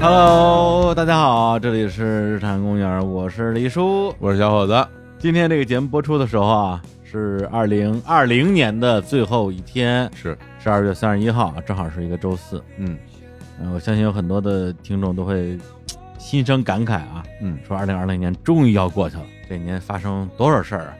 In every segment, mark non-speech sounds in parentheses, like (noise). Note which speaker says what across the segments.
Speaker 1: Hello，大家好，这里是日坛公园，我是黎叔。
Speaker 2: 我是小伙子。
Speaker 1: 今天这个节目播出的时候啊，是二零二零年的最后一天，
Speaker 2: 是，
Speaker 1: 十二月三十一号，正好是一个周四。
Speaker 2: 嗯
Speaker 1: 嗯、我相信有很多的听众都会嘖心生感慨啊，
Speaker 2: 嗯，
Speaker 1: 说二零二零年终于要过去了，这一年发生多少事儿啊！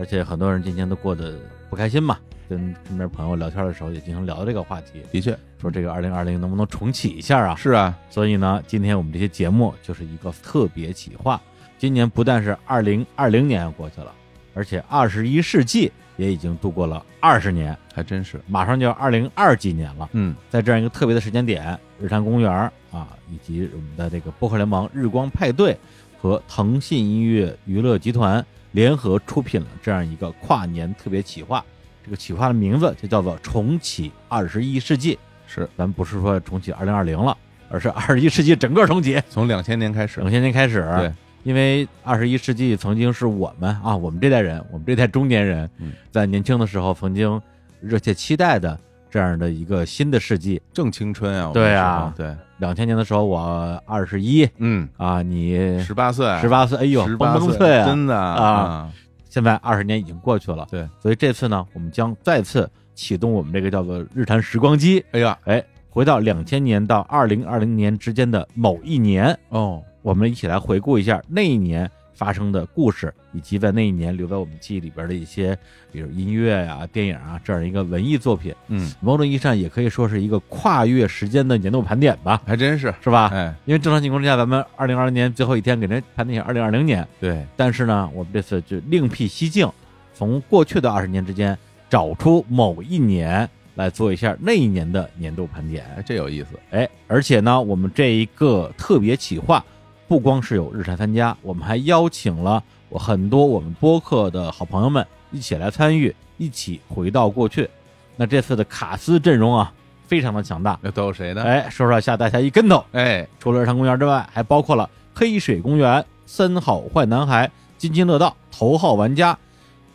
Speaker 1: 而且很多人今年都过得不开心嘛。跟身边朋友聊天的时候，也经常聊到这个话题，
Speaker 2: 的确
Speaker 1: 说这个二零二零能不能重启一下啊？
Speaker 2: 是啊，
Speaker 1: 所以呢，今天我们这些节目就是一个特别企划。今年不但是二零二零年要过去了，而且二十一世纪也已经度过了二十年，
Speaker 2: 还真是。
Speaker 1: 马上就要二零二几年了。
Speaker 2: 嗯，
Speaker 1: 在这样一个特别的时间点，日坛公园啊，以及我们的这个播客联盟日光派对和腾讯音乐娱乐集团联合出品了这样一个跨年特别企划。这个企划的名字就叫做“重启二十一世纪”，
Speaker 2: 是
Speaker 1: 咱不是说重启二零二零了，而是二十一世纪整个重启。
Speaker 2: 从两千年开始
Speaker 1: 两，千年开始，啊
Speaker 2: 对，
Speaker 1: 因为二十一世纪曾经是我们啊，我们这代人，我们这代中年人，
Speaker 2: 嗯
Speaker 1: 在年轻的时候曾经热切期待的这样的一个新的世纪。
Speaker 2: 正青春啊。我们
Speaker 1: 对啊
Speaker 2: 那时候对，
Speaker 1: 两千年的时候，我二十一
Speaker 2: 嗯，
Speaker 1: 啊，你
Speaker 2: 十八岁，
Speaker 1: 十，八岁，哎呦，
Speaker 2: 十
Speaker 1: 蹦
Speaker 2: 八
Speaker 1: 蹦
Speaker 2: 岁，
Speaker 1: 脆啊！
Speaker 2: 真的
Speaker 1: 啊，现在二十年已经过去了，
Speaker 2: 对，
Speaker 1: 所以这次呢，我们将再次启动我们这个叫做“日坛时光机
Speaker 2: 哎呀，”，
Speaker 1: 哎，回到两千年到二零二零年之间的某一年，
Speaker 2: 哦，
Speaker 1: 我们一起来回顾一下那一年发生的故事，以及在那一年留在我们记忆里边的一些，比如音乐呀、电影啊这样一个文艺作品。
Speaker 2: 嗯，
Speaker 1: 某种意义上也可以说是一个跨越时间的年度盘点吧，
Speaker 2: 还真是，
Speaker 1: 是吧？
Speaker 2: 哎，
Speaker 1: 因为正常情况之下，咱们二零二零年最后一天给人盘点一下二零二零年，
Speaker 2: 对，
Speaker 1: 但是呢，我们这次就另辟蹊径，从过去的二十年之间找出某一年来做一下那一年的年度盘点。
Speaker 2: 哎，这有意思，
Speaker 1: 哎，而且呢，我们这一个特别企划，不光是有日产参加，我们还邀请了我很多我们播客的好朋友们一起来参与，一起回到过去。那这次的卡斯阵容啊，非常的强大。
Speaker 2: 那都有谁呢？
Speaker 1: 哎，说说吓大家一跟头，
Speaker 2: 哎，
Speaker 1: 除了日坛公园之外，还包括了黑水公园、三好坏男孩、津津乐道、头号玩家、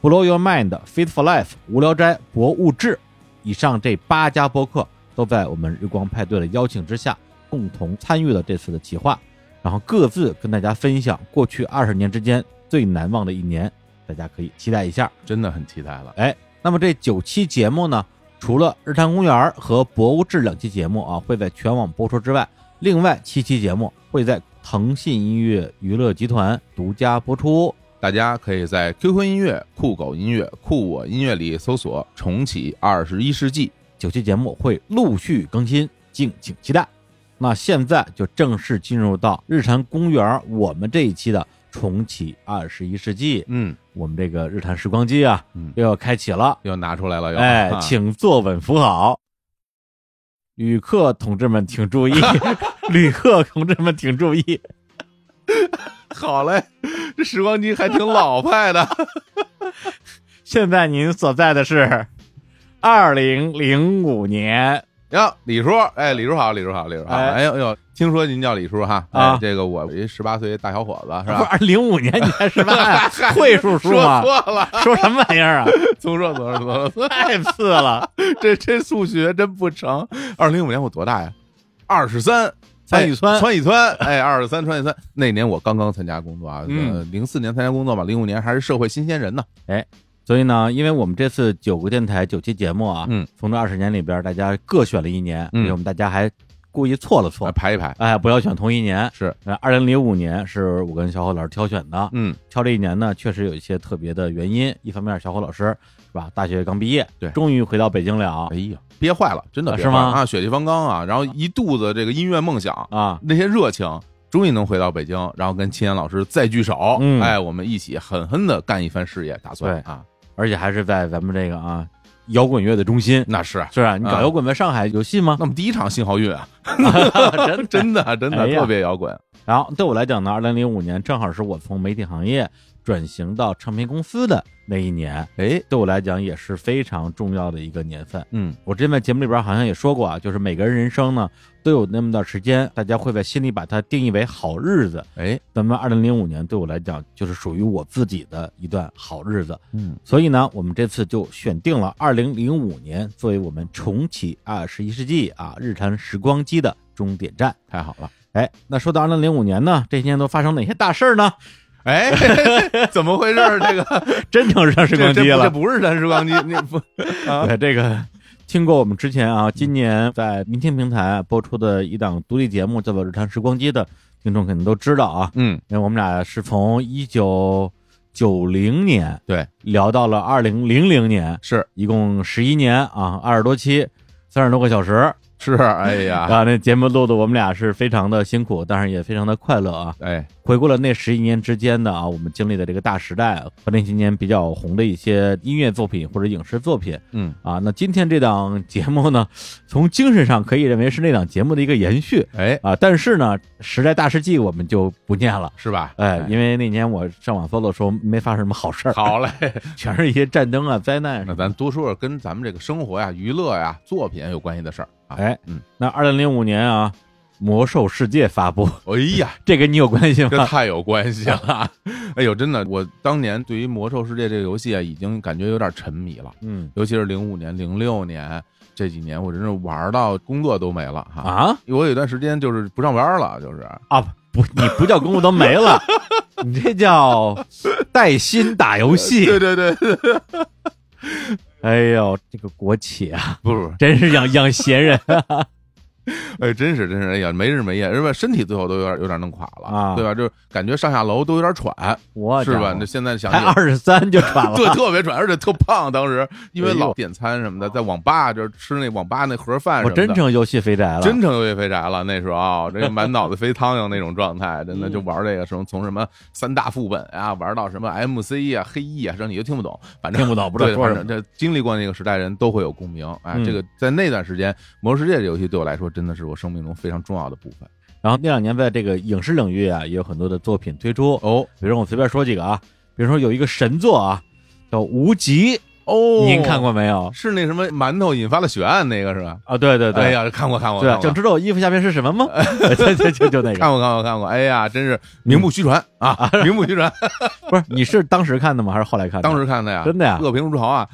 Speaker 1: Blow Your Mind、Fit for Life、无聊斋、博物志，以上这八家播客都在我们日光派对的邀请之下，共同参与了这次的企划，然后各自跟大家分享过去二十年之间最难忘的一年，大家可以期待一下。
Speaker 2: 真的很期待了。
Speaker 1: 那么这九期节目呢，除了《日坛公园》和《博物志》两期节目啊会在全网播出之外，另外七期节目会在腾讯音乐娱乐集团独家播出。
Speaker 2: 大家可以在 QQ 音乐、酷狗音乐、酷我音乐里搜索“重启二十一世纪
Speaker 1: 九期节目会陆续更新，敬请期待。那现在就正式进入到《日坛公园》我们这一期的重启二十一世纪”。，
Speaker 2: 嗯，
Speaker 1: 我们这个日坛时光机啊
Speaker 2: 嗯
Speaker 1: 又要开启了。
Speaker 2: 又拿出来了，又
Speaker 1: 哎
Speaker 2: 啊，
Speaker 1: 请坐稳扶好。旅客同志们，请 (laughs) 注意！旅客同志们，请注意！
Speaker 2: 好嘞，这时光机还挺老派的。
Speaker 1: 现在您所在的是二零零五年，
Speaker 2: 呀，李叔，哎，李叔好，李叔好，李叔好，
Speaker 1: 哎
Speaker 2: 哎呦哎呦，听说您叫李叔哈，哎
Speaker 1: 啊
Speaker 2: 这个我一十八岁大小伙子是
Speaker 1: 不是
Speaker 2: 吧？
Speaker 1: 二零五年，你才十八 (laughs) 呀？会数数
Speaker 2: 说
Speaker 1: 吗？
Speaker 2: 错了，
Speaker 1: 说什么玩意儿啊？
Speaker 2: 从说从说从说，
Speaker 1: 太次了！
Speaker 2: 这这数学真不成。二零零五年我多大呀？二十三，
Speaker 1: 窜一窜
Speaker 2: 哎窜一窜，哎，二十三，窜一窜。那年我刚刚参加工作啊，
Speaker 1: 嗯
Speaker 2: 零四年参加工作嘛，零五年还是社会新鲜人呢。
Speaker 1: (laughs) 所以呢，因为我们这次九个电台九期节目啊，
Speaker 2: 嗯，
Speaker 1: 从这二十年里边，大家各选了一年，
Speaker 2: 嗯
Speaker 1: 所以我们大家还故意错了错
Speaker 2: 来，排一排，
Speaker 1: 哎，不要选同一年。
Speaker 2: 是，
Speaker 1: 二零零五年是我跟小伙老师挑选的，
Speaker 2: 嗯，
Speaker 1: 挑这一年呢，确实有一些特别的原因。一方面，小伙老师是吧，大学刚毕业，
Speaker 2: 对
Speaker 1: 终于回到北京了
Speaker 2: 哎呀，憋坏了，真的
Speaker 1: 啊
Speaker 2: 憋
Speaker 1: 是
Speaker 2: 坏了
Speaker 1: 吗
Speaker 2: 啊，血气方刚啊，然后一肚子这个音乐梦想，
Speaker 1: 啊。
Speaker 2: 那些热情，终于能回到北京，然后跟秦岩老师再聚首，
Speaker 1: 嗯
Speaker 2: 哎，我们一起狠狠的干一番事业，打算
Speaker 1: 对
Speaker 2: 啊，
Speaker 1: 而且还是在咱们这个啊摇滚乐的中心，
Speaker 2: 那是。
Speaker 1: 是吧？你搞
Speaker 2: 啊
Speaker 1: 摇滚在上海有戏
Speaker 2: (laughs)
Speaker 1: 吗？
Speaker 2: 那么第一场信
Speaker 1: (laughs)
Speaker 2: 号乐啊，
Speaker 1: 真真。
Speaker 2: 真的真的、
Speaker 1: 哎呀
Speaker 2: 特别摇滚，
Speaker 1: 然后对我来讲呢，二零零五年正好是我从媒体行业转型到唱片公司的那一年，
Speaker 2: 哎，
Speaker 1: 对我来讲也是非常重要的一个年份。
Speaker 2: 嗯，
Speaker 1: 我之前在节目里边好像也说过啊，就是每个人人生呢都有那么段时间，大家会在心里把它定义为好日子。
Speaker 2: 哎，
Speaker 1: 咱们二零零五年对我来讲就是属于我自己的一段好日子，
Speaker 2: 嗯，
Speaker 1: 所以呢，我们这次就选定了二零零五年作为我们重启二十一世纪啊日坛时光机的终点站。
Speaker 2: 太好了，
Speaker 1: 哎，那说到二零零五年呢，这些年都发生哪些大事儿呢？
Speaker 2: 哎， (laughs) 怎么回事？
Speaker 1: (laughs)
Speaker 2: 这个
Speaker 1: 真成是时光机
Speaker 2: 这这不这
Speaker 1: 了。
Speaker 2: 不是咱时光机，
Speaker 1: (laughs)
Speaker 2: 那不啊
Speaker 1: 对这个，听过我们之前啊，今年在明听平台播出的一档独立节目叫做《日常时光机》的听众肯定都知道啊，
Speaker 2: 嗯，
Speaker 1: 因为我们俩是从一九九零年
Speaker 2: 对
Speaker 1: 聊到了二零零零年，
Speaker 2: 是
Speaker 1: 一共十一年啊，二十多期，三十多个小时
Speaker 2: 是，哎呀，
Speaker 1: (laughs) 啊，那节目录的我们俩是非常的辛苦，但是也非常的快乐啊。
Speaker 2: 哎，
Speaker 1: 回顾了那十一年之间的啊，我们经历的这个大时代和那些年比较红的一些音乐作品或者影视作品
Speaker 2: 嗯，
Speaker 1: 啊。那今天这档节目呢， (laughs) 从精神上可以认为是那档节目的一个延续
Speaker 2: 哎，
Speaker 1: 啊，但是呢，时代大事记我们就不念了。
Speaker 2: 是
Speaker 1: (laughs)
Speaker 2: 吧？
Speaker 1: 哎，因为那年我上网搜的时候没发生什么好事儿，
Speaker 2: 好嘞，
Speaker 1: 全是一些战争啊、灾难啊
Speaker 2: 那咱多说说跟咱们这个生活呀、娱乐呀、作品有关系的事儿啊。
Speaker 1: 哎，
Speaker 2: 嗯，
Speaker 1: 那二零零五年啊，《魔兽世界》发布， (laughs)
Speaker 2: 哎呀，
Speaker 1: 这跟你有关系
Speaker 2: 这
Speaker 1: 吗？
Speaker 2: 太有关系了！哎呦，真的，我当年对于《魔兽世界》这个游戏啊，已经感觉有点沉迷了，
Speaker 1: 嗯
Speaker 2: 尤其是零五年、零六年这几年，我真是玩到工作都没了哈。
Speaker 1: 啊
Speaker 2: 我有一段时间就是不上班了，就是
Speaker 1: 啊，不，你不叫公务都没
Speaker 2: (laughs)
Speaker 1: 了，你这叫带薪打游戏。
Speaker 2: 对
Speaker 1: (laughs)
Speaker 2: 对对，对
Speaker 1: 哎呦，这个国企啊， (laughs)
Speaker 2: 不是不是，
Speaker 1: 真是养养闲
Speaker 2: (laughs)
Speaker 1: 人
Speaker 2: 哎，真是真是，哎呀，没日没夜，是吧？身体最后都有点有点弄垮了，
Speaker 1: 啊
Speaker 2: 对吧？就是感觉上下楼都有点喘，
Speaker 1: 我
Speaker 2: 是
Speaker 1: 家
Speaker 2: 吧？
Speaker 1: 伙
Speaker 2: 那现在想
Speaker 1: 才
Speaker 2: 起来
Speaker 1: 二十三就喘了，
Speaker 2: (laughs) 对，特别喘，而且特胖。当时因为
Speaker 1: 哎呦
Speaker 2: 老点餐什么的，在网吧就是吃那网吧那盒饭什
Speaker 1: 我
Speaker 2: 么的，
Speaker 1: 真成游戏肥宅了。
Speaker 2: 真成又肥宅了。那时候这个满脑子飞苍蝇那种状态，真的就玩这个什么从什么三大副本啊，玩到什么 MC 啊、黑翼啊，这你就听不懂，反正
Speaker 1: 听不懂不知道
Speaker 2: 对
Speaker 1: 说什
Speaker 2: 反正这经历过那个时代人都会有共鸣。哎，
Speaker 1: 嗯
Speaker 2: 这个在那段时间，《魔兽世界》这游戏对我来说真的是我生命中非常重要的部分。
Speaker 1: 然后那两年在这个影视领域啊，也有很多的作品推出，
Speaker 2: 哦
Speaker 1: 比如我随便说几个啊，比如说有一个神作啊，叫《无极》，
Speaker 2: 哦，
Speaker 1: 您看？过没有？
Speaker 2: 是那什么馒头引发了血案那个是吧？
Speaker 1: 啊，对对对，
Speaker 2: 哎呀，看过看过，
Speaker 1: 对，啊
Speaker 2: 看过
Speaker 1: 想知道我衣服下面是什么
Speaker 2: (laughs)
Speaker 1: 吗？就就就就那个，
Speaker 2: 看过看过看过，哎呀，真是名不虚传啊， (laughs) 名不虚传。
Speaker 1: 不是你是当时看的吗？还是后来看的？
Speaker 2: 当时看的呀，
Speaker 1: 真的呀
Speaker 2: 恶评如潮 (laughs) 啊！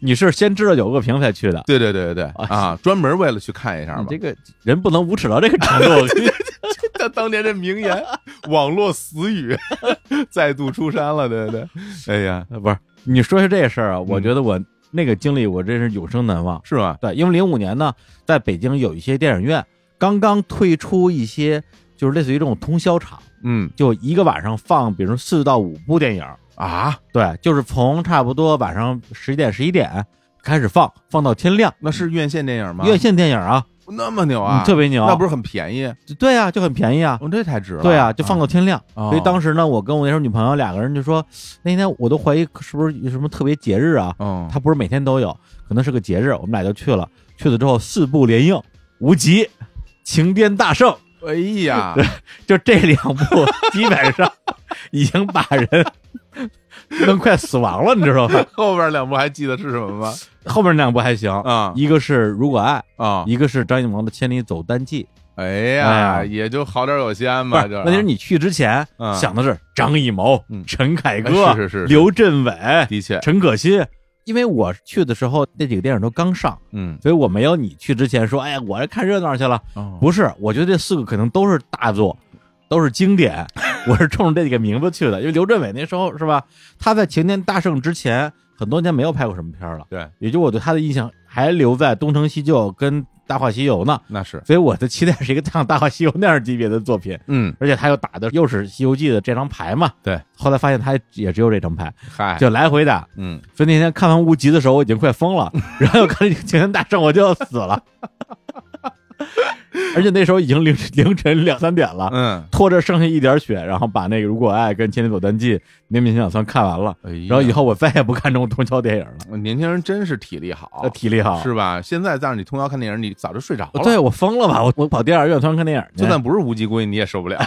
Speaker 1: 你是先知道有恶评才去的。
Speaker 2: 对对对对
Speaker 1: (laughs)
Speaker 2: 对啊，专门为了去看一下
Speaker 1: 哎你
Speaker 2: 嘛
Speaker 1: 这。个人不能无耻到这个程度，
Speaker 2: (laughs) 他当年这
Speaker 1: (laughs)
Speaker 2: 名言，网络死语 (laughs) 再度出山了，
Speaker 1: (laughs)
Speaker 2: 对对对。哎呀，
Speaker 1: 不是？你说是这事儿啊？
Speaker 2: 嗯
Speaker 1: 我觉得我那个经历，我真是永生难忘。
Speaker 2: 是吗？
Speaker 1: 对，因为零五年呢，在北京有一些电影院刚刚推出一些，就是类似于这种通宵场，
Speaker 2: 嗯
Speaker 1: 就一个晚上放，比如四到五部电影。
Speaker 2: 啊，
Speaker 1: 对，就是从差不多晚上十点十一点开始放，放到天亮。
Speaker 2: 那是院线电影吗？
Speaker 1: 院线电影啊，
Speaker 2: 那么牛
Speaker 1: 嗯
Speaker 2: 啊，
Speaker 1: 特别牛，
Speaker 2: 那不是很便宜？
Speaker 1: 对啊，就很便宜啊。
Speaker 2: 哦，这太值了。
Speaker 1: 对啊，就放到天亮。
Speaker 2: 啊，
Speaker 1: 所以当时呢，我跟我那时候女朋友两个人就说，那天我都怀疑是不是有什么特别节日啊？
Speaker 2: 嗯
Speaker 1: 它不是每天都有，可能是个节日。我们俩就去了，去了之后四部连映，《无极》《情癫大圣》，
Speaker 2: 哎呀，
Speaker 1: 就这两部基本上已经把人弄快死亡了，你知道吗？
Speaker 2: (laughs) 后边两部还记得是什么
Speaker 1: (laughs)
Speaker 2: 吗？
Speaker 1: 后面两部还行，
Speaker 2: 啊
Speaker 1: 一个是《如果爱
Speaker 2: 啊》，，
Speaker 1: 一个是张艺谋的《千里走单骑》。
Speaker 2: 哎
Speaker 1: 哎
Speaker 2: 呀，
Speaker 1: 呀
Speaker 2: 也就好点有些安
Speaker 1: 不
Speaker 2: 吧，
Speaker 1: 是，
Speaker 2: 就是啊。
Speaker 1: 问题是你去之前
Speaker 2: 嗯
Speaker 1: 想的是张艺谋
Speaker 2: 嗯、
Speaker 1: 陈凯
Speaker 2: 哎
Speaker 1: 歌、
Speaker 2: 是是是
Speaker 1: 刘镇伟、
Speaker 2: 的确，
Speaker 1: 陈可辛。因为我去的时候，那几个电影都刚上，
Speaker 2: 嗯，
Speaker 1: 所以我没有你去之前说，哎呀，我是看热闹去了。
Speaker 2: 哦
Speaker 1: 不是，我觉得这四个可能都是大作，都是经典。我是冲着这几个名字去的，因为刘镇伟那时候是吧，他在《晴天大圣》之前很多年没有拍过什么片儿了，
Speaker 2: 对，
Speaker 1: 也就我对他的印象还留在《东成西就》跟《大话西游》呢，
Speaker 2: 那是，
Speaker 1: 所以我的期待是一个像《大话西游》那样级别的作品。
Speaker 2: 嗯，
Speaker 1: 而且他又打的又是《西游记》的这张牌嘛，
Speaker 2: 对。
Speaker 1: 后来发现他也只有这张牌，
Speaker 2: 嗨，
Speaker 1: 就来回打。
Speaker 2: 嗯，
Speaker 1: 所以那天看完《无极》的时候，我已经快疯
Speaker 2: (laughs)
Speaker 1: 了，然后又看《擎天大圣》，我就要死了。而且那时候已经凌凌晨两三点了，
Speaker 2: 嗯，
Speaker 1: 拖着剩下一点血，然后把那个《如果爱》跟《千里走单骑》那勉强算看完了。
Speaker 2: 哎呀
Speaker 1: 然后以后我再也不看这种通宵电影了，
Speaker 2: 年轻人真是体力好
Speaker 1: 呃，，体力好。
Speaker 2: 哦
Speaker 1: 呃
Speaker 2: 是吧？现在让你通宵看电影，你早就睡着了。
Speaker 1: 对，我疯了吧？我我跑电影院突然看电影去，
Speaker 2: 就算不是无极归，你也
Speaker 1: (laughs)
Speaker 2: 受不了。 (laughs)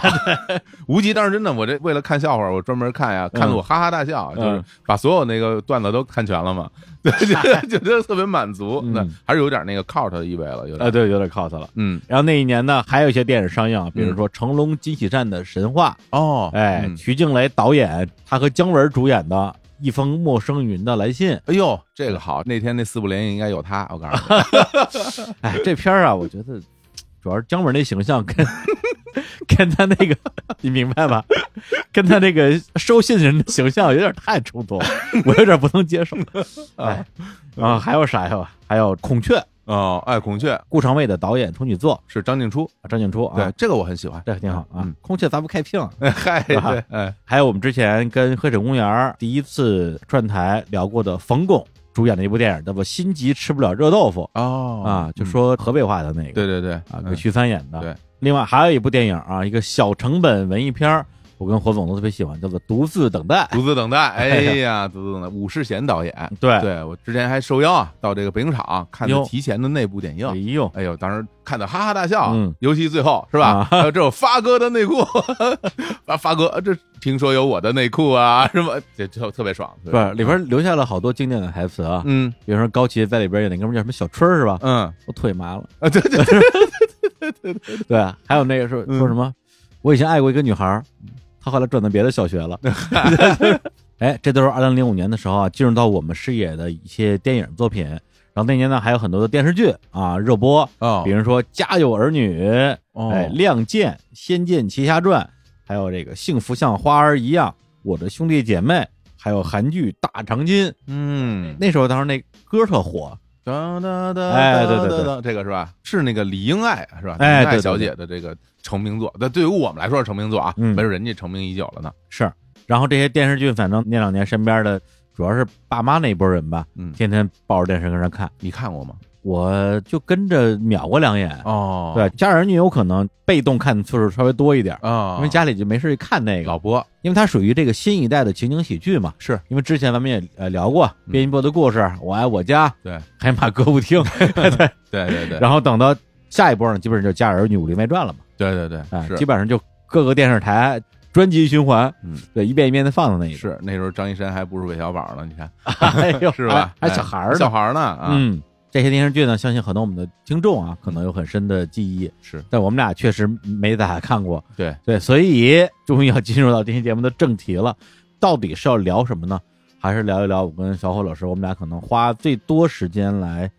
Speaker 2: 无极当时真的，我这为了看笑话，我专门看呀，看得我哈哈大笑，
Speaker 1: 嗯
Speaker 2: 就是把所有那个段子都看全了嘛， (laughs) 对，
Speaker 1: (laughs)
Speaker 2: 就觉得特别满足。
Speaker 1: 嗯
Speaker 2: 那还是有点那个 cult 的意味了，有
Speaker 1: 呃，
Speaker 2: 点。
Speaker 1: 对，有点 cos 了。
Speaker 2: 嗯，
Speaker 1: 然后那一年呢，还有一些电影上映，比如说成龙、金喜善的《神话》，
Speaker 2: 哦
Speaker 1: 哎，
Speaker 2: 嗯
Speaker 1: 徐静蕾导演，她和姜文主演的《一封陌生云的来信》。
Speaker 2: 哎呦，这个好，那天那四部联映应该有他，
Speaker 1: (laughs)
Speaker 2: 我告诉你，
Speaker 1: 哎，这片儿啊，我觉得主要是姜文那形象跟跟他那个， (laughs) 你明白吧？跟他那个收信人的形象有点太冲突了，我有点不能接受。
Speaker 2: 啊
Speaker 1: 哎，然后还有啥呀？还有《孔雀》，
Speaker 2: 哦，哎，孔雀
Speaker 1: 顾长卫的导演处女作，
Speaker 2: 是张静初，
Speaker 1: 张静初啊，
Speaker 2: 对，这个我很喜欢。
Speaker 1: 这个挺好啊。
Speaker 2: 嗯
Speaker 1: 孔雀咱不开屏，
Speaker 2: 哎 (laughs) 嗨，对，
Speaker 1: 啊
Speaker 2: 哎，
Speaker 1: 还有我们之前跟黑水公园儿第一次串台聊过的冯巩主演的一部电影，叫做《心急吃不了热豆腐》
Speaker 2: 哦
Speaker 1: 啊，就
Speaker 2: 嗯
Speaker 1: 说河北话的那个，
Speaker 2: 对对对，
Speaker 1: 啊，
Speaker 2: 嗯
Speaker 1: 跟徐帆演的。
Speaker 2: 对，
Speaker 1: 另外还有一部电影啊，一个小成本文艺片儿，我跟火总都特别喜欢，叫做《独自等待》。
Speaker 2: 独自等待，哎
Speaker 1: 哎
Speaker 2: 呀，独自等待，武世贤导演，
Speaker 1: 对，
Speaker 2: 对我之前还受邀啊到这个北影厂看他
Speaker 1: 哎哟
Speaker 2: 提前的那部电
Speaker 1: 哎
Speaker 2: 影。
Speaker 1: 呦，
Speaker 2: 哎呦，当时看的哈哈大笑，啊
Speaker 1: 嗯
Speaker 2: 尤其最后是吧
Speaker 1: 啊？
Speaker 2: 还有这有发哥的内裤， (laughs) 啊，发哥，这听说有我的内裤啊，什么，这特特别爽，特别
Speaker 1: 不是
Speaker 2: 爽
Speaker 1: 里，边留下了好多经典的台词啊，
Speaker 2: 嗯
Speaker 1: 比如说高旗在里边演那哥们儿叫什么小春儿是吧？
Speaker 2: 嗯，
Speaker 1: 我腿麻了。
Speaker 2: 啊，对对，
Speaker 1: 对，啊还有那个说
Speaker 2: 嗯
Speaker 1: 说什么，我以前爱过一个女孩儿，她后来转到别的小学
Speaker 2: (laughs)
Speaker 1: 了。哎，这都是二零零五年的时候啊，进入到我们视野的一些电影作品。然后那年呢，还有很多的电视剧啊热播，
Speaker 2: 哦
Speaker 1: 比如说《家有儿女》
Speaker 2: 哦
Speaker 1: 哎，《亮剑》《仙剑奇侠传》，还有这个《幸福像花儿一样》《我的兄弟姐妹》，还有韩剧《大长今》。
Speaker 2: 嗯，
Speaker 1: 那时候当时那歌特火，
Speaker 2: 哒哒哒，
Speaker 1: 哎对对对
Speaker 2: 哒，这个是吧？是那个李英爱是吧？
Speaker 1: 哎
Speaker 2: 李英爱
Speaker 1: 对对
Speaker 2: 小姐的这个成名作，那对于我们来说是成名作啊，
Speaker 1: 嗯
Speaker 2: 没准人家成名已久了呢。
Speaker 1: 是。然后这些电视剧，反正那两年身边的主要是爸妈那一波人吧，
Speaker 2: 嗯，
Speaker 1: 天天抱着电视跟着看，
Speaker 2: 你看过吗？
Speaker 1: 我就跟着瞄过两眼。
Speaker 2: 哦
Speaker 1: 对，家人女有可能被动看的次数稍微多一点，
Speaker 2: 啊，
Speaker 1: 因为家里就没事看那个，
Speaker 2: 老播
Speaker 1: 因为它属于这个新一代的情景喜剧嘛。
Speaker 2: 是
Speaker 1: 因为之前咱们也呃聊过
Speaker 2: 嗯
Speaker 1: 《编一波的故事》我爱我家》，
Speaker 2: 对，
Speaker 1: 海马歌舞厅，
Speaker 2: 对 (laughs) 对对，
Speaker 1: 然后等到下一波呢，基本上就《家有儿女武林外传》了嘛，
Speaker 2: 对对对，
Speaker 1: 哎，
Speaker 2: 是
Speaker 1: 基本上就各个电视台专辑循环，
Speaker 2: 嗯，
Speaker 1: 对，一遍一遍的放的那一种，
Speaker 2: 是那时候张一山还不是韦小宝呢，你看
Speaker 1: (laughs) 哎呦，
Speaker 2: 是吧？
Speaker 1: 还
Speaker 2: 哎
Speaker 1: 还小孩儿呢，
Speaker 2: 小孩儿呢啊，
Speaker 1: 嗯，这些电视剧呢，相信很多我们的听众啊，可能有很深的记忆，
Speaker 2: 是
Speaker 1: 但我们俩确实没咋看过。
Speaker 2: 对
Speaker 1: 对，所以 (laughs) 终于要进入到这期节目的正题了，到底是要聊什么呢？还是聊一聊我跟小伙老师，我们俩可能花最多时间来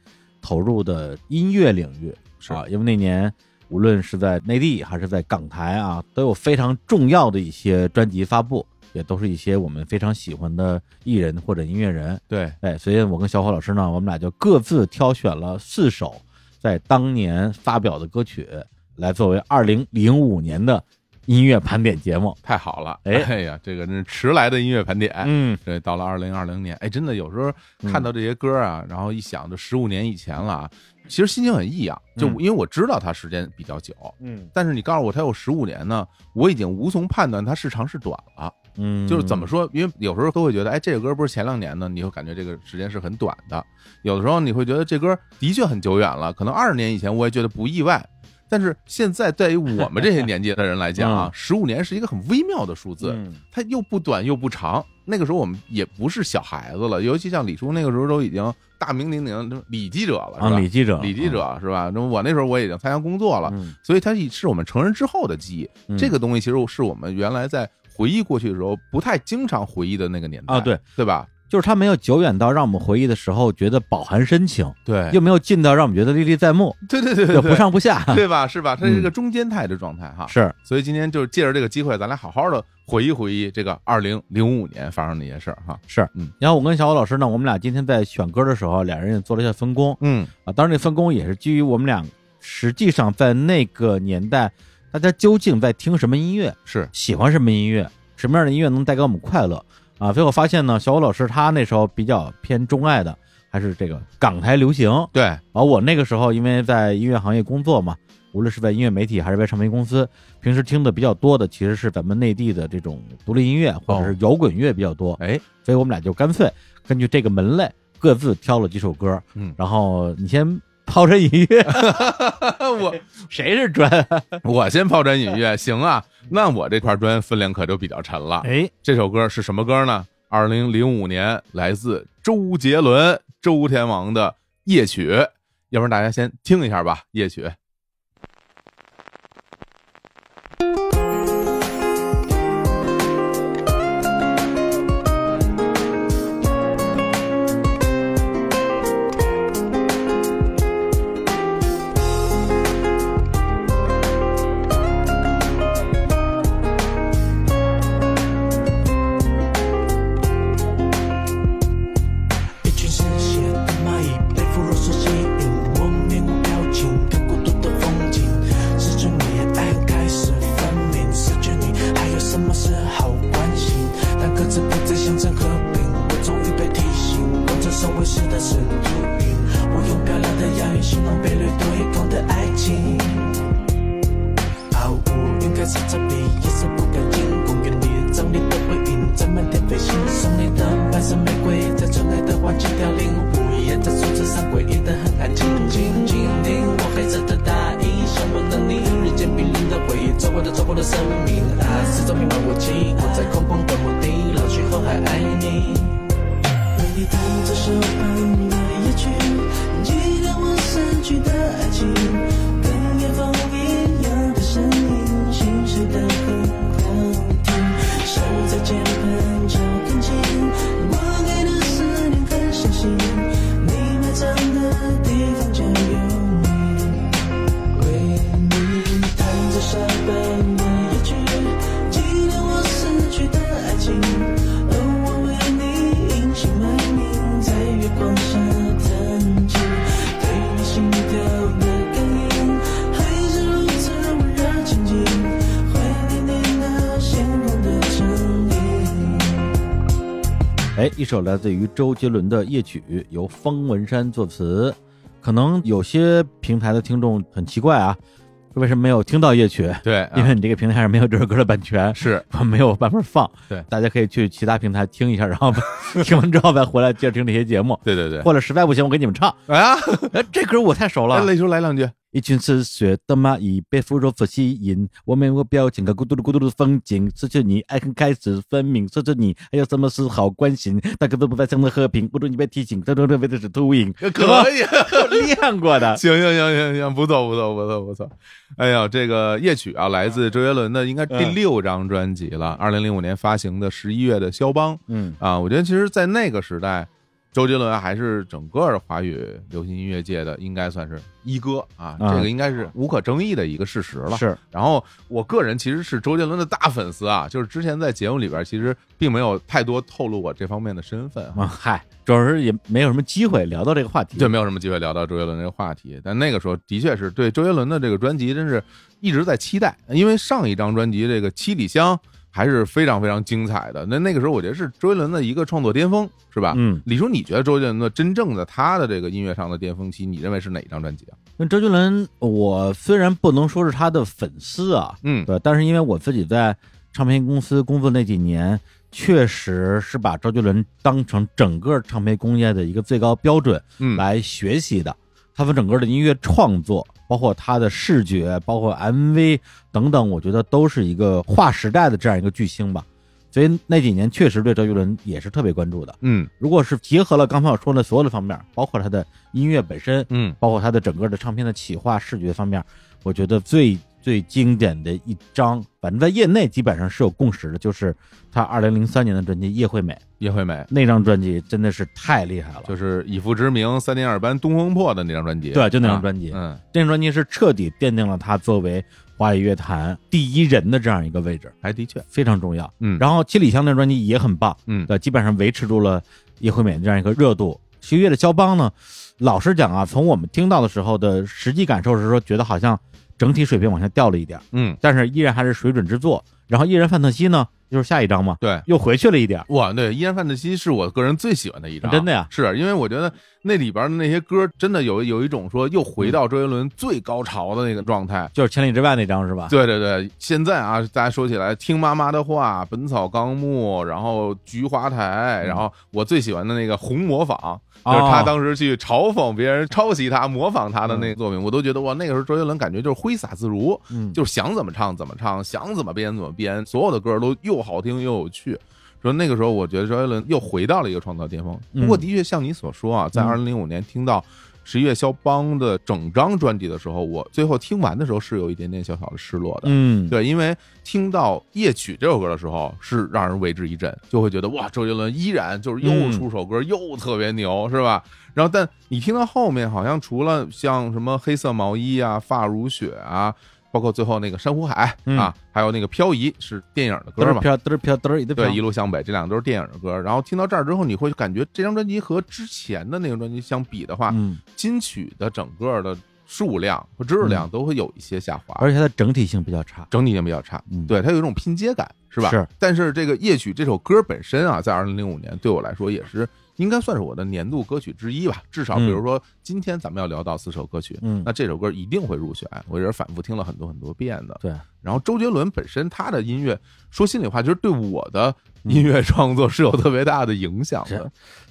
Speaker 1: 投入的音乐领域
Speaker 2: 是
Speaker 1: 啊，因为那年无论是在内地还是在港台啊，都有非常重要的一些专辑发布，也都是一些我们非常喜欢的艺人或者音乐人。
Speaker 2: 对，
Speaker 1: 哎，所以我跟小火老师呢，我们俩就各自挑选了四首在当年发表的歌曲，来作为二零零五年的音乐盘点节目。
Speaker 2: 太好了，
Speaker 1: 哎
Speaker 2: 哎呀，这个真是迟来的音乐盘点，
Speaker 1: 嗯，
Speaker 2: 对，到了二零二零年，哎，真的有时候看到这些歌啊，然后一想，就十五年以前了啊，其实心情很异样，就
Speaker 1: 嗯
Speaker 2: 因为我知道它时间比较久，
Speaker 1: 嗯
Speaker 2: 但是你告诉我它有十五年呢，我已经无从判断它是长是短了。
Speaker 1: 嗯，
Speaker 2: 就是怎么说，因为有时候都会觉得，哎，这个歌不是前两年的，你会感觉这个时间是很短的；有的时候你会觉得这歌的确很久远了，可能二十年以前我也觉得不意外。但是现在对于我们这些年纪的人来讲
Speaker 1: (laughs) ，
Speaker 2: 啊
Speaker 1: 嗯
Speaker 2: 十五年是一个很微妙的数字，
Speaker 1: 嗯
Speaker 2: 它又不短又不长。那个时候我们也不是小孩子了，尤其像李叔那个时候都已经大名鼎鼎的李记者了，是
Speaker 1: 啊，
Speaker 2: 吧？
Speaker 1: 李记者，
Speaker 2: 李记者是吧？那我那时候我已经参加工作了，
Speaker 1: 嗯，
Speaker 2: 所以它是我们成人之后的记忆。
Speaker 1: 嗯
Speaker 2: 这个东西其实是我们原来在回忆过去的时候不太经常回忆的那个年代
Speaker 1: 啊对
Speaker 2: 对吧？
Speaker 1: 就是他没有久远到让我们回忆的时候觉得饱含深情，
Speaker 2: 对
Speaker 1: 又没有近到让我们觉得历历在目，
Speaker 2: 对哎对对
Speaker 1: 对，
Speaker 2: 对，
Speaker 1: 不嗯上不下。
Speaker 2: (laughs) 对吧？是吧？它是一个中间态的状态哈。
Speaker 1: 是，
Speaker 2: 所以今天就是借着这个机会，咱俩好好的回忆回忆这个二零零五年发生的一些事儿哈。
Speaker 1: 然后我跟小火老师呢，我们俩今天在选歌的时候，俩人也做了一下分工，
Speaker 2: 嗯，
Speaker 1: 啊，当然这分工也是基于我们俩实际上在那个年代，大家究竟在听什么音乐，
Speaker 2: 是
Speaker 1: 喜欢什么音乐，什么样的音乐能带给我们快乐啊？最后发现呢，小虎老师他那时候比较偏钟爱的还是这个港台流行，
Speaker 2: 对，
Speaker 1: 而我那个时候因为在音乐行业工作嘛，无论是在音乐媒体还是在唱片公司，平时听的比较多的其实是咱们内地的这种独立音乐或者是摇滚乐比较多， (laughs)
Speaker 2: 哎，
Speaker 1: 所以我们俩就干脆根据这个门类各自挑了几首歌，
Speaker 2: 嗯，
Speaker 1: 然后你先抛砖引玉，
Speaker 2: (laughs) 我
Speaker 1: 谁是啊砖？
Speaker 2: 我先抛砖引玉，行啊，那我这块砖分量可就比较沉了。
Speaker 1: 哎，
Speaker 2: 这首歌是什么歌呢？二零零五年来自周杰伦、周天王的《夜曲》，要不然大家先听一下吧，《夜曲》。
Speaker 3: 夜曲，的错过了生命，爱是种冥顽不息，我在空旷的墓地，老去后还爱你。
Speaker 4: 为你弹这首半夜夜曲，记得我散去的爱情，跟夜风一样的声音，心碎的很好听。手在键盘敲更紧，我给的思念很相信，你埋藏的地方将有你。为你弹着下半的夜曲，记得我死去的爱情，而我为你隐姓埋名，在月光下弹琴，对你心跳的感应，还是如此温热亲近，怀念你那鲜红的唇印。
Speaker 1: 哎，一首来自于周杰伦的夜曲，由方文山作词。可能有些平台的听众很奇怪啊，为什么没有听到夜曲？
Speaker 2: 对，
Speaker 1: 因
Speaker 2: 啊
Speaker 1: 为你这个平台上没有这首歌的版权，
Speaker 2: 是
Speaker 1: 我没有办法放。
Speaker 2: 对
Speaker 1: 大家可以去其他平台听一下，然后 (laughs) 听完之后再回来接着听这些节目，
Speaker 2: 对对对，
Speaker 1: 或者实在不行我给你们唱。
Speaker 2: 啊，
Speaker 1: 哎，这歌我太熟
Speaker 2: 来
Speaker 1: 了，
Speaker 2: 雷叔来两句，
Speaker 1: 一群嗜血的蚂蚁被腐肉所吸引，我面无表情，看孤独的孤独的风景。失去你，爱恨开始分明。失去你，还有什么事好关心？大家都不在争论和平，不如你被提醒，这这这为的是秃鹰。
Speaker 2: 可以， (laughs)
Speaker 1: 练过的，
Speaker 2: 行行行行行，不错不错不错不错。哎呀，这个夜曲啊，来自周杰伦的应该第
Speaker 1: 嗯
Speaker 2: 六张专辑了，二零零五年发行的十一月的《肖邦》
Speaker 1: 嗯，
Speaker 2: 啊，我觉得其实，在那个时代。周杰伦还是整个华语流行音乐界的应该算是一哥啊，
Speaker 1: 嗯
Speaker 2: 这个应该是无可争议的一个事实
Speaker 1: (laughs)
Speaker 2: 了。
Speaker 1: 是嗯
Speaker 2: 然后我个人其实是周杰伦的大粉丝啊，就是之前在节目里边其实并没有太多透露我这方面的身份啊，
Speaker 1: 啊，嗨，主要是也没有什么机会聊到这个话题。
Speaker 2: 就没有什么机会聊到周杰伦这个话题。但那个时候的确是对周杰伦的这个专辑真是一直在期待，因为上一张专辑这个《七里香》还是非常非常精彩的。那那个时候我觉得是周杰伦的一个创作巅峰，是吧？
Speaker 1: 嗯，
Speaker 2: 李叔，你觉得周杰伦的真正的他的这个音乐上的巅峰期，你认为是哪一张专辑啊？
Speaker 1: 那周杰伦，我虽然不能说是他的粉丝啊，
Speaker 2: 嗯
Speaker 1: 对，但是因为我自己在唱片公司工作那几年，确实是把周杰伦当成整个唱片工业的一个最高标准
Speaker 2: 嗯，
Speaker 1: 来学习的。他们整个的音乐创作，包括他的视觉，包括 MV 等等，我觉得都是一个划时代的这样一个巨星吧。所以那几年确实对周杰伦也是特别关注的。
Speaker 2: 嗯
Speaker 1: 如果是结合了刚才我说的所有的方面，包括他的音乐本身，
Speaker 2: 嗯
Speaker 1: 包括它的整个的唱片的企划、视觉方面，我觉得最最经典的一张，反正在业内基本上是有共识的，就是他二零零三年的专辑《叶惠美》
Speaker 2: 叶惠美
Speaker 1: 那张专辑真的是太厉害了，
Speaker 2: 就是以父之名三点二班东风破的那张专辑，
Speaker 1: 对就那张专辑
Speaker 2: 啊嗯，
Speaker 1: 这张专辑是彻底奠定了他作为华语乐坛第一人的这样一个位置，
Speaker 2: 还的确，
Speaker 1: 非常重要。
Speaker 2: 嗯，
Speaker 1: 然后七里香那专辑也很棒，
Speaker 2: 嗯
Speaker 1: 对，基本上维持住了叶惠美这样一个热度。徐悦的肖邦呢，老实讲啊，从我们听到的时候的实际感受是说，觉得好像整体水平往下掉了一点儿，
Speaker 2: 嗯，
Speaker 1: 但是依然还是水准之作。然后《艺人范特西》呢，就是下一张嘛，
Speaker 2: 对，
Speaker 1: 又回去了一点儿。
Speaker 2: 哇，对，《依然范特西》是我个人最喜欢的一张，
Speaker 1: 真的呀
Speaker 2: 是因为我觉得那里边的那些歌真的有有一种说又回到周杰伦最高潮的那个状态。
Speaker 1: 就是千里之外那张是 (laughs) 吧？
Speaker 2: 对对对，现在啊，大家说起来，听妈妈的话，《本草纲目》，然后《菊花台》，然后我最喜欢的那个《红模仿》，就是他
Speaker 1: 哦
Speaker 2: 当时去嘲讽别人、抄袭他、模仿他的那个作品，我都觉得哇，那个时候周杰伦感觉就是挥洒自如，
Speaker 1: 嗯
Speaker 2: 就是想怎么唱怎么唱，想怎么编怎么编，所有的歌都又好听又有趣。说那个时候，我觉得周杰伦又回到了一个创造巅峰。不过，
Speaker 1: 嗯
Speaker 2: 的确像你所说啊，在
Speaker 1: 嗯
Speaker 2: 二零零五年听到十一月肖邦的整张专辑的时候，我最后听完的时候是有一点点小小的失落的。
Speaker 1: 嗯，
Speaker 2: 对，因为听到《夜曲》这首歌的时候，是让人为之一振，就会觉得哇，周杰伦依然就是又
Speaker 1: 嗯
Speaker 2: 出首歌，又特别牛，是吧？然后，但你听到后面，好像除了像什么黑色毛衣啊、发如雪啊，包括最后那个珊瑚海啊
Speaker 1: 嗯，
Speaker 2: 还有那个漂移是电影的
Speaker 1: 嘚
Speaker 2: 歌
Speaker 1: 儿
Speaker 2: 嘛，
Speaker 1: 飘嘚儿飘嘚儿一嘚儿
Speaker 2: 对，
Speaker 1: 飘
Speaker 2: 一路向北，这两个都是电影的歌。然后听到这儿之后，你会感觉这张专辑和之前的那张专辑相比的话，
Speaker 1: 嗯，
Speaker 2: 金曲的整个的数量和质量都会有一些下滑，
Speaker 1: 嗯而且它的整体性比较差，
Speaker 2: 整体性比较差。
Speaker 1: 嗯，，
Speaker 2: 啊对，它有一种拼接感，是吧？
Speaker 1: 是。
Speaker 2: 但是这个《夜曲》这首歌本身啊，在二零零五年对我来说也是应该算是我的年度歌曲之一吧。至少比如说今天咱们要聊到四首歌曲，
Speaker 1: 嗯
Speaker 2: 那这首歌一定会入选，我也是反复听了很多很多遍的。
Speaker 1: 对，
Speaker 2: 然后周杰伦本身他的音乐，说心里话，就是对我的音乐创作是有特别大的影响的。
Speaker 1: 是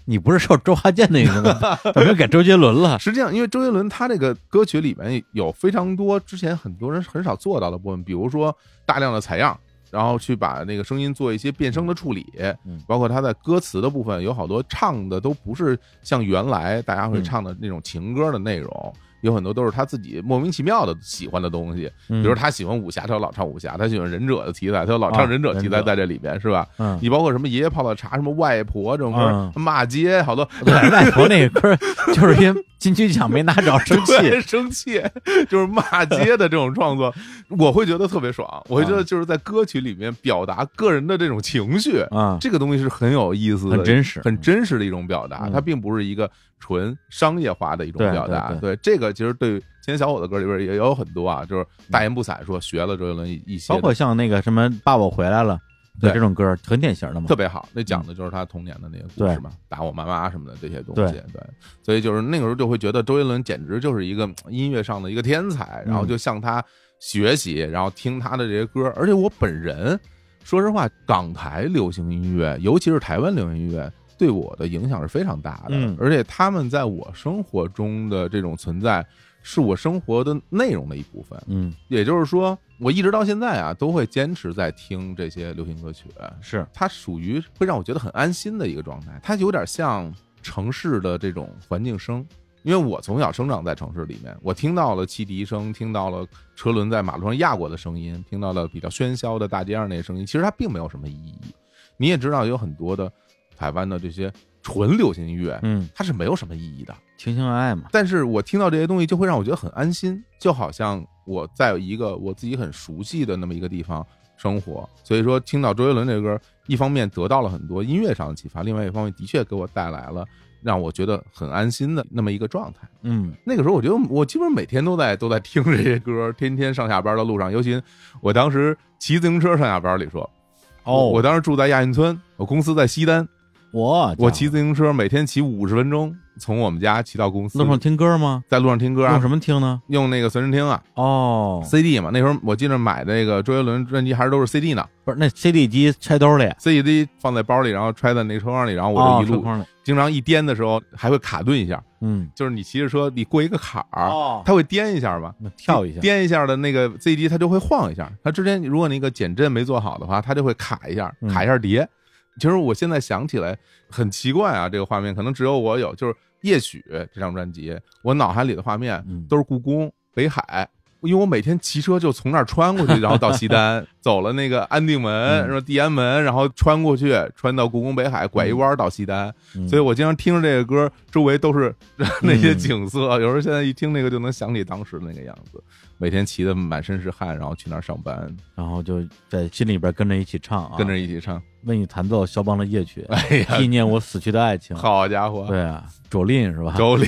Speaker 1: 你不是受周华健的影响
Speaker 2: (laughs)
Speaker 1: 吗，怎么又改周杰伦了？
Speaker 2: 实际上，因为周杰伦他这个歌曲里面有非常多之前很多人很少做到的部分，比如说大量的采样，然后去把那个声音做一些变声的处理
Speaker 1: 嗯，
Speaker 2: 包括他在歌词的部分有好多唱的都不是像原来大家会唱的那种情歌的内容。有很多都是他自己莫名其妙的喜欢的东西，
Speaker 1: 比
Speaker 2: 比如他喜欢武侠，他就老唱武侠；他喜欢忍者的题材，他就老唱
Speaker 1: 啊
Speaker 2: 忍者题
Speaker 1: 忍
Speaker 2: 材
Speaker 1: 者
Speaker 2: 在这里边，是吧？
Speaker 1: 嗯，
Speaker 2: 你包括什么爷爷泡的茶，什么外婆这种歌
Speaker 1: 嗯，
Speaker 2: 骂街，好多
Speaker 1: 对外头那个歌儿就是因为金曲奖没拿着生气，
Speaker 2: (laughs) 对，生气，就是骂街的这种
Speaker 1: (laughs)
Speaker 2: 创作，我会觉得特别爽。我会觉得就是在歌曲里面表达个人的这种情绪，
Speaker 1: 啊，
Speaker 2: 这个东西是很有意思的，
Speaker 1: 很真实，
Speaker 2: 很真实的一种表达，
Speaker 1: 嗯
Speaker 2: 它并不是一个纯商业化的一种
Speaker 1: 对
Speaker 2: 表达。
Speaker 1: 对
Speaker 2: 对这个，其实对今天小伙子歌里边也有很多啊，就是大言不惭说学了周杰伦一一些
Speaker 1: 包括像那个什么《爸爸回来了》，
Speaker 2: 对
Speaker 1: 这种歌儿很典型的嘛
Speaker 2: 特。别好，那讲的就是他童年的那个故事嘛，打我妈妈什么的这些东西。对
Speaker 1: 对
Speaker 2: 所以就是那个时候就会觉得周杰伦简直就是一个嗯音乐上的一个天才，然后就向他学习，然后听他的这些歌，而且我本人说实话，港台流行音乐，尤其是台湾流行音乐。对我的影响是非常大的，
Speaker 1: 嗯
Speaker 2: 而且他们在我生活中的这种存在，是我生活的内容的一部分。
Speaker 1: 嗯，
Speaker 2: 也就是说，我一直到现在啊，都会坚持在听这些流行歌曲。
Speaker 1: 是，
Speaker 2: 它属于会让我觉得很安心的一个状态，它有点像城市的这种环境声。因为我从小生长在城市里面，我听到了汽笛声，听到了车轮在马路上压过的声音，听到了比较喧嚣的大街上那些声音，其实它并没有什么意义。你也知道，有很多的台湾的这些纯流行音乐，
Speaker 1: 嗯，
Speaker 2: 它是没有什么意义的。
Speaker 1: 情情爱爱嘛，
Speaker 2: 但是我听到这些东西就会让我觉得很安心，就好像我在一个我自己很熟悉的那么一个地方生活。所以说，听到周杰伦这歌，一方面得到了很多音乐上的启发，另外一方面的确给我带来了让我觉得很安心的那么一个状态。
Speaker 1: 嗯，
Speaker 2: 那个时候，我觉得我基本上每天都在都在听这些歌，天天上下班的路上，尤其我当时骑自行车上下班，你说
Speaker 1: 哦，
Speaker 2: 我当时住在亚运村，我公司在西单，
Speaker 1: 我
Speaker 2: 我
Speaker 1: 家
Speaker 2: 骑
Speaker 1: 伙
Speaker 2: 自行车每天骑五十分钟，从我们家骑到公司
Speaker 1: 路，上听歌吗？
Speaker 2: 在路上听歌啊
Speaker 1: 用，什么听呢？
Speaker 2: 用那个随身听啊
Speaker 1: 哦，
Speaker 2: ，CD 嘛。那时候我记得买那个周杰伦专辑还是都是 CD 呢
Speaker 1: 不是那 CD 机揣兜里，
Speaker 2: ，CD 放在包里，然后揣在那个车筐里，然后
Speaker 1: 哦
Speaker 2: 我，就一
Speaker 1: 车
Speaker 2: 路、
Speaker 1: 筐里，
Speaker 2: 经常一颠的时候还会卡顿一下，
Speaker 1: 嗯，
Speaker 2: 就是你骑着车你过一个坎儿，
Speaker 1: 哦，
Speaker 2: 它会颠一下嘛。
Speaker 1: 那跳一下，
Speaker 2: 颠一下的那个 CD 它就会晃一下。它之前如果那个减震没做好的话，它就会卡一下，
Speaker 1: 嗯
Speaker 2: 卡一下碟。其实我现在想起来很奇怪啊，这个画面可能只有我有，就是《夜曲》这张专辑，我脑海里的画面
Speaker 1: 嗯
Speaker 2: 都是故宫、北海。因为我每天骑车就从那儿穿过去，然后到西单，
Speaker 1: (laughs)
Speaker 2: 走了那个安定门，
Speaker 1: 嗯
Speaker 2: 然后地安门，然后穿过去，穿到故宫北海，拐一弯到西单。
Speaker 1: 嗯
Speaker 2: 所以我经常听着这个歌，周围都是 (laughs) 那些景色，有时候现在一听那个就能想起当时那个样子。每天骑的满身是汗，然后去那儿上班，
Speaker 1: 然后就在心里边跟着一起唱啊，
Speaker 2: 跟着一起唱。
Speaker 1: 为你弹奏肖邦的夜曲，
Speaker 2: 哎呀，
Speaker 1: 纪念我死去的爱情。
Speaker 2: 好家伙，
Speaker 1: 对啊，卓林是吧？
Speaker 2: 周
Speaker 1: (laughs)
Speaker 2: 丽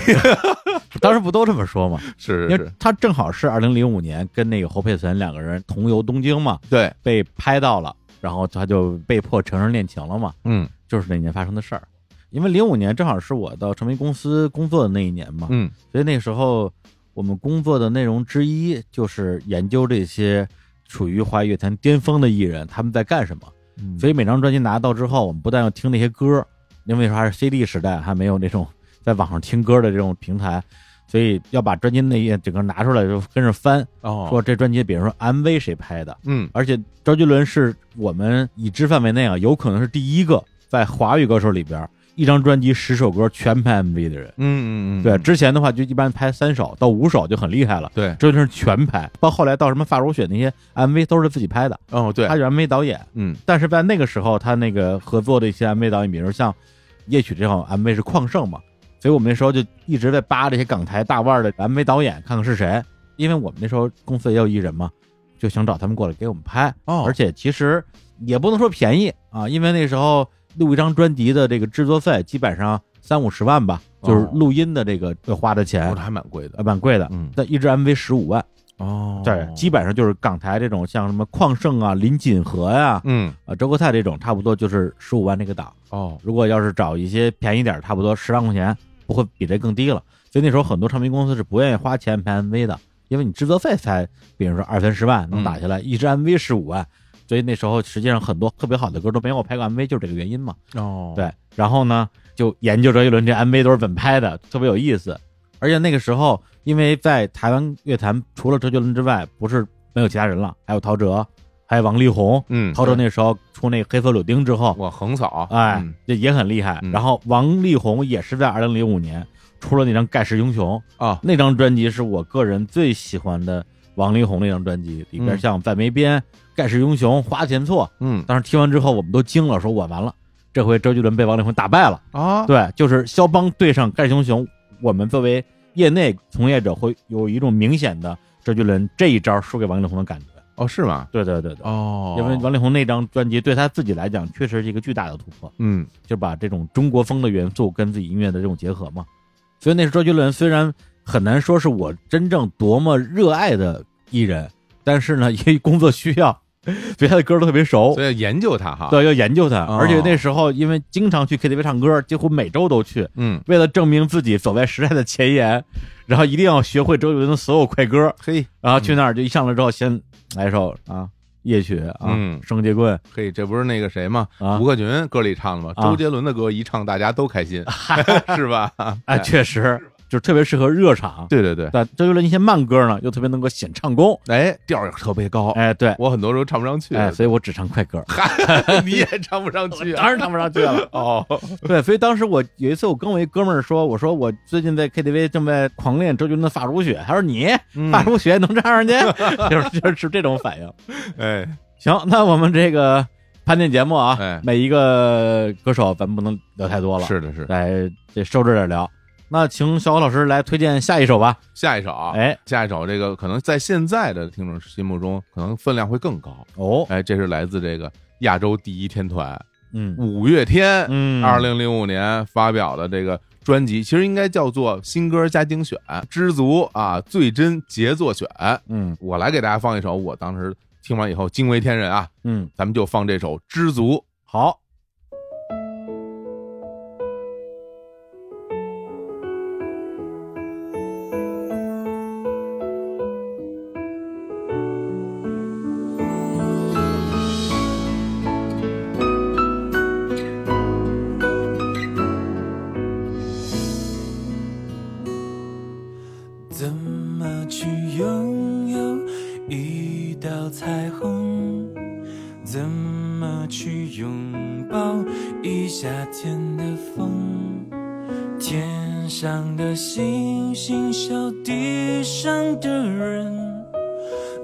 Speaker 1: 当时不都这么说吗？
Speaker 2: 是
Speaker 1: 因
Speaker 2: 是
Speaker 1: 为
Speaker 2: 是，
Speaker 1: 他正好是二零零五年跟那个侯佩岑两个人同游东京嘛，
Speaker 2: 对，
Speaker 1: 被拍到了，然后他就被迫承认恋情了嘛，
Speaker 2: 嗯
Speaker 1: 就是那年发生的事儿。因为零五年正好是我到成为公司工作的那一年嘛，
Speaker 2: 嗯
Speaker 1: 所以那时候我们工作的内容之一就是研究这些处于华语乐坛巅峰的艺人他们在干什么。
Speaker 2: 嗯，
Speaker 1: 所以每张专辑拿到之后，我们不但要听那些歌，因为那时候还是 CD 时代，还没有那种在网上听歌的这种平台，所以要把专辑那页整个拿出来就跟着翻，
Speaker 2: 哦
Speaker 1: 说，这专辑，比如说 MV 谁拍的，
Speaker 2: 嗯
Speaker 1: 而且周杰伦是我们已知范围内啊，有可能是第一个在华语歌手里边一张专辑十首歌全拍 MV 的人。
Speaker 2: 嗯嗯嗯，
Speaker 1: 对，之前的话就一般拍三首到五首就很厉害了，
Speaker 2: 对，
Speaker 1: 周杰伦是全拍，包括后来到什么发如雪那些 MV 都是自己拍的，
Speaker 2: 哦对
Speaker 1: 他，是 MV 导演。
Speaker 2: 嗯
Speaker 1: 但是在那个时候，他那个合作的一些 MV 导演，比如像《夜曲》这种 MV 是旷盛嘛，所以我们那时候就一直在扒这些港台大腕儿的 MV 导演，看看是谁，因为我们那时候公司也有艺人嘛，就想找他们过来给我们拍。
Speaker 2: 哦
Speaker 1: 而且其实也不能说便宜啊，因为那时候录一张专辑的这个制作费基本上三五十万吧，就是
Speaker 2: 哦
Speaker 1: 录音的这个要花的钱
Speaker 2: 哦，还蛮贵的
Speaker 1: 呃，蛮贵的。
Speaker 2: 嗯
Speaker 1: 但一支 MV 十五万，
Speaker 2: 哦，
Speaker 1: 对，基本上就是港台这种像什么旷盛啊、林锦和呀、啊、
Speaker 2: 嗯
Speaker 1: 呃周国泰这种，差不多就是十五万这个档。
Speaker 2: 哦
Speaker 1: 如果要是找一些便宜点儿，差不多十万块钱，不会比这更低了。所以那时候很多唱片公司是不愿意花钱拍 MV 的，因为你制作费才，比如说二三十万能打下来，一支 MV 十五万，所以那时候实际上很多特别好的歌都没有拍过 MV，就是这个原因嘛。
Speaker 2: 哦，
Speaker 1: 对，然后呢就研究这一轮，这 MV 都是怎么拍的，特别有意思。而且那个时候，因为在台湾乐坛除了周杰伦之外，不是没有其他人了，还有陶喆，还有王力宏。
Speaker 2: 嗯，
Speaker 1: 陶喆那时候出那个《黑色柳丁》之后，
Speaker 2: 我横扫，
Speaker 1: 哎
Speaker 2: 嗯，
Speaker 1: 这也很厉害。
Speaker 2: 嗯
Speaker 1: 然后王力宏也是在二零零五年出了那张《盖世英雄》，
Speaker 2: 啊，
Speaker 1: 那张专辑是我个人最喜欢的王力宏那张专辑，里边
Speaker 2: 嗯
Speaker 1: 像《在梅边》《盖世英雄》《花田错》，
Speaker 2: 嗯
Speaker 1: 当时听完之后我们都惊了，说我完了，这回周杰伦被王力宏打败了。
Speaker 2: 啊，
Speaker 1: 嗯对，就是肖邦对上盖世英雄，我们作为业内从业者会有一种明显的周杰伦这一招输给王力宏的感觉。
Speaker 2: 哦，是吗？
Speaker 1: 对对对对，
Speaker 2: 哦，
Speaker 1: 因为王力宏那张专辑对他自己来讲确实是一个巨大的突破。
Speaker 2: 嗯
Speaker 1: 就把这种中国风的元素跟自己音乐的这种结合嘛。所以那时候周杰伦虽然很难说是我真正多么热爱的艺人，但是呢，因 (laughs) 为工作需要，对他的歌都特别熟
Speaker 2: 所，以要研究它哈，，
Speaker 1: 哦对，要研究他。
Speaker 2: 哦
Speaker 1: 而且那时候因为经常去 KTV 唱歌，几乎每周都去，
Speaker 2: 嗯，
Speaker 1: 为了证明自己走在时代的前沿，然后一定要学会周杰伦的所有快歌，
Speaker 2: 嘿
Speaker 1: 然后去那儿就一上来之后先来一首啊夜曲啊
Speaker 2: 嗯
Speaker 1: 双截棍
Speaker 2: 嘿，这不是那个谁吗？
Speaker 1: 啊
Speaker 2: 吴克群歌里唱的吗？
Speaker 1: 啊
Speaker 2: 周杰伦的歌一唱，大家都
Speaker 1: (laughs)
Speaker 2: 开心， (laughs) 是吧？
Speaker 1: 啊，确实就特别适合热场。
Speaker 2: 对对对，
Speaker 1: 对，周杰伦一些慢歌呢，又特别能够显唱功。
Speaker 2: 哎，调儿也特别高，
Speaker 1: 哎，对，
Speaker 2: 我很多时候唱不上去，
Speaker 1: 哎，所以我只唱快
Speaker 2: (laughs)
Speaker 1: 歌，
Speaker 2: 你也唱不上去
Speaker 1: (laughs)
Speaker 2: 啊，
Speaker 1: 当然唱不上去了。
Speaker 2: 哦，
Speaker 1: 对，所以当时我有一次，我跟我一哥们儿说，我说我最近在 KTV 正在狂练周杰伦的《发如雪》，他说你
Speaker 2: 嗯
Speaker 1: 《发如雪》能唱
Speaker 2: (laughs)
Speaker 1: 上去，就是就是这种反应。
Speaker 2: 哎，
Speaker 1: 行，那我们这个盘点节目啊，
Speaker 2: 哎
Speaker 1: 每一个歌手咱们不能聊太多了，
Speaker 2: 是的是的，
Speaker 1: 来得收着点聊。那请小虎老师来推荐下一首吧。
Speaker 2: 下一首啊，
Speaker 1: 哎，
Speaker 2: 下一首这个可能在现在的听众心目中可能分量会更高，
Speaker 1: 哦，
Speaker 2: 哎，这是来自这个亚洲第一天团
Speaker 1: 嗯
Speaker 2: 五月天，
Speaker 1: 嗯，
Speaker 2: 二零零五年发表的这个专辑，其实应该叫做新歌加精选，知足啊，最真杰作选。
Speaker 1: 嗯
Speaker 2: 我来给大家放一首，我当时听完以后惊为天人啊，
Speaker 1: 嗯，
Speaker 2: 咱们就放这首《知足》。
Speaker 1: 好。
Speaker 4: 怎么去拥有一道彩虹？怎么去拥抱一夏天的风？天上的星星笑地上的人，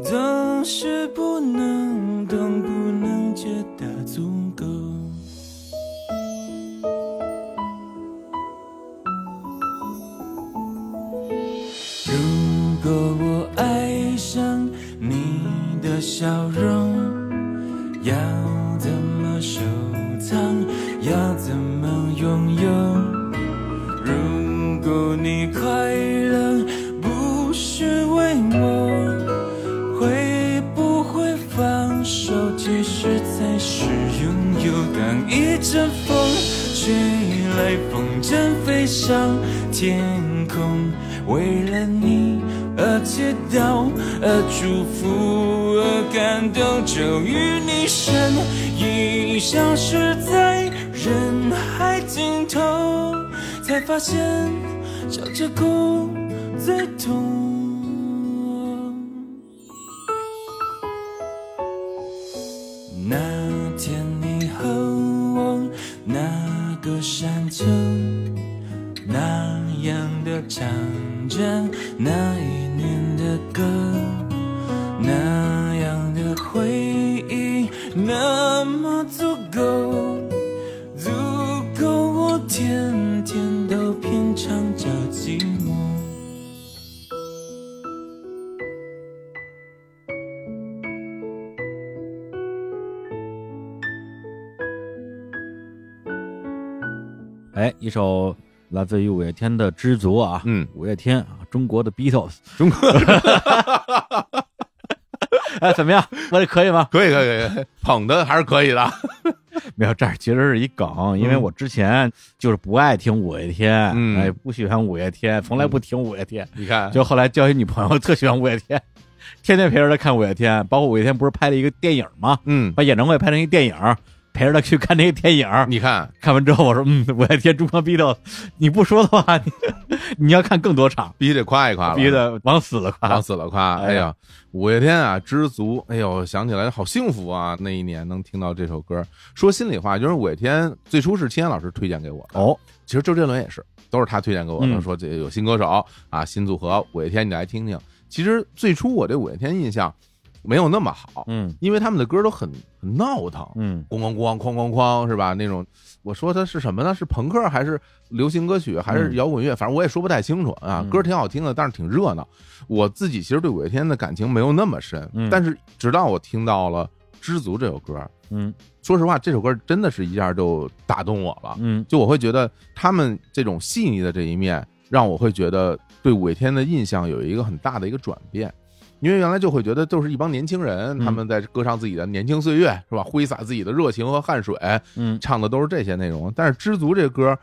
Speaker 4: 总是不能懂，不能觉得足够。如果我爱上你的笑容，要怎么收藏？要怎么拥有？如果你快乐不是为我，会不会放手？其实才是拥有。当一阵风吹来，风筝飞上天空，为了你而祈祷，而祝福，而感动，终于你身影消失在人海尽头，才发现笑着哭最痛。那天你和我那个山丘，那样的唱着那一年的歌，那样的回忆那么足够，足够我天天都品尝着寂寞。
Speaker 1: 哎，一首来自于五月天的《知足》啊，
Speaker 2: 嗯
Speaker 1: 五月天啊，中国的 Beatles。
Speaker 2: 中国
Speaker 1: (laughs) 哎，怎么样？我这可以吗？
Speaker 2: 可以可以可以， (laughs) 捧的还是可以的。
Speaker 1: 没有，这儿其实是一梗，因为
Speaker 2: 嗯
Speaker 1: 我之前就是不爱听五月天，
Speaker 2: 嗯
Speaker 1: 哎，不喜欢五月天，从来不听五月天。
Speaker 2: 你看，
Speaker 1: 就后来交一女朋友，特喜欢五月天，天天陪着她看五月天。包括五月天不是拍了一个电影吗？
Speaker 2: 嗯，
Speaker 1: 把演唱会拍成一个电影，陪着她去看那个电影。
Speaker 2: 你看，
Speaker 1: 看完之后，我说，嗯，五月天中国 Beatles，你不说的话， (laughs) 你你要看更多场，
Speaker 2: 必须得夸一夸 (laughs) 了，
Speaker 1: 逼得往死了夸。
Speaker 2: 忙啊死了，夸！
Speaker 1: 哎
Speaker 2: 哎
Speaker 1: 呀
Speaker 2: 呀，五月天啊，知足！哎呦，想起来好幸福啊！那一年能听到这首歌，说心里话，就是五月天最初是青岩老师推荐给我的，
Speaker 1: 哦，
Speaker 2: 其实周杰伦也是，都是他推荐给我的，
Speaker 1: 嗯
Speaker 2: 说这有新歌手啊，新组合，五月天你来听听。其实最初我对五月天印象没有那么好，
Speaker 1: 嗯
Speaker 2: 因为他们的歌都很很闹腾，
Speaker 1: 嗯
Speaker 2: 咣咣咣哐哐哐是吧？那种我说它是什么呢？是朋克还是流行歌曲还是
Speaker 1: 嗯
Speaker 2: 摇滚乐？反正我也说不太清楚啊
Speaker 1: 嗯。
Speaker 2: 歌挺好听的，但是挺热闹。我自己其实对五月天的感情没有那么深，
Speaker 1: 嗯
Speaker 2: 但是直到我听到了《知足》这首歌，
Speaker 1: 嗯
Speaker 2: 说实话，这首歌真的是一下就打动我了。
Speaker 1: 嗯
Speaker 2: 就我会觉得他们这种细腻的这一面，让我会觉得对五月天的印象有一个很大的一个转变。因为原来就会觉得都是一帮年轻人，他们在歌唱自己的年轻岁月，是吧？挥洒自己的热情和汗水，
Speaker 1: 嗯，
Speaker 2: 唱的都是这些内容。但是《知足》这歌，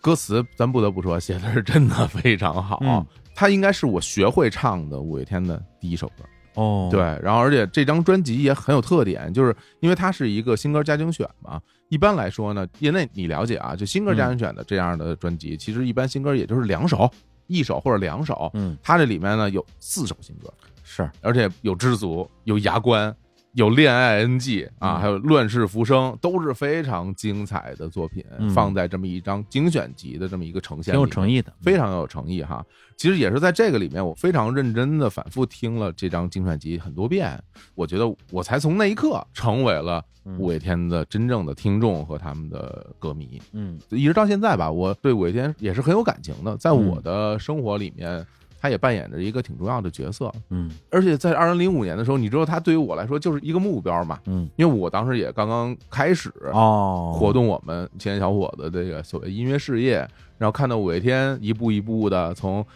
Speaker 2: 歌词咱不得不说写的是真的非常好，
Speaker 1: 嗯
Speaker 2: 它应该是我学会唱的五月天的第一首歌。
Speaker 1: 哦，
Speaker 2: 对，，然后而且这张专辑也很有特点，就是因为它是一个新歌加精选嘛。一般来说呢，业内你了解啊，就新歌加精选的这样的专辑，其实一般新歌也就是两首、一首或者两首。
Speaker 1: 嗯
Speaker 2: 它这里面呢有四首新歌，
Speaker 1: 是，
Speaker 2: 而且有知足、有牙关、有恋爱 NG 啊，
Speaker 1: 嗯
Speaker 2: 还有乱世浮生，都是非常精彩的作品，
Speaker 1: 嗯
Speaker 2: 放在这么一张精选集的这么一个呈现
Speaker 1: 挺
Speaker 2: 里面，
Speaker 1: 有诚意的，
Speaker 2: 非常有诚意哈。其实也是在这个里面，我非常认真的反复听了这张精选集很多遍，我觉得我才从那一刻成为了五月天的真正的听众和他们的歌迷。
Speaker 1: 嗯
Speaker 2: 一直到现在吧，我对五月天也是很有感情的，在我的生活里面，他也扮演着一个挺重要的角色。
Speaker 1: 嗯
Speaker 2: 而且在二零零五年的时候，你知道他对于我来说就是一个目标嘛，
Speaker 1: 嗯，
Speaker 2: 因为我当时也刚刚开始
Speaker 1: 哦，
Speaker 2: 活动我们青年小伙子这个所谓音乐事业，然后看到五月天一步一步的从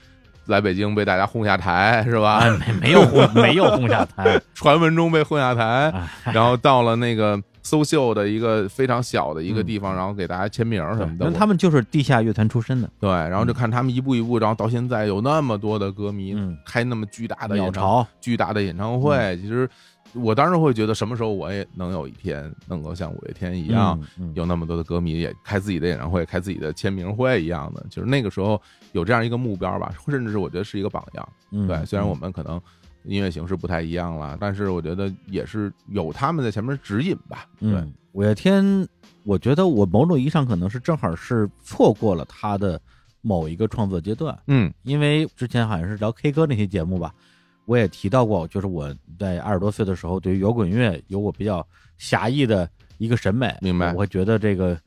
Speaker 2: 来北京被大家轰下台是吧？
Speaker 1: 哎，没没有
Speaker 2: (laughs)
Speaker 1: 轰，没有轰下台，
Speaker 2: 传闻中被轰下台，
Speaker 1: 哎
Speaker 2: 然后到了那个搜秀的一个非常小的一个
Speaker 1: 嗯
Speaker 2: 地方，然后给大家签名什么的。
Speaker 1: 对
Speaker 2: 我
Speaker 1: 他们就是地下乐团出身的，
Speaker 2: 对，然后就看他们一步一步，然后到现在有那么多的歌迷
Speaker 1: 嗯
Speaker 2: 开那么巨大的
Speaker 1: 鸟
Speaker 2: 演唱
Speaker 1: 巢，嗯
Speaker 2: 巨大的演唱会，其实我当时会觉得什么时候我也能有一天能够像五月天一样。
Speaker 1: 嗯，嗯
Speaker 2: 有那么多的歌迷也开自己的演唱会、开自己的签名会一样的，就是那个时候有这样一个目标吧，甚至是我觉得是一个榜样。
Speaker 1: 嗯
Speaker 2: 对，虽然我
Speaker 1: 嗯
Speaker 2: 们可能音乐形式不太一样了，但是我觉得也是有他们在前面指引吧。对，
Speaker 1: 嗯，五月天，我觉得我某种意义上可能是正好是错过了他的某一个创作阶段， (laughs)
Speaker 2: 嗯
Speaker 1: 因为之前好像是聊 K 歌那期节目吧，我也提到过，就是我在二十多岁的时候，对于摇滚乐有我比较狭义的一个审美，
Speaker 2: 明白
Speaker 1: 我会觉得这个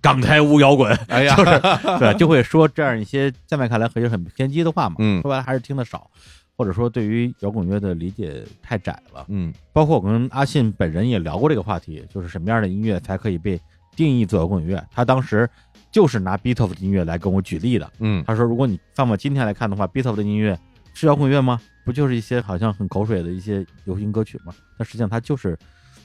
Speaker 1: 港台无摇
Speaker 2: (laughs)
Speaker 1: 滚，
Speaker 2: 哎呀
Speaker 1: 就是对，就会说这样一些现在看来很很偏激的话嘛，
Speaker 2: 嗯
Speaker 1: 说白了还是听得少，或者说对于摇滚乐的理解太窄了。
Speaker 2: 嗯
Speaker 1: 包括我跟阿信本人也聊过这个话题，就是什么样的音乐才可以被定义作摇滚乐？他当时就是拿 Beatles 的音乐来跟我举例的。
Speaker 2: 嗯
Speaker 1: 他说，如果你放到今天来看的话，Beatles 的音乐是摇滚乐吗？不就是一些好像很口水的一些流行歌曲吗？但实际上，它就是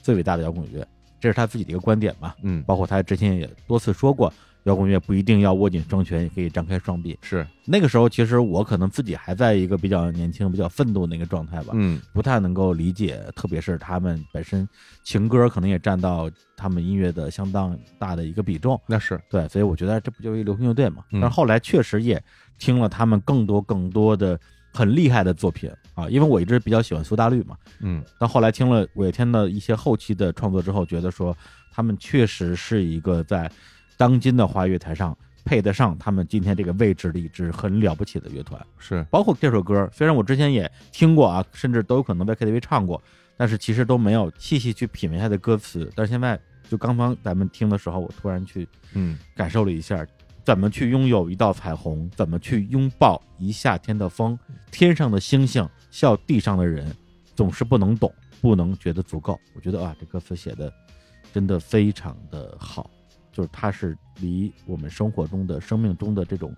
Speaker 1: 最伟大的摇滚乐，这是他自己的一个观点嘛。
Speaker 2: 嗯，
Speaker 1: 包括他之前也多次说过，摇滚乐不一定要握紧双拳，也可以张开双臂。
Speaker 2: 是，
Speaker 1: 那个时候，其实我可能自己还在一个比较年轻、比较愤怒的那个状态吧。
Speaker 2: 嗯
Speaker 1: 不太能够理解，特别是他们本身情歌可能也占到他们音乐的相当大的一个比重，
Speaker 2: 那是，
Speaker 1: 对，所以我觉得这不就是一流行乐队嘛？
Speaker 2: 嗯
Speaker 1: 但是后来确实也听了他们更多更多的很厉害的作品啊，因为我一直比较喜欢苏打绿嘛，
Speaker 2: 嗯
Speaker 1: 但后来听了五月天的一些后期的创作之后，觉得说他们确实是一个在当今的华语乐坛上配得上他们今天这个位置的一支很了不起的乐团。
Speaker 2: 是，
Speaker 1: 包括这首歌，虽然我之前也听过啊，甚至都有可能在 KTV 唱过，但是其实都没有细细去品味它的歌词。但是现在就刚刚咱们听的时候，我突然去
Speaker 2: 嗯
Speaker 1: 感受了一下，怎么去拥有一道彩虹，怎么去拥抱一夏天的风，天上的星星笑地上的人，总是不能懂，不能觉得足够。我觉得啊，这歌词写的真的非常的好，就是它是离我们生活中的、生命中的这种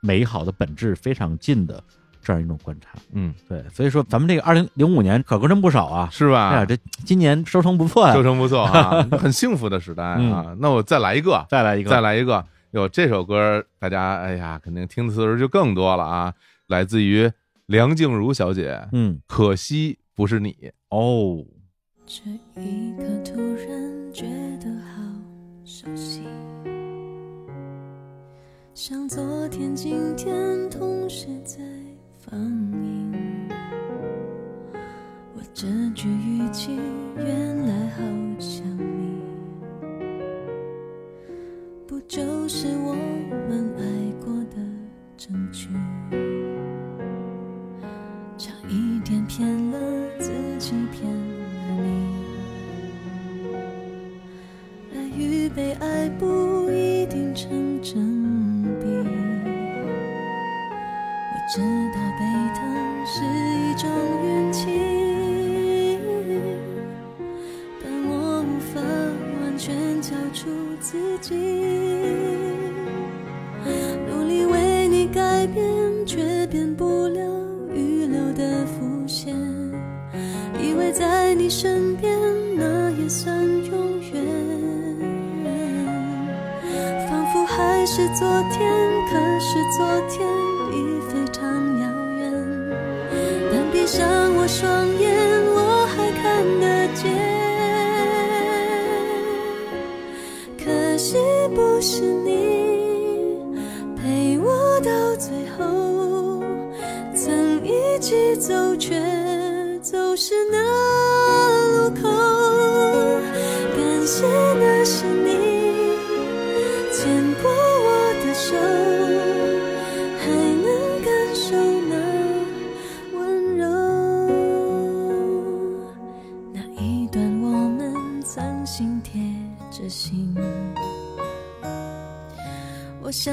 Speaker 1: 美好的本质非常近的这样一种观察。
Speaker 2: 嗯，
Speaker 1: 对，所以说咱们这个二零零五年可歌真不少啊！
Speaker 2: 是
Speaker 1: 哎呀，
Speaker 2: 吧？
Speaker 1: 这今年收成不错呀、
Speaker 2: 收成不错
Speaker 1: (laughs)
Speaker 2: 啊，很幸福的时代
Speaker 1: 嗯
Speaker 2: 啊。那我再来一个，
Speaker 1: 再来一个，
Speaker 2: 再来一个。有这首歌，大家哎呀，肯定听的次数就更多了啊。来自于梁静茹小姐，
Speaker 1: 嗯，
Speaker 2: 可惜不是你。
Speaker 1: 哦，
Speaker 5: 这一刻突然觉得好熟悉，像昨天、今天同时在放映。我这句语气原来好像你，不就是我们爱过的证据？差一点骗了自己，骗了你。爱与被爱不一定成正比，我知道被疼是一种运气，但我无法完全交出自己。努力为你改变，却变不了预留的伏线。以为在你身边，那也算永远。仿佛还是昨天，可是昨天已非常遥远。但闭上我双眼，我还看得见。可惜不是你陪我到最后，曾一起走，却走失那路口。感谢那是你牵过我的手，还能感受那。温柔。那一段我们曾心贴着心，我想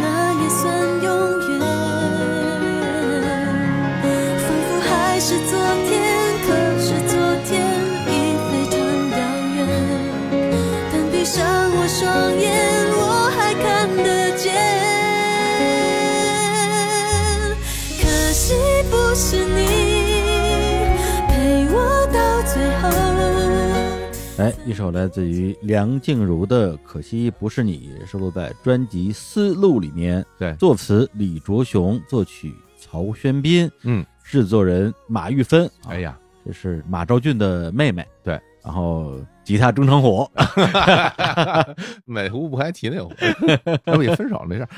Speaker 5: 那也算永远。仿佛还是昨天，可是昨天已非常遥远。但闭上我双眼，我还看得见。可惜不是你陪我到最后。
Speaker 1: 哎，一首来自于梁静茹的《可惜不是你》，收录在专辑《思路》里面。
Speaker 2: 对
Speaker 1: 作词李卓雄，作曲曹轩宾，
Speaker 2: 嗯，
Speaker 1: 制作人马玉芬。啊
Speaker 2: 哎，呀， (laughs)
Speaker 1: 这是马昭俊的妹妹。
Speaker 2: 对，
Speaker 1: 然后吉他郑成
Speaker 2: (laughs)
Speaker 1: 虎，
Speaker 2: 美湖不还提 (laughs) 那会儿，他们也分手了，没事儿。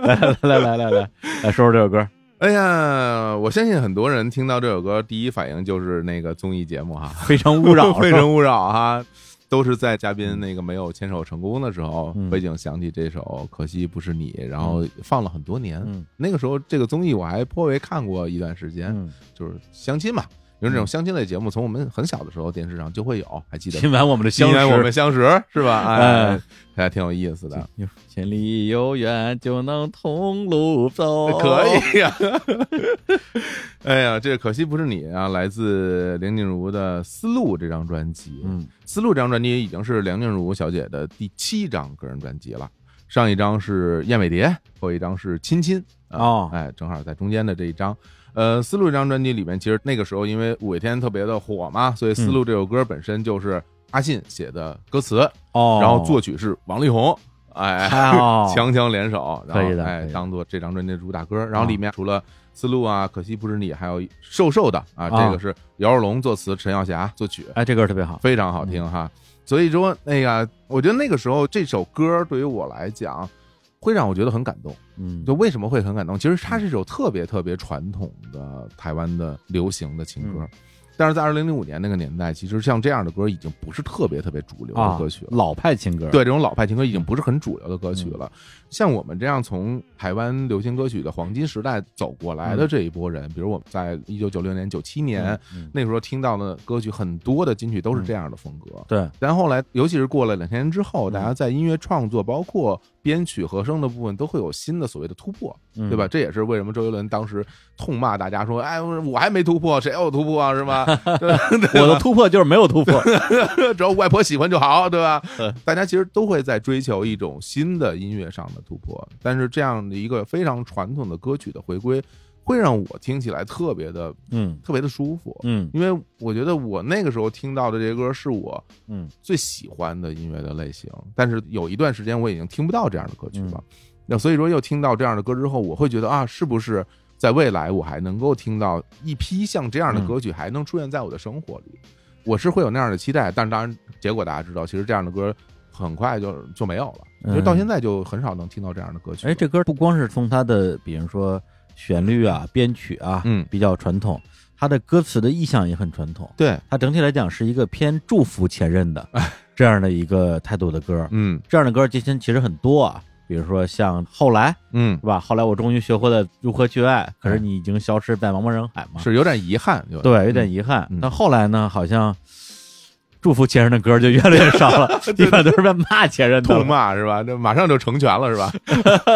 Speaker 1: 来来来来来来，来说说这首
Speaker 2: (laughs)
Speaker 1: 歌。
Speaker 2: 哎呀，我相信很多人听到这首歌，第一反应就是那个综艺节
Speaker 1: (laughs)
Speaker 2: 目哈，，
Speaker 1: 非诚勿扰
Speaker 2: 非诚勿扰哈，
Speaker 1: 嗯
Speaker 2: 都是在嘉宾那个没有牵手成功的时候，
Speaker 1: 嗯
Speaker 2: 背景响起这首《可惜不是你》，然后放了很多年。
Speaker 1: 嗯
Speaker 2: 那个时候这个综艺我还颇为看过一段时间，
Speaker 1: 嗯，
Speaker 2: 就是相亲嘛，因为这种相亲类节目从我们很小的时候电视上就会有，还记得吗？
Speaker 1: 今晚我们的
Speaker 2: 今
Speaker 1: 相识，
Speaker 2: 天我们相识是吧？哎
Speaker 1: 哎，
Speaker 2: 还挺有意思的。
Speaker 1: 嗯千里有缘就能同路走，
Speaker 2: 可。以呀、 (laughs) 哎呀，这可惜不是你啊！来自梁静茹的《思路》这张专辑，
Speaker 1: 嗯，
Speaker 2: 《丝路》这张专辑已经是梁静茹小姐的第七张个人专辑了，上一张是《燕尾蝶》，后一张是《亲亲》啊
Speaker 1: 哦
Speaker 2: 哎，正好在中间的这一张。呃，《丝路》这张专辑里面，其实那个时候因为五月天特别的火嘛，所以《丝
Speaker 1: 嗯
Speaker 2: 路》这首歌本身就是阿信写的歌词，
Speaker 1: 哦，
Speaker 2: 然后作曲是王力宏，哎，
Speaker 1: 哦
Speaker 2: 强强联手，然
Speaker 1: 可以
Speaker 2: 后
Speaker 1: 的
Speaker 2: 哎
Speaker 1: 可以的啊
Speaker 2: 当做这张专辑的主打歌。然后里面除了思路啊，可惜不是你，还有瘦瘦的啊，
Speaker 1: 啊
Speaker 2: 这个是姚若龙作词，陈耀霞作曲，
Speaker 1: 哎，这歌特别好，
Speaker 2: 非常好
Speaker 1: 嗯
Speaker 2: 听哈。所以说，那个我觉得那个时候这首歌对于我来讲，会让我觉得很感动。
Speaker 1: 嗯，
Speaker 2: 就为什么会
Speaker 1: 嗯
Speaker 2: 很感动？其实它是一首特别特别传统的台湾的流行的情歌，但是在二零零五年那个年代，其实像这样的歌已经不是特别特别主流的
Speaker 1: 啊
Speaker 2: 歌曲了。
Speaker 1: 老派情歌，
Speaker 2: 对，这种老派情歌已经不是很主流的歌
Speaker 1: 嗯
Speaker 2: 曲了。像我们这样从台湾流行歌曲的黄金时代走过来的这一波人，比如我们在一九九六年、九七年
Speaker 1: 嗯，嗯
Speaker 2: 那时候听到的歌曲，很多的金曲都是这样的风格。
Speaker 1: 对， (laughs)
Speaker 2: 但后来，尤其是过了两千年之后，
Speaker 1: 嗯
Speaker 2: 大家在音乐创作，包括编曲和声的部分，都会有新的所谓的突破，
Speaker 1: 嗯
Speaker 2: 对吧？？这也是为什么周杰伦当时痛骂大家说：“哎，我还没突破，谁有突破啊？是吧？ (laughs)
Speaker 1: 我的突破就是没有突破，
Speaker 2: 只要外婆喜欢就好，对吧
Speaker 1: 对？”
Speaker 2: 大家其实都会在追求一种新的音乐上的突破，但是这样的一个非常传统的歌曲的回归，会让我听起来特别的、
Speaker 1: (laughs) 嗯
Speaker 2: 特别的舒服，
Speaker 1: 嗯
Speaker 2: 因为我觉得我那个时候听到的这些歌是我
Speaker 1: 嗯
Speaker 2: 最喜欢的音乐的类型，但是有一段时间我已经听不到这样的歌曲了。
Speaker 1: 嗯
Speaker 2: 那所以说，又听到这样的歌之后，我会觉得啊，是不是在未来我还能够听到一批像这样的歌曲还能出现在我的生活里？我是会有那样的期待，但是当然，结果大家知道，其实这样的歌很快就就没有了，因
Speaker 1: 嗯
Speaker 2: 为到现在就很少能听到这样的歌曲了。
Speaker 1: 哎，这歌不光是从它的，比如说旋律啊、编曲啊，
Speaker 2: 嗯
Speaker 1: 比较传统，它的歌词的意象也很传统。
Speaker 2: 对，
Speaker 1: 它整体来讲是一个偏祝福前任的这样的一个态度的歌。
Speaker 2: 嗯
Speaker 1: 这样的歌今天其实很多啊，比如说像后来
Speaker 2: 嗯，
Speaker 1: 是吧？后来我终于学会了如何去爱，可是你已经消失在茫茫人海嘛。
Speaker 2: 是有点遗憾，有
Speaker 1: 对，有点遗憾
Speaker 2: 嗯。
Speaker 1: 但后来呢，好像祝福前任的歌就越来越少 (laughs) 了，基本都是在骂前任的了 (laughs)
Speaker 2: 嗯痛骂是吧？这马上就成全了是吧？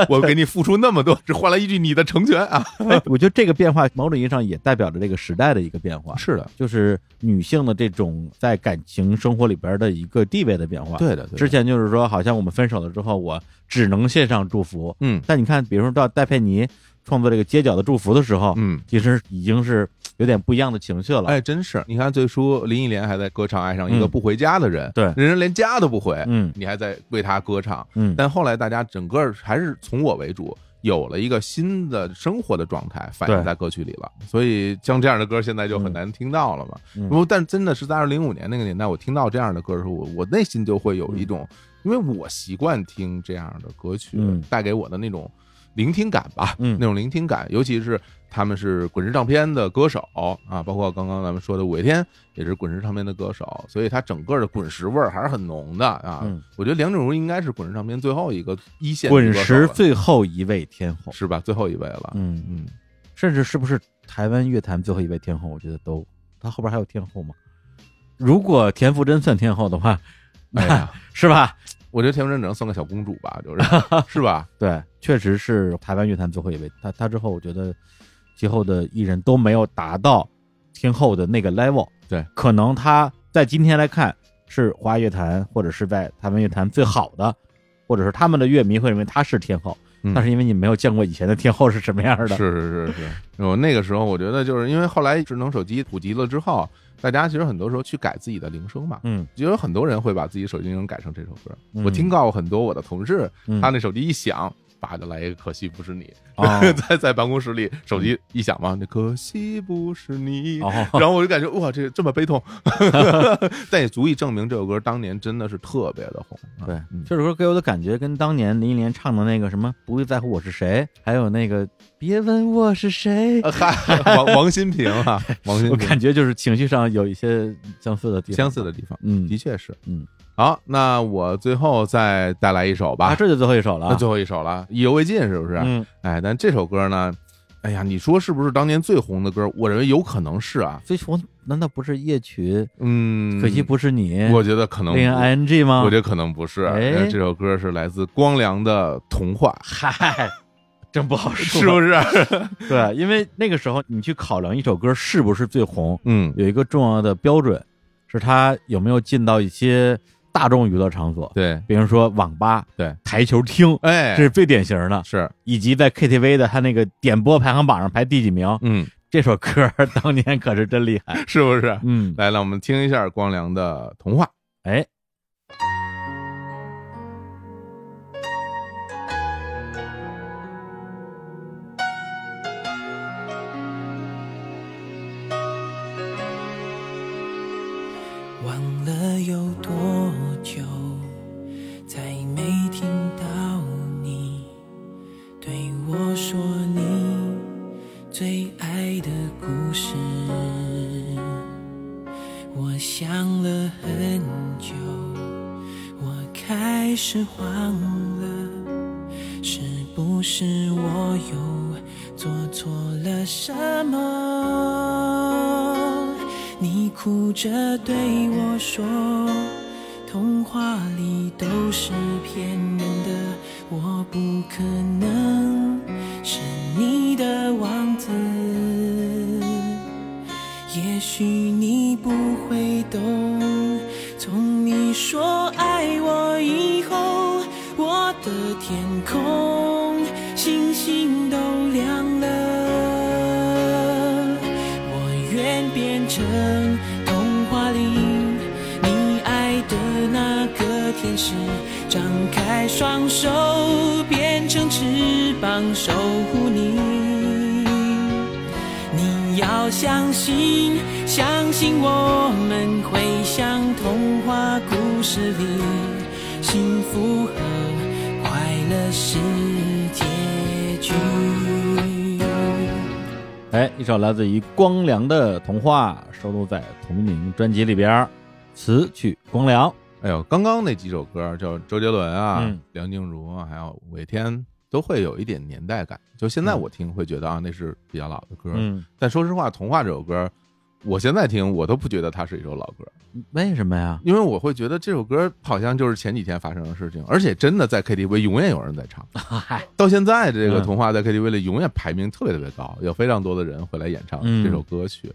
Speaker 2: 我给你付出那么多，只换来一句你的成全啊！
Speaker 1: 哎我觉得这个变化某种意义上也代表着这个时代的一个变化，
Speaker 2: 是的，
Speaker 1: 就是女性的这种在感情生活里边的一个地位的变化。，
Speaker 2: 对的，对的
Speaker 1: 之前就是说，好像我们分手了之后，我只能献上祝福。
Speaker 2: 嗯
Speaker 1: 但你看，比如说到戴佩妮创作这个街角的祝福的时候，
Speaker 2: 嗯。
Speaker 1: 其实已经是有点不一样的情绪了。
Speaker 2: 哎，真是！你看，最初林忆莲还在歌唱《爱上一个
Speaker 1: 嗯
Speaker 2: 不回家的人》
Speaker 1: 对
Speaker 2: 人家连家都不回，
Speaker 1: 嗯
Speaker 2: 你还在为他歌唱。
Speaker 1: 嗯，
Speaker 2: 但后来大家整个还是从我为主，有了一个新的生活的状态反映
Speaker 1: 对
Speaker 2: 在歌曲里了。所以像这样的歌，现在就很
Speaker 1: 嗯
Speaker 2: 难听到了嘛。
Speaker 1: 嗯
Speaker 2: 不，但真的是在二零五年那个年代，我听到这样的歌的时候，我我内心就会有一种，因为我习惯听这样的歌曲，
Speaker 1: 嗯
Speaker 2: 带给我的那种聆听感吧，
Speaker 1: 嗯
Speaker 2: 那种聆听感，尤其是他们是滚石唱片的歌手啊，包括刚刚咱们说的五月天也是滚石唱片的歌手，所以它整个的滚石味儿还是很浓的啊。
Speaker 1: 嗯
Speaker 2: 我觉得梁静茹应该是滚石唱片最后一个一线女
Speaker 1: 滚
Speaker 2: 歌手了
Speaker 1: 石最后一位天后，
Speaker 2: 是吧？最后一位了，
Speaker 1: 嗯，
Speaker 2: 嗯，
Speaker 1: 甚至是不是台湾乐坛最后一位天后，我觉得都，她后边还有天后吗？如果田馥甄算天后的话，嗯
Speaker 2: 哎呀，
Speaker 1: 是吧？
Speaker 2: 我觉得田馥甄只能算个小公主吧，就是是吧？
Speaker 1: 对，确实是台湾乐坛最后一位。他他之后，我觉得其后的艺人都没有达到天后的那个 level。
Speaker 2: 对，
Speaker 1: 可能他在今天来看是华语乐坛或者是在台湾乐坛最好的，或者是他们的乐迷会认为他是天后，
Speaker 2: 嗯
Speaker 1: 但是因为你没有见过以前的天后 (laughs) 是什么样的。
Speaker 2: 是是是是，我那个时候我觉得就是因为后来智能手机普及了之后，大家其实很多时候去改自己的铃声嘛。
Speaker 1: 嗯，
Speaker 2: 就有很多人会把自己手机铃声改成这首歌。
Speaker 1: 嗯
Speaker 2: 我听到过很多我的同事，
Speaker 1: 嗯
Speaker 2: 他那手机一响，叭就来一个可惜不是你， (laughs)
Speaker 1: 哦
Speaker 2: 在在办公室里手机一响嘛，那可惜不是你，
Speaker 1: 哦，
Speaker 2: (laughs) 然后我就感觉哇，这这么悲痛， (laughs) 但也足以证明这首歌当年真的是特别的红。啊
Speaker 1: 对
Speaker 2: 嗯，
Speaker 1: 这首歌给我的感觉跟当年林忆莲唱的那个什么“不会在乎我是谁”，还有那个“别问我是谁”，
Speaker 2: 呃嗨，王王心平啊，王心
Speaker 1: 我
Speaker 2: 平
Speaker 1: 感觉就是情绪上有一些相似的地方。
Speaker 2: 相似的地方。
Speaker 1: 嗯，
Speaker 2: 的确是，
Speaker 1: 嗯。
Speaker 2: 好，那我最后再带来一首吧，
Speaker 1: 啊，这就最后一首了啊。
Speaker 2: 那最后一首了，意犹未尽，是不是？
Speaker 1: 嗯
Speaker 2: 哎，但这首歌呢，哎呀，你说是不是当年最红的歌？我认为有可能是啊，
Speaker 1: 最红难道不是夜曲？
Speaker 2: 嗯，
Speaker 1: 可惜不是你，
Speaker 2: 我觉得可能不，
Speaker 1: 恋 i n g 吗？
Speaker 2: 我觉得可能不是。
Speaker 1: 哎
Speaker 2: 呃这首歌是来自光良的《童话
Speaker 1: 嗨，真不 (laughs) 好》，
Speaker 2: 是不
Speaker 1: 说。
Speaker 2: 是？
Speaker 1: 对，因为那个时候你去考量一首歌是不是最红，
Speaker 2: 嗯，
Speaker 1: 有一个重要的标准，是它有没有进到一些大众娱乐场所，
Speaker 2: 对
Speaker 1: 比如说网吧、
Speaker 2: 对，
Speaker 1: 台球厅，
Speaker 2: 哎，
Speaker 1: 这是最典型的，
Speaker 2: 是，
Speaker 1: 以及在 KTV 的它那个点播排行榜上排第几名。
Speaker 2: 嗯，
Speaker 1: 这首歌儿 (laughs) 当年可 (laughs) 是真厉害。
Speaker 2: 是不是？
Speaker 1: 嗯，
Speaker 2: (laughs) 来，让我们听一下光良的《童话》。
Speaker 1: 哎，
Speaker 4: 忘了有多久，再没听到你对我说你最爱的故事。
Speaker 6: 想了很久，我开始慌了，是不是我又做错了什么？你哭着对我说，童话里都是骗人的，我不可能是你的王子。也许你不会懂，从你说爱我以后，我的天空星星都亮了。我愿变成童话里你爱的那个天使，张开双手变成翅膀守护你。你要相信，相信我们会像童话故事里，幸福和快乐是结局。
Speaker 1: 哎，一首来自于光良的《童话》，收录在同名专辑里边儿，词曲光良。
Speaker 2: 哎呦，刚刚那几首歌，叫周杰伦啊、
Speaker 1: 嗯
Speaker 2: 梁静茹啊，还有五月天，都会有一点年代感。就现在我听会觉得啊，那是比较老的歌。
Speaker 1: 嗯，
Speaker 2: 但说实话，《童话》这首歌，我现在听我都不觉得它是一首老歌，
Speaker 1: 嗯为什么
Speaker 2: (laughs)
Speaker 1: 呀？
Speaker 2: 因为我会觉得这首歌好像就是前几天发生的事情，而且真的在 KTV 永远有人在唱。
Speaker 1: 嗨，
Speaker 2: 到现在，这个
Speaker 1: 啊嗯
Speaker 2: 童话在 KTV 里永远排名特别特别高，有非常多的人会来演唱
Speaker 1: 嗯
Speaker 2: 这首歌曲。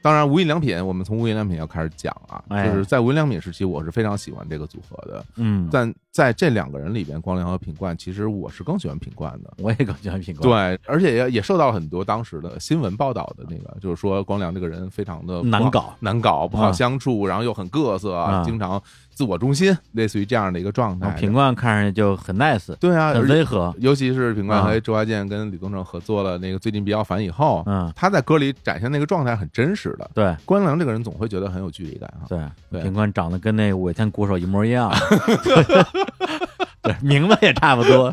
Speaker 2: 当然，无印良品，我们从无印良品要开始讲啊，
Speaker 1: 哎
Speaker 2: 就是在无印良品时期，我是非常喜欢这个组合的。
Speaker 1: 嗯，
Speaker 2: 但在这两个人里边，光良和品冠，其实我是更喜欢品冠的。
Speaker 1: 我也更喜欢品冠。
Speaker 2: 对，而且也也受到了很多当时的新闻报道的那个，就是说光良这个人非常的
Speaker 1: 难搞，
Speaker 2: 难搞，不好
Speaker 1: 啊
Speaker 2: 相处，然后又很各色，
Speaker 1: 啊
Speaker 2: 经常自我中心，类似于这样的一个状
Speaker 1: 然
Speaker 2: 态
Speaker 1: 后。品冠看上去就很 nice，
Speaker 2: 哎对啊，而
Speaker 1: 很
Speaker 2: 且
Speaker 1: 温和。
Speaker 2: 尤其是品冠
Speaker 1: 啊
Speaker 2: 和周华健跟李宗盛合作了那个《最近比较烦》以后，
Speaker 1: 嗯，
Speaker 2: 他在歌里展现那个状态很真实的。
Speaker 1: 对
Speaker 2: 关良这个人总会觉得很有距离感啊，
Speaker 1: 对，
Speaker 2: 对
Speaker 1: 品冠长得跟那个五月天鼓手一模一样，啊
Speaker 2: (laughs)
Speaker 1: 对，名字也差不多，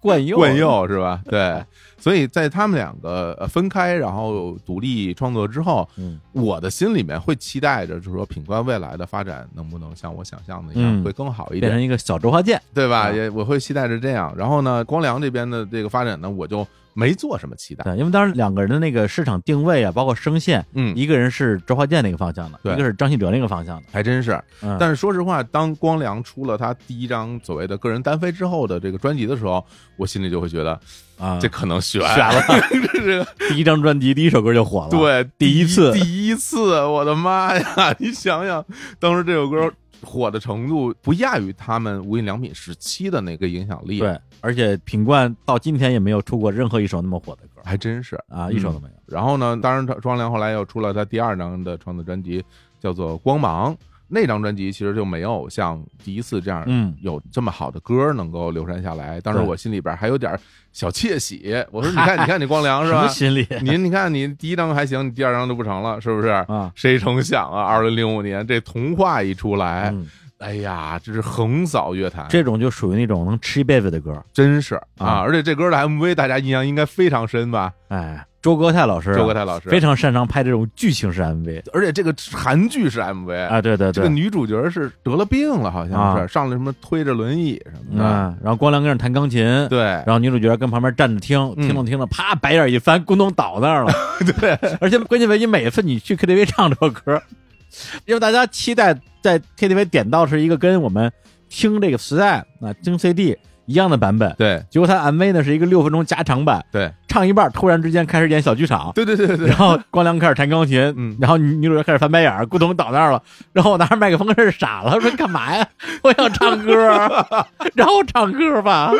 Speaker 1: 冠佑，
Speaker 2: 冠，佑是吧？
Speaker 1: (laughs)
Speaker 2: 对，所以在他们两个呃分开，然后独立创作之后，
Speaker 1: 嗯
Speaker 2: 我的心里面会期待着，就是说品冠未来的发展能不能像我想象的一样，
Speaker 1: 嗯
Speaker 2: 会更好一
Speaker 1: 变
Speaker 2: 点
Speaker 1: 成，一个小周华健。
Speaker 2: 对吧？
Speaker 1: 啊
Speaker 2: 也我会期待着这样。然后呢，光良这边的这个发展呢，我就没做什么期待。
Speaker 1: 对，因为当时两个人的那个市场定位啊，包括声线，
Speaker 2: 嗯，
Speaker 1: 一个人是周华健那个方向的，
Speaker 2: 对
Speaker 1: 一个是张信哲那个方向的。
Speaker 2: 还真是，
Speaker 1: 嗯，
Speaker 2: 但是说实话，当光良出了他第一张所谓的个人单飞之后的这个专辑的时候，我心里就会觉得
Speaker 1: 啊，
Speaker 2: 这可能悬
Speaker 1: 选了
Speaker 2: (laughs) 这是
Speaker 1: (laughs) 第一张专辑第一首歌就火了。，
Speaker 2: 对
Speaker 1: 第一次
Speaker 2: 第一次，我的妈呀！你想想，当时这首歌火的程度不亚于他们无印良品时期的那个影响力，，
Speaker 1: 对，而且品冠到今天也没有出过任何一首那么火的歌
Speaker 2: 还真是。
Speaker 1: 啊，一首都没有。
Speaker 2: 然后呢，当然他庄良后来又出了他第二张的创作专辑，叫做《光芒》。那张专辑其实就没有像第一次这样，
Speaker 1: 嗯
Speaker 2: 有这么好的歌能够流传下来。当时
Speaker 1: 对
Speaker 2: 我心里边还有点小窃喜，我说：“你看，你看，你光良是
Speaker 1: (laughs) 什么
Speaker 2: 吧？
Speaker 1: 心
Speaker 2: (laughs)
Speaker 1: 理？
Speaker 2: 你你看，你第一张还行，你第二张就不成了，是不是？
Speaker 1: 啊
Speaker 2: 谁成想啊，二零零五年这童话一出来，
Speaker 1: 嗯，
Speaker 2: 哎呀，这是横扫乐坛，
Speaker 1: 这种就属于那种能吃一辈子的歌。
Speaker 2: 真是啊！
Speaker 1: 啊
Speaker 2: 而且这歌的 MV 大家印象应该非常深吧？
Speaker 1: 哎，周国泰老师啊，
Speaker 2: 周国泰老师
Speaker 1: 非常擅长拍这种剧情式 MV
Speaker 2: 而且这个韩剧是 MV，、
Speaker 1: 啊，对对
Speaker 2: 这个
Speaker 1: 对。
Speaker 2: 女主角是得了病了，好像是、
Speaker 1: 啊
Speaker 2: 上了什么推着轮椅什么的，
Speaker 1: 嗯，然后光良跟那儿弹钢琴，对，
Speaker 2: 对
Speaker 1: (laughs) 然后女主角跟旁边站着听，
Speaker 2: 嗯
Speaker 1: 听着听着，啪，白眼一翻，咕咚倒那儿
Speaker 2: (laughs)
Speaker 1: 了。
Speaker 2: 对，
Speaker 1: 而且关键问题，每次你去 KTV 唱这首歌， (laughs) 因为大家期待在 KTV 点到是一个跟我们听这个磁带啊、听 CD 一样的版本，
Speaker 2: 对
Speaker 1: 结果他 MV 呢是一个六分钟加长版，
Speaker 2: 对
Speaker 1: 唱一半突然之间开始演小剧场。
Speaker 2: 对对对对对
Speaker 1: (laughs) 然后光良开始弹钢琴，
Speaker 2: 嗯
Speaker 1: 然后女女主角开始翻白眼儿，咕咚倒那儿了。然后我拿着麦克风开始傻了，说干嘛呀？ (laughs) 我想唱歌儿， (laughs) 然后唱歌吧。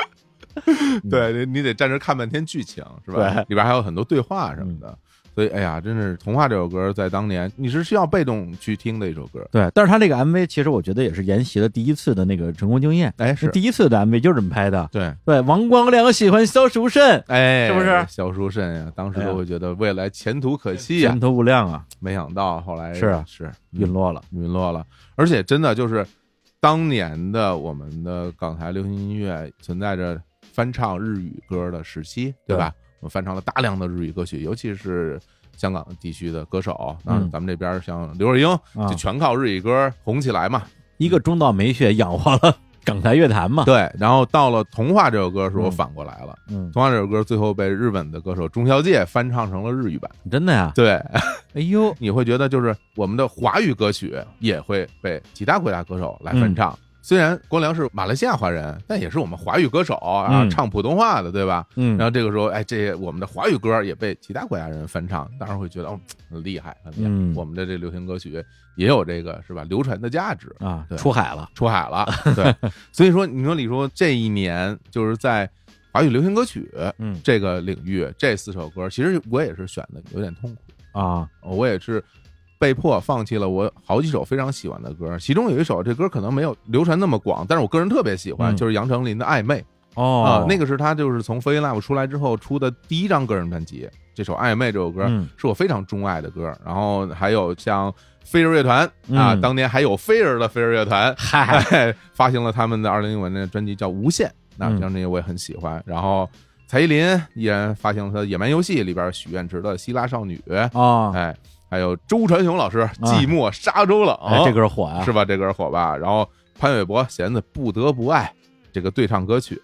Speaker 2: 对，你你得站这儿看半天剧情是
Speaker 1: 嗯
Speaker 2: 吧？
Speaker 1: 对嗯
Speaker 2: 里边还有很多对话什么的，所以哎呀，真是《童话》这首歌在当年你是需要被动去听的一首歌。
Speaker 1: 对，但是他这个 MV 其实我觉得也是沿袭了第一次的那个成功经验，
Speaker 2: 哎，
Speaker 1: 是
Speaker 2: 是
Speaker 1: 第一次的 MV 就是这么拍的。
Speaker 2: 对，
Speaker 1: 对，王光良喜欢萧淑慎，
Speaker 2: 哎，
Speaker 1: 是不是
Speaker 2: 萧淑慎呀？当时
Speaker 1: 哎呀
Speaker 2: 都会觉得未来前途可期哎呀
Speaker 1: 前，途无量啊，
Speaker 2: 没想到后来
Speaker 1: 是啊
Speaker 2: 是
Speaker 1: 陨
Speaker 2: 嗯
Speaker 1: 落了。
Speaker 2: 陨落了，而且真的就是当年的我们的港台流行音乐存在着翻唱日语歌的时期，对吧？我们翻唱了大量的日语歌曲，尤其是。香港地区的歌手，
Speaker 1: 嗯
Speaker 2: 当然咱们这边儿像刘若英，
Speaker 1: 啊
Speaker 2: 就全靠日语歌红起来嘛。
Speaker 1: 一个中岛美雪养活了港台乐坛嘛。，
Speaker 2: 对，然后到了《童话》这首歌的时候，
Speaker 1: 嗯
Speaker 2: 反过来了，
Speaker 1: 嗯
Speaker 2: 《童话》这首歌最后被日本的歌手中小介翻唱成了日语版。
Speaker 1: 真的呀。
Speaker 2: 对，
Speaker 1: 哎呦，
Speaker 2: 你会觉得就是我们的华语歌曲也会被其他国家歌手来
Speaker 1: 嗯
Speaker 2: 翻唱。虽然光良是马来西亚华人，但也是我们华语歌手啊，
Speaker 1: 嗯
Speaker 2: 唱普通话的，对吧？
Speaker 1: 嗯
Speaker 2: 然后这个时候，哎，这些我们的华语歌也被其他国家人翻唱，当然会觉得哦，很厉害，很厉害。
Speaker 1: 嗯
Speaker 2: 我们的这流行歌曲也有这个是吧，流传的价值。
Speaker 1: 啊
Speaker 2: 对，
Speaker 1: 出海了。
Speaker 2: 出
Speaker 1: (laughs)
Speaker 2: 海了，对，所以说你说李叔这一年就是在华语流行歌曲
Speaker 1: 嗯
Speaker 2: 这个领域，这四首歌，其实我也是选的有点痛苦，
Speaker 1: 啊，
Speaker 2: 我也是被迫放弃了我好几首非常喜欢的歌，其中有一首这歌可能没有流传那么广，但是我个人特别喜欢，
Speaker 1: 嗯
Speaker 2: 就是杨丞琳的《暧昧》啊、
Speaker 1: 哦，
Speaker 2: 那个是他就是从飞 Live 出来之后出的第一张个人专辑，这首《暧昧》这首歌、
Speaker 1: 嗯
Speaker 2: 是我非常钟爱的歌，然后还有像飞儿乐团啊，
Speaker 1: 嗯
Speaker 2: 当年还有飞儿的飞儿乐团，
Speaker 1: (laughs) 嗨，
Speaker 2: 哎，发行了他们的二零一五年的专辑叫《无限》，那
Speaker 1: 嗯
Speaker 2: 这张专辑我也很喜欢。然后蔡依林依然发行了她的《野蛮游戏》里边许愿池的《希腊少女》，
Speaker 1: 哦，
Speaker 2: 哎，还有周传雄老师《寂寞沙洲冷》
Speaker 1: 啊哎这歌火啊，
Speaker 2: 是吧？这歌火吧？然后潘玮柏弦的《不得不爱》这个对唱歌曲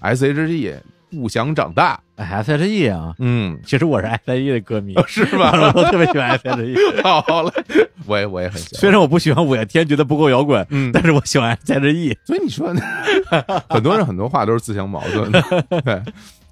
Speaker 2: ，S.H.E 不想长大，
Speaker 1: S H E 啊，
Speaker 2: 嗯， (laughs)
Speaker 1: 其实我是 S H E 的歌迷，
Speaker 2: 是吧？
Speaker 1: (laughs) 我特别喜欢 S H E。
Speaker 2: 好嘞，我也我也很喜
Speaker 1: (laughs)
Speaker 2: 欢。
Speaker 1: 虽然我不喜欢五月天，觉得不够摇滚，
Speaker 2: 嗯
Speaker 1: 但是我喜欢 S H E。
Speaker 2: 所以你说， (laughs) 很多人很多话都是自相矛盾
Speaker 1: (laughs)
Speaker 2: 的。对，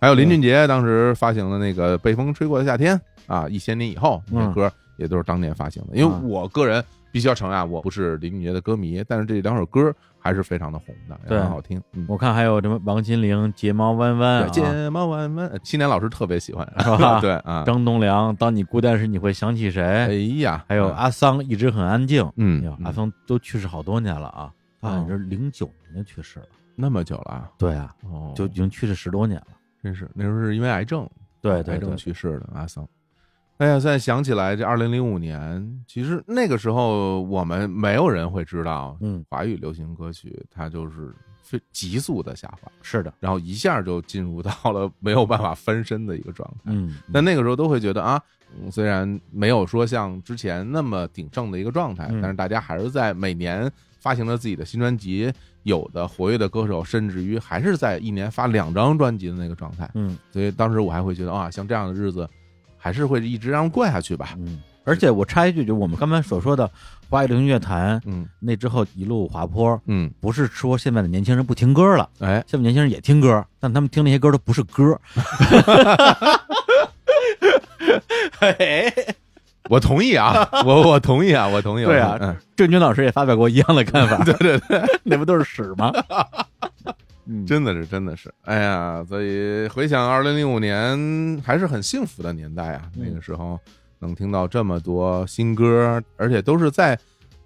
Speaker 2: 还有林俊杰当时发行的那个《被风吹过的夏天》啊，一千年以后，那
Speaker 1: 嗯
Speaker 2: 歌也都是当年发行的。因为
Speaker 1: 啊
Speaker 2: 我个人必须要承认啊，我不是林俊杰的歌迷，但是这两首歌还是非常的红的，也
Speaker 1: 对
Speaker 2: 很好听。嗯，
Speaker 1: 我看还有什么王心凌、睫毛弯弯
Speaker 2: 对，
Speaker 1: 啊，
Speaker 2: 睫毛弯弯，青呃年老师特别喜欢，
Speaker 1: (laughs) 是吧
Speaker 2: 对啊，
Speaker 1: 张栋梁，当你孤单时你会想起
Speaker 2: 哎
Speaker 1: 谁？
Speaker 2: 呀，
Speaker 1: 还有啊阿桑一直很安静。哎
Speaker 2: 嗯，
Speaker 1: 呦
Speaker 2: 嗯，
Speaker 1: 阿桑都去世好多年了啊，他好像是零九年就去世了。
Speaker 2: 那么久了啊，
Speaker 1: 对啊，
Speaker 2: 哦
Speaker 1: 就已经去世十多年了。
Speaker 2: 真是那时候是因为癌症，
Speaker 1: 对对
Speaker 2: 啊癌
Speaker 1: 对
Speaker 2: 症，去世的阿桑。哎呀，现在想起来，这二零零五年，其实那个时候我们没有人会知道，
Speaker 1: 嗯，
Speaker 2: 华语流行歌曲它就是非急速的下滑，
Speaker 1: 是的，
Speaker 2: 然后一下就进入到了没有办法翻身的一个状态。
Speaker 1: 嗯，
Speaker 2: 但那个时候都会觉得啊，嗯虽然没有说像之前那么鼎盛的一个状态，
Speaker 1: 嗯
Speaker 2: 但是大家还是在每年发行了自己的新专辑，有的活跃的歌手甚至于还是在一年发两张专辑的那个状态。
Speaker 1: 嗯
Speaker 2: 所以当时我还会觉得啊，像这样的日子，还是会一直让人过下去吧。
Speaker 1: 嗯。而且我插一句，就我们刚才所说的华语流行乐坛
Speaker 2: 嗯
Speaker 1: 那之后一路滑坡，
Speaker 2: 嗯，
Speaker 1: 不是说现在的年轻人不听歌了，
Speaker 2: 哎，
Speaker 1: 现在年轻人也听歌，但他们听那些歌都不是歌。
Speaker 2: 我同意啊，我我同意啊，我同意。
Speaker 1: 对啊
Speaker 2: 我同意嗯，
Speaker 1: 郑钧老师也发表过一样的看 (laughs) 法，对对对，那不都是屎 (laughs) 吗？嗯，
Speaker 2: 真的是，真的是，哎呀，所以回想二零零五年，还是很幸福的年代啊。
Speaker 1: 嗯
Speaker 2: 那个时候能听到这么多新歌，而且都是在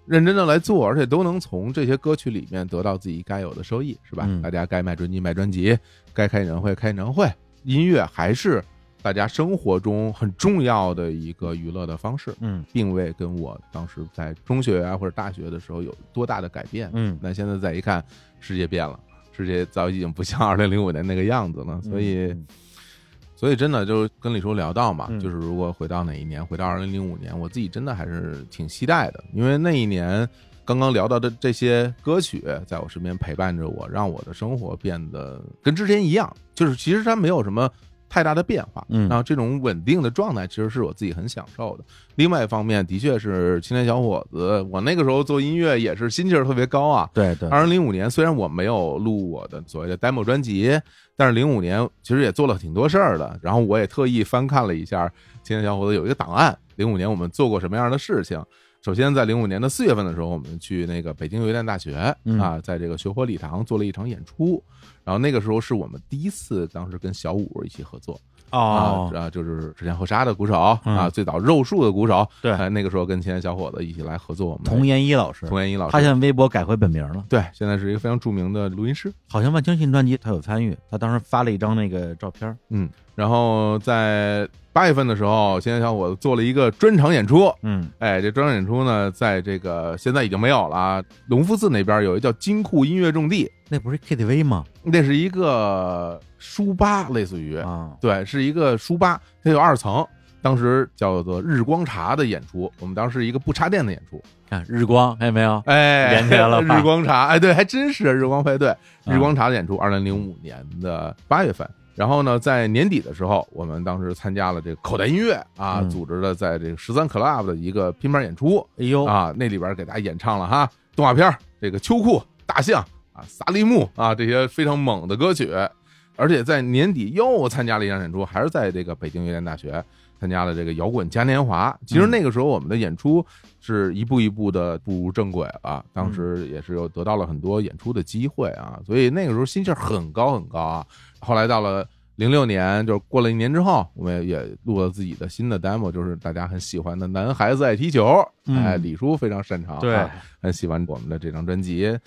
Speaker 2: 认真的来做，而且都能从这些歌曲里面得到自己该有的收益，是吧？
Speaker 1: 嗯
Speaker 2: 大家该卖专辑卖专辑，该开演唱会开演唱会，音乐还是大家生活中很重要的一个娱乐的方式，
Speaker 1: 嗯
Speaker 2: 并未跟我当时在中学啊或者大学的时候有多大的改变。
Speaker 1: 嗯
Speaker 2: 那现在再一看，世界变了，世界早已经
Speaker 1: (laughs)
Speaker 2: 不像二零零五年那个样子了。所以，
Speaker 1: 嗯
Speaker 2: 所以真的就是跟李叔聊到嘛，
Speaker 1: 嗯
Speaker 2: 就是如果回到哪一年，回到二零零五年，我自己真的还是挺期待的，因为那一年刚刚聊到的这些歌曲，在我身边陪伴着我，让我的生活变得跟之前一样，就是其实它没有什么。太大的变化，
Speaker 1: 嗯
Speaker 2: 然后这种稳定的状态其实是我自己很享受的。另外一方面，的确是青年小伙子，我那个时候做音乐也是心气儿特别高啊，
Speaker 1: 对对，
Speaker 2: 二零零五年虽然我没有录我的所谓的 demo 专辑，但是零五年其实也做了挺多事儿的。然后我也特意翻看了一下《青年小伙子》有一个档案，零五年我们做过什么样的事情。首先，在零五年的四月份的时候，我们去那个北京邮电大学
Speaker 1: 嗯
Speaker 2: 啊，在这个学火礼堂做了一场演出。然后那个时候是我们第一次，当时跟小五一起合作啊，
Speaker 1: 哦，
Speaker 2: 啊，就是之前后沙的鼓手啊，
Speaker 1: 嗯
Speaker 2: 最早肉树的鼓手，
Speaker 1: 对
Speaker 2: 哎那个时候跟青年小伙子一起来合作，我们
Speaker 1: 童研一老师，
Speaker 2: 童颜一老师，
Speaker 1: 他现在微博改回本名了，
Speaker 2: 对，现在是一个非常著名的录音师。
Speaker 1: 好像万青新专辑他有参与，他当时发了一张那个照片，
Speaker 2: 嗯，然后在八月份的时候，现在小伙子做了一个专场演出。
Speaker 1: 嗯
Speaker 2: 哎，这专场演出呢，在这个现在已经没有了啊。隆福寺那边有一叫金库音乐重地，
Speaker 1: 那不是 KTV 吗？
Speaker 2: 那是一个书吧，类似于，
Speaker 1: 啊，
Speaker 2: 对，是一个书吧，它有二层。当时叫做日光茶的演出，我们当时是一个不插电的演出，
Speaker 1: 看日光，看见没有？
Speaker 2: 哎，
Speaker 1: 连起来了吧啊
Speaker 2: 日光茶，哎，对，还真是日光派对，日光茶的演出，二零零五年的八月份。然后呢，在年底的时候，我们当时参加了这个口袋音乐啊
Speaker 1: 嗯
Speaker 2: 组织的在这个十三 club 的一个拼盘演出
Speaker 1: 哎呦，
Speaker 2: 啊，那里边给大家演唱了哈动画片儿这个秋裤、大象啊、萨利木啊这些非常猛的歌曲，而且在年底又参加了一场演出，还是在这个北京邮电大学参加了这个摇滚嘉年华。其实那个时候我们的演出是一步一步的步入正轨了，当时也是有得到了很多演出的机会啊，所以那个时候心气儿很高很高啊。后来到了。零六年就是过了一年之后，我们也录了自己的新的 demo，就是大家很喜欢的《男孩子爱踢球》。
Speaker 1: 嗯
Speaker 2: 哎，李叔非常擅长，
Speaker 1: 对
Speaker 2: 啊，很喜欢我们的这张专辑。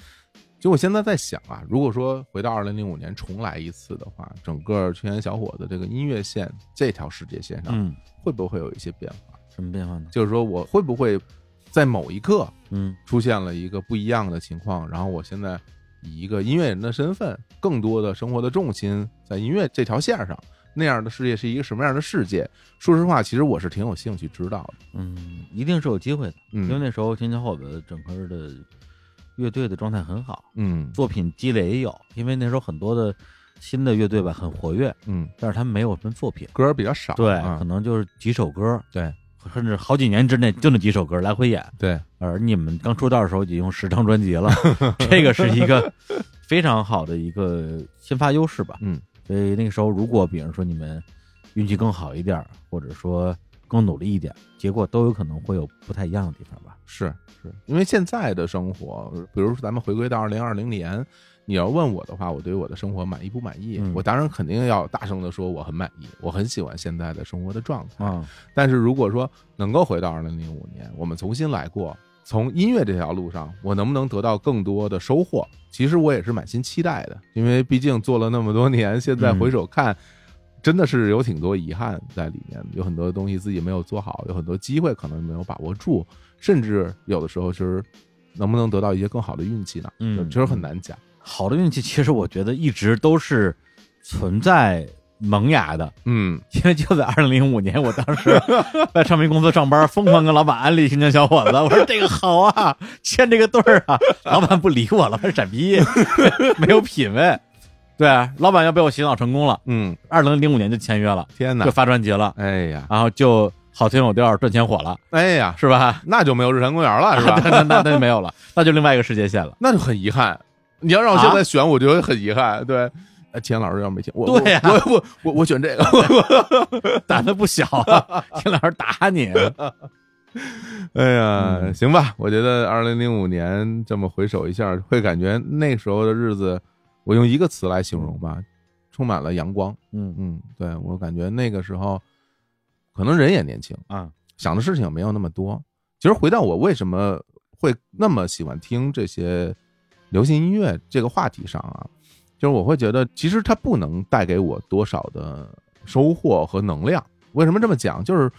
Speaker 2: 就我现在在想啊，如果说回到二零零五年重来一次的话，整个青年小伙子这个音乐线这条世界线上，
Speaker 1: 嗯，
Speaker 2: 会不会有一些变化？
Speaker 1: 什么变化呢？
Speaker 2: 就是说我会不会在某一刻
Speaker 1: 嗯
Speaker 2: 出现了一个不一样的情况，然后我现在以一个音乐人的身份，更多的生活的重心在音乐这条线上，那样的世界是一个什么样的世界？说实话，其实我是挺有兴趣知道的。
Speaker 1: 嗯，一定是有机会的，因为
Speaker 2: 嗯
Speaker 1: 那时候天桥后的整个的乐队的状态很好，
Speaker 2: 嗯
Speaker 1: 作品积累也有，因为那时候很多的新的乐队吧很活跃，
Speaker 2: 嗯，
Speaker 1: 但是他们没有什么作品，
Speaker 2: 歌儿比较少，
Speaker 1: 对，
Speaker 2: 啊
Speaker 1: 可能就是几首歌，
Speaker 2: 对，
Speaker 1: 甚至好几年之内就那几首歌来回演。
Speaker 2: 对，
Speaker 1: 而你们刚出道的时候已经用十张专辑了，这个是一个非常好的一个先发优势吧。
Speaker 2: 嗯，
Speaker 1: 所以那个时候，如果比如说你们运气更好一点儿，或者说更努力一点儿，结果都有可能会有不太一样的地方吧。
Speaker 2: 是是，因为现在的生活，比如说咱们回归到二零二零年，你要问我的话，我对我的生活满意不满意？
Speaker 1: 嗯
Speaker 2: 我当然肯定要大声的说我很满意，我很喜欢现在的生活的状态。
Speaker 1: 啊，
Speaker 2: 但是如果说能够回到二零零五年，我们重新来过，从音乐这条路上，我能不能得到更多的收获？其实我也是满心期待的，因为毕竟做了那么多年，现在回首看，真的是有挺多遗憾在里面的，有很多东西自己没有做好，有很多机会可能没有把握住，甚至有的时候就是能不能得到一些更好的运气呢？
Speaker 1: 嗯
Speaker 2: 其实很难讲。
Speaker 1: 好的运气其实我觉得一直都是存在萌芽的，
Speaker 2: 嗯，
Speaker 1: 因为就在二零零五年，我当
Speaker 2: (laughs)
Speaker 1: 时在唱片公司上班，疯狂跟老板安利新疆小伙子，我说这个好啊，签这个对儿啊，老板不理我了，他是傻逼， (laughs) 没有品位。对，啊老板要被我洗脑成功了，
Speaker 2: 嗯，
Speaker 1: 二零零五年就签约了，
Speaker 2: 天
Speaker 1: 就
Speaker 2: 哪！
Speaker 1: 发专辑了，
Speaker 2: 哎呀，
Speaker 1: 然后就好听有调，赚钱火了，
Speaker 2: 哎呀，
Speaker 1: 是吧？ (laughs)
Speaker 2: 那就没有日坛公园了，是吧？
Speaker 1: 那那那就没有了，那就另外一个世界线了。
Speaker 2: 那就很遗憾。你要让我现
Speaker 1: 啊
Speaker 2: 在选，我觉得很遗憾。对，呃钱老师要没钱，我
Speaker 1: 对呀
Speaker 2: 我我我我我选这个。
Speaker 1: 胆子不小啊， (laughs) 听老师打你，啊
Speaker 2: (laughs) 哎呀，
Speaker 1: 嗯
Speaker 2: 行吧，我觉得二零零五年这么回首一下，会感觉那时候的日子，我用一个词来形容吧，充满了阳光。
Speaker 1: 嗯
Speaker 2: 嗯，对我感觉那个时候，可能人也年轻，
Speaker 1: 啊，
Speaker 2: 想的事情没有那么多。其实回到我为什么会那么喜欢听这些流行音乐这个话题上啊，就是我会觉得其实它不能带给我多少的收获和能量。为什么这么讲？就是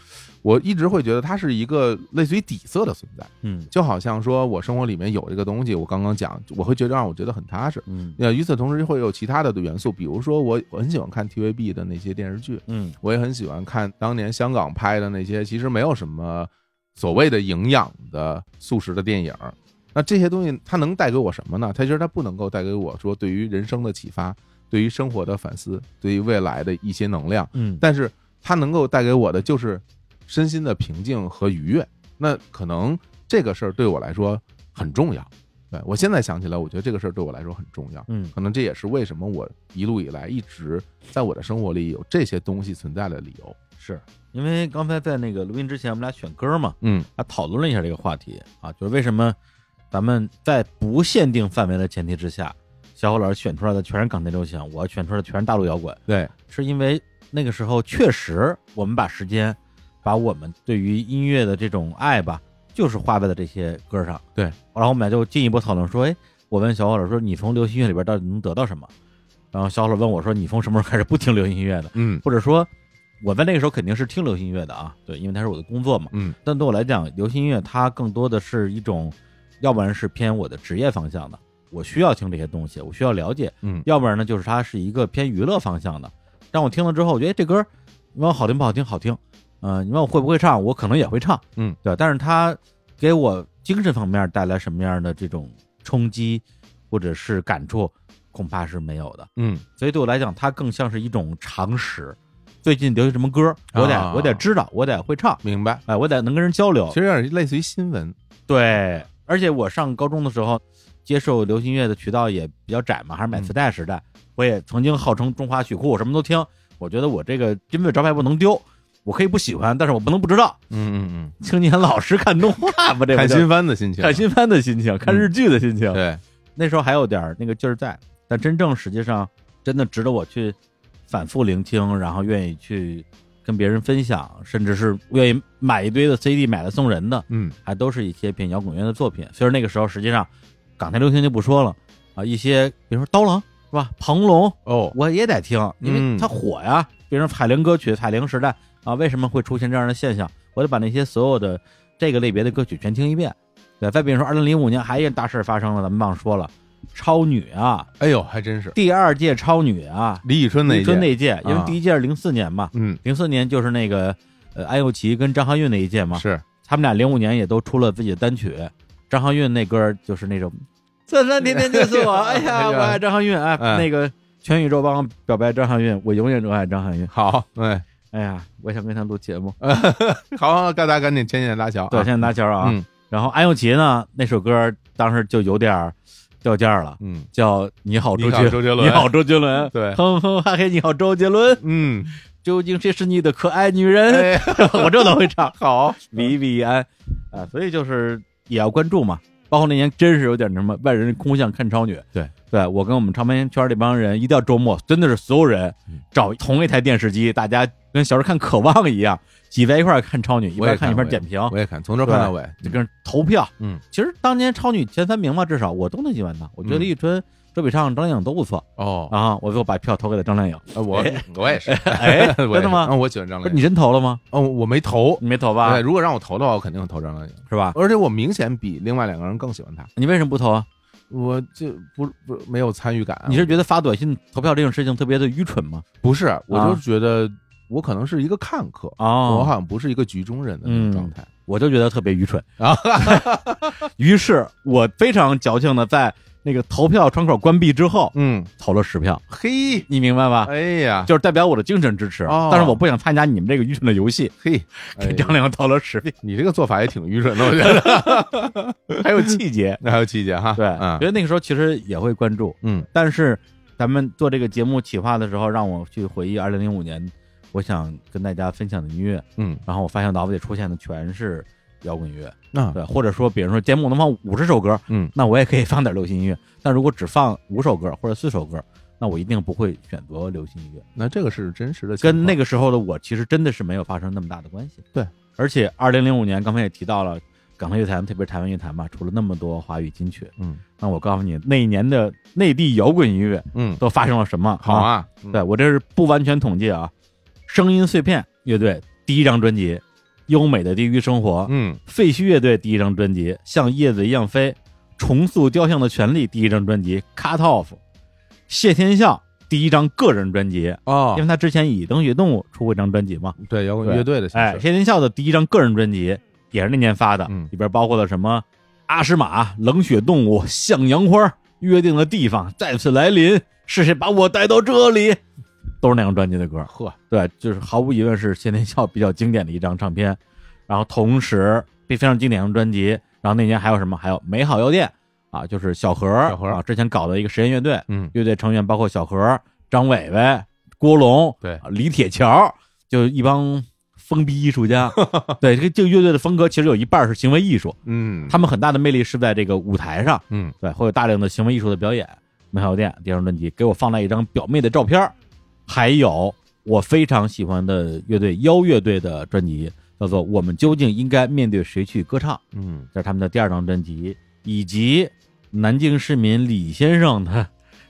Speaker 2: 我一直会觉得它是一个类似于底色的存在，
Speaker 1: 嗯
Speaker 2: 就好像说我生活里面有这个东西，我刚刚讲，我会觉得让我觉得很踏实。
Speaker 1: 嗯
Speaker 2: 那与此同时，会有其他的元素，比如说我我很喜欢看 TVB 的那些电视剧，
Speaker 1: 嗯
Speaker 2: 我也很喜欢看当年香港拍的那些其实没有什么所谓的营养的素食的电影儿。那这些东西它能带给我什么呢？它其实它不能够带给我说对于人生的启发，对于生活的反思，对于未来的一些能量。
Speaker 1: 嗯，
Speaker 2: 但是它能够带给我的就是身心的平静和愉悦。那可能这个事儿对我来说很重要。对我现在想起来，我觉得这个事儿对我来说很重要。
Speaker 1: 嗯
Speaker 2: 可能这也是为什么我一路以来一直在我的生活里有这些东西存在的理由。
Speaker 1: 是因为刚才在那个录音之前，我们俩选歌嘛，
Speaker 2: 嗯
Speaker 1: 啊，讨论了一下这个话题啊，就是为什么咱们在不限定范围的前提之下，小虎老师选出来的全是港台流行，我选出来的全是大陆摇滚，
Speaker 2: 对，
Speaker 1: 是因为那个时候确实我们把时间，把我们对于音乐的这种爱吧，就是花在了这些歌上。
Speaker 2: 对
Speaker 1: 然后我们俩就进一步讨论说，哎，我问小虎老师说，你从流行音乐里边到底能得到什么？然后小虎老师问我说，你从什么时候开始不听流行音乐的？
Speaker 2: 嗯
Speaker 1: 或者说，我在那个时候肯定是听流行音乐的啊，对，因为它是我的工作嘛。
Speaker 2: 嗯
Speaker 1: 但对我来讲，流行音乐它更多的是一种，要不然是偏我的职业方向的，我需要听这些东西，我需要了解；
Speaker 2: 嗯
Speaker 1: 要不然呢，就是它是一个偏娱乐方向的。让我听了之后，我觉得哎这歌，你问我好听不好听？好听。呃，你问我会不会唱，我可能也会唱，
Speaker 2: 嗯，
Speaker 1: 对吧，但是它给我精神方面带来什么样的这种冲击或者是感触，恐怕是没有的。
Speaker 2: 嗯
Speaker 1: 所以对我来讲，它更像是一种常识。最近流行什么歌，我得、
Speaker 2: 啊
Speaker 1: 我得知道，我得会唱，
Speaker 2: 明白。
Speaker 1: 哎，我得能跟人交流
Speaker 2: 其。实有点类似于新闻，
Speaker 1: 对，而且我上高中的时候，接受流行乐的渠道也比较窄嘛，还
Speaker 2: 嗯
Speaker 1: 是买磁带时代。我也曾经号称中华曲库，我什么都听。我觉得我这个音乐招牌不能丢，我可以不喜欢，但是我不能不知道。
Speaker 2: 嗯嗯
Speaker 1: 青年老师看动画吧，这不
Speaker 2: 嗯，看
Speaker 1: 就
Speaker 2: 新番的心情，
Speaker 1: 看新番的心情，看日剧的心情。
Speaker 2: 对，
Speaker 1: 那时候还有点儿那个劲儿在，但真正实际上真的值得我去反复聆听，然后愿意去跟别人分享，甚至是愿意买一堆的 CD 买来送人的，
Speaker 2: 嗯
Speaker 1: 还都是一些偏摇滚乐的作品。虽然那个时候实际上港台流行就不说了啊，一些比如说刀郎是吧，庞龙
Speaker 2: 哦，
Speaker 1: 我也得听，因
Speaker 2: 嗯
Speaker 1: 为它火呀。比如说海陵歌曲、海陵时代啊，为什么会出现这样的现象？我得把那些所有的这个类别的歌曲全听一遍。对，再比如说，二零零五年还有一件大事儿发生了，咱们忘说了，超女啊，
Speaker 2: 哎呦，还真是
Speaker 1: 第二届超女啊，
Speaker 2: 李宇春那一
Speaker 1: 李
Speaker 2: 届
Speaker 1: 春那一届，因为
Speaker 2: 啊
Speaker 1: 第一届是零四年嘛，
Speaker 2: 嗯
Speaker 1: 零四年就是那个呃安又琪跟张含韵那一届嘛，
Speaker 2: 是
Speaker 1: 他们俩零五年也都出了自己的单曲，张含韵那歌儿就是那种“这三天天就是 (laughs) 我”，哎呀，我爱张含韵啊，
Speaker 2: 嗯
Speaker 1: 那个全宇宙帮我表白张含韵，我永远热爱张含韵。
Speaker 2: 好，哎，
Speaker 1: 哎呀，我想跟她录节目，
Speaker 2: 好，大家赶紧牵线搭桥啊，
Speaker 1: 对，现在搭桥啊。
Speaker 2: 嗯
Speaker 1: 然后安又琪呢，那首歌儿当时就有点儿掉价儿了，
Speaker 2: 嗯，
Speaker 1: 叫《你好哦周
Speaker 2: 你好
Speaker 1: 杰
Speaker 2: 周杰伦
Speaker 1: 你好周杰伦，
Speaker 2: (laughs)
Speaker 1: (laughs)
Speaker 2: 对
Speaker 1: 哼哼哈嘿，你好周杰伦，
Speaker 2: 嗯，
Speaker 1: 究竟谁是你的可爱女人？
Speaker 2: 哎，
Speaker 1: (laughs) 我这都会唱。
Speaker 2: 好，
Speaker 1: 维维安啊，所以就是也要关注嘛。包括那年真是有点什么外人空巷看超女，
Speaker 2: 对
Speaker 1: 对，我跟我们唱片圈这帮人一定要周末，真的是所有人
Speaker 2: 嗯
Speaker 1: 找同一台电视机，大家跟小时候看《渴望》一样，挤在一块儿看超女，一
Speaker 2: 我也
Speaker 1: 边看一
Speaker 2: 看
Speaker 1: 边
Speaker 2: 我也
Speaker 1: 点评，
Speaker 2: (laughs) 我也看，从头看到尾，
Speaker 1: 就跟人投票。
Speaker 2: 嗯，
Speaker 1: 其实当年超女前三名嘛，至少我都能喜欢她，我觉得
Speaker 2: 嗯
Speaker 1: 李宇春、周笔畅、张靓颖都不错
Speaker 2: 哦，
Speaker 1: 啊，我就把票投给了张
Speaker 2: (laughs)
Speaker 1: 靓颖。
Speaker 2: 啊我我也是，
Speaker 1: 哎
Speaker 2: (laughs) 我
Speaker 1: 真
Speaker 2: 也是
Speaker 1: 的吗
Speaker 2: 嗯我喜欢张
Speaker 1: 不是
Speaker 2: 靓
Speaker 1: 你
Speaker 2: 颖，
Speaker 1: 真投了吗？
Speaker 2: 哦，我没投，
Speaker 1: 你没投啊吧
Speaker 2: 对，？如果让我投的话，我肯定会投张靓颖，
Speaker 1: 是吧？
Speaker 2: 而且我明显比另外两个人更喜欢她，
Speaker 1: 你为什么不投啊？
Speaker 2: 我就不不没有参与感，啊
Speaker 1: 啊你是觉得发短信投票这种事情特别的愚蠢吗？
Speaker 2: 不是？我
Speaker 1: 啊
Speaker 2: 就觉得我可能是一个看客，
Speaker 1: 哦嗯
Speaker 2: 我好像不是一个局中人的那种状态。
Speaker 1: 我就觉得特别愚蠢 (laughs)
Speaker 2: 啊。
Speaker 1: 于是我非常矫情的在那个投票窗口关闭之后
Speaker 2: 嗯，
Speaker 1: 投了十票，
Speaker 2: 嘿，
Speaker 1: 你明白吧？
Speaker 2: 哎呀，
Speaker 1: 就是代表我的精神支持，
Speaker 2: 哦
Speaker 1: 但是我不想参加你们这个愚蠢的游戏。
Speaker 2: 嘿，哎
Speaker 1: 给张良投了 (laughs) 十票，
Speaker 2: 你这个做法也挺愚蠢的，我觉得。 (laughs)
Speaker 1: 还有气节。
Speaker 2: 那还有季节哈，
Speaker 1: 对，
Speaker 2: 嗯
Speaker 1: 觉得那个时候其实也会关注，
Speaker 2: 嗯
Speaker 1: 但是咱们做这个节目企划的时候，让我去回忆二零零五年，我想跟大家分享的音乐，
Speaker 2: 嗯，
Speaker 1: 然后我发现脑子里出现的全是摇滚乐，
Speaker 2: 那
Speaker 1: 对，或者说，比如说节目能放五十首歌，
Speaker 2: 啊嗯，
Speaker 1: 那我也可以放点流行音乐。但如果只放五首歌或者四首歌，那我一定不会选择流行音乐。
Speaker 2: 那这个是真实的情况，
Speaker 1: 跟那个时候的我其实真的是没有发生那么大的关系。
Speaker 2: 对，
Speaker 1: 而且二零零五年刚才也提到了港台乐坛，特别是台湾乐坛嘛，出了那么多华语金曲。
Speaker 2: 嗯
Speaker 1: 那我告诉你，那一年的内地摇滚音乐
Speaker 2: 嗯
Speaker 1: 都发生了什么？
Speaker 2: 好
Speaker 1: 啊，
Speaker 2: 啊，嗯
Speaker 1: 对我这是不完全统计啊。声音碎片乐队第一张专辑《优美的地狱生活》，
Speaker 2: 嗯
Speaker 1: 废墟乐队第一张专辑《像叶子一样飞》，重塑雕像的权利第一张专辑《Cut Off》，谢天笑第一张个人专辑，因
Speaker 2: 哦
Speaker 1: 为，他之前以《冷血动物》出过一张专辑嘛。
Speaker 2: 对摇滚
Speaker 1: 对
Speaker 2: 乐队的形
Speaker 1: 哎，
Speaker 2: 式，
Speaker 1: 谢天笑的第一张个人专辑也是那年发的，
Speaker 2: 嗯
Speaker 1: 里边包括了什么《阿诗玛》《冷血动物》《向阳花》《约定的地方》《再次来临》《是谁把我带到这里》，都是那张专辑的歌。
Speaker 2: 呵，
Speaker 1: 对，就是毫无疑问是谢天笑比较经典的一张唱片，然后同时被非常经典的专辑，然后那年还有什么？还有《美好药店》啊，就是小何
Speaker 2: 小何
Speaker 1: 啊之前搞的一个实验乐队，
Speaker 2: 嗯
Speaker 1: 乐队成员包括小何、张伟伟、郭龙、
Speaker 2: 对
Speaker 1: 啊李铁桥，就一帮疯逼艺术
Speaker 2: (laughs)
Speaker 1: 家。对，这个这个乐队的风格其实有一半是行为艺术，
Speaker 2: 嗯，
Speaker 1: 他们很大的魅力是在这个舞台上，
Speaker 2: 嗯
Speaker 1: 对，会有大量的行为艺术的表演。美好店第二张专辑给我放了一张表妹的照片儿，还有我非常喜欢的乐队妖乐队的专辑，叫做《我们究竟应该面对谁去歌唱》，
Speaker 2: 嗯
Speaker 1: 这是他们的第二张专辑，以及南京市民李先生的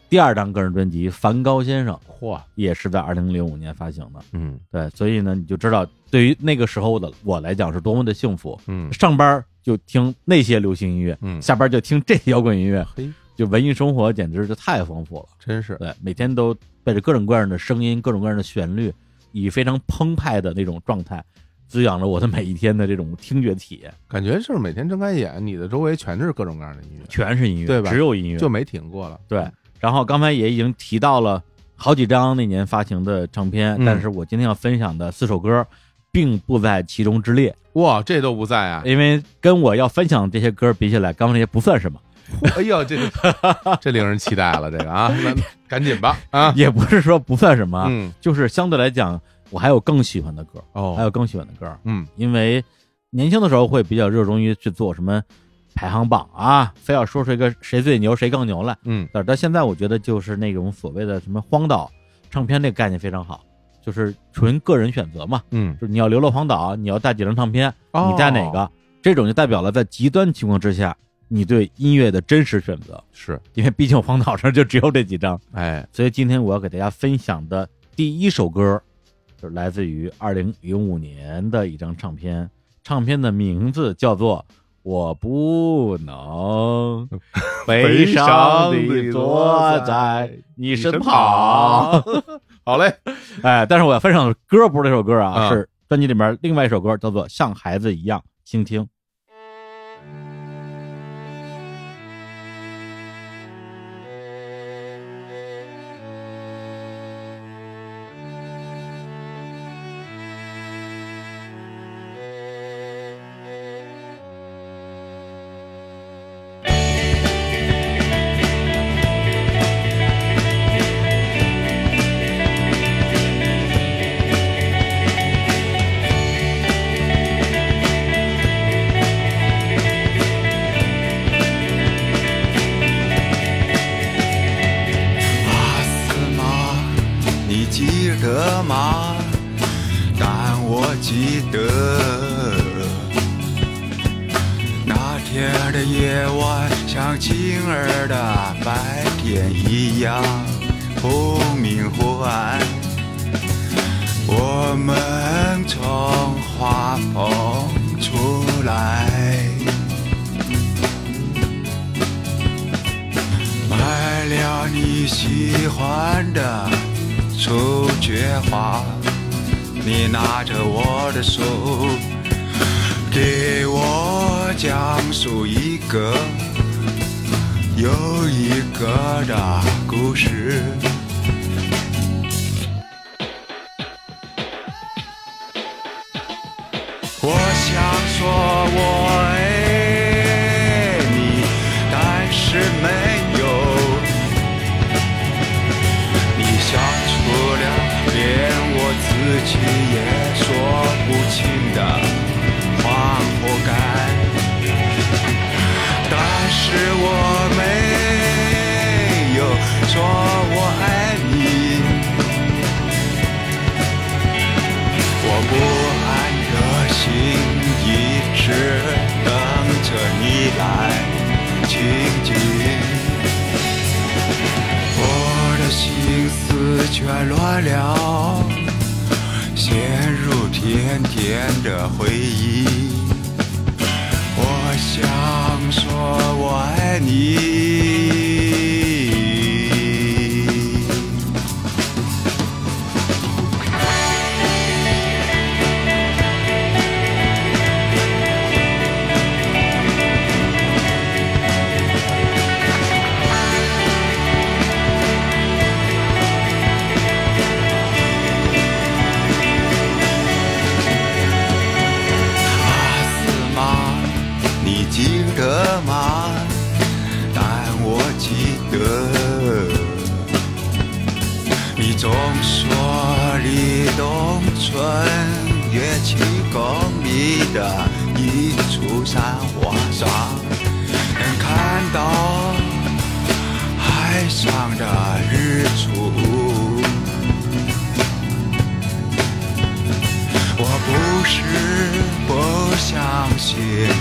Speaker 1: 第二张个人专辑《梵高先生》，嚯，也是在二零零五年发行的。
Speaker 2: 嗯
Speaker 1: 对，所以呢，你就知道对于那个时候的我来讲是多么的幸福。
Speaker 2: 嗯
Speaker 1: 上班就听那些流行音乐，
Speaker 2: 嗯，
Speaker 1: 下班就听这摇滚音乐，
Speaker 2: 嘿，
Speaker 1: 就文艺生活简直就太丰富了。
Speaker 2: 真是
Speaker 1: 对，每天都背着各种各样的声音、各种各样的旋律，以非常澎湃的那种状态，滋养着我的每一天的这种听觉体验，
Speaker 2: 感觉是每天睁开眼，你的周围全是各种各样的音乐，
Speaker 1: 全是音乐，
Speaker 2: 对吧
Speaker 1: 只有音乐，
Speaker 2: 就没停过了。
Speaker 1: 对。然后刚才也已经提到了好几张那年发行的唱片，
Speaker 2: 嗯
Speaker 1: 但是我今天要分享的四首歌，并不在其中之列，
Speaker 2: 哇，这都不在啊！
Speaker 1: 因为跟我要分享这些歌比起来，刚刚那些不算什么，
Speaker 2: 哎呦，这
Speaker 1: (laughs)
Speaker 2: 这令人期待了，这个啊，那赶紧吧啊！
Speaker 1: 也不是说不算什么啊，
Speaker 2: 嗯，
Speaker 1: 就是相对来讲，我还有更喜欢的歌，还
Speaker 2: 哦，
Speaker 1: 有更喜欢的歌，
Speaker 2: 嗯，
Speaker 1: 因为年轻的时候会比较热衷于去做什么排行榜啊，非要说出一个谁最牛谁更牛来。
Speaker 2: 嗯，
Speaker 1: 但是到现在，我觉得就是那种所谓的什么荒岛唱片这个概念非常好，就是纯个人选择嘛，
Speaker 2: 嗯，
Speaker 1: 就是你要流落荒岛，你要带几张唱片，
Speaker 2: 哦
Speaker 1: 你带哪个，这种就代表了在极端情况之下你对音乐的真实选择，
Speaker 2: 是，
Speaker 1: 因为毕竟荒岛上就只有这几张。
Speaker 2: 哎，
Speaker 1: 所以今天我要给大家分享的第一首歌，就是来自于二零零五年的一张唱片，唱片的名字叫做《我不 (laughs) 能悲伤地坐在你身旁》。
Speaker 2: 好嘞，
Speaker 1: (laughs) 哎，但是我要分享的歌不是这首歌啊，
Speaker 2: 嗯
Speaker 1: 是专辑里面另外一首歌，叫做《像孩子一样倾听》。
Speaker 7: 阿斯玛，你记得吗？但我记得那天的夜晚，像今儿的白天一样忽明忽暗。我们从花棚出来。买了你喜欢的丑菊花，你拿着我的手，给我讲述一个又一个的故事。我想说我爱你，但是没有。你想出了连我自己也说不清的荒漠感，但是我没有说我爱你。我不安的心一直等着你来亲近，我的心思全乱了，陷入甜甜的回忆。我想说我爱你。阿斯玛，你记得吗？但我记得，你总说李东春乐器公里的一处山花上，能看到海上的日出。我不是不相信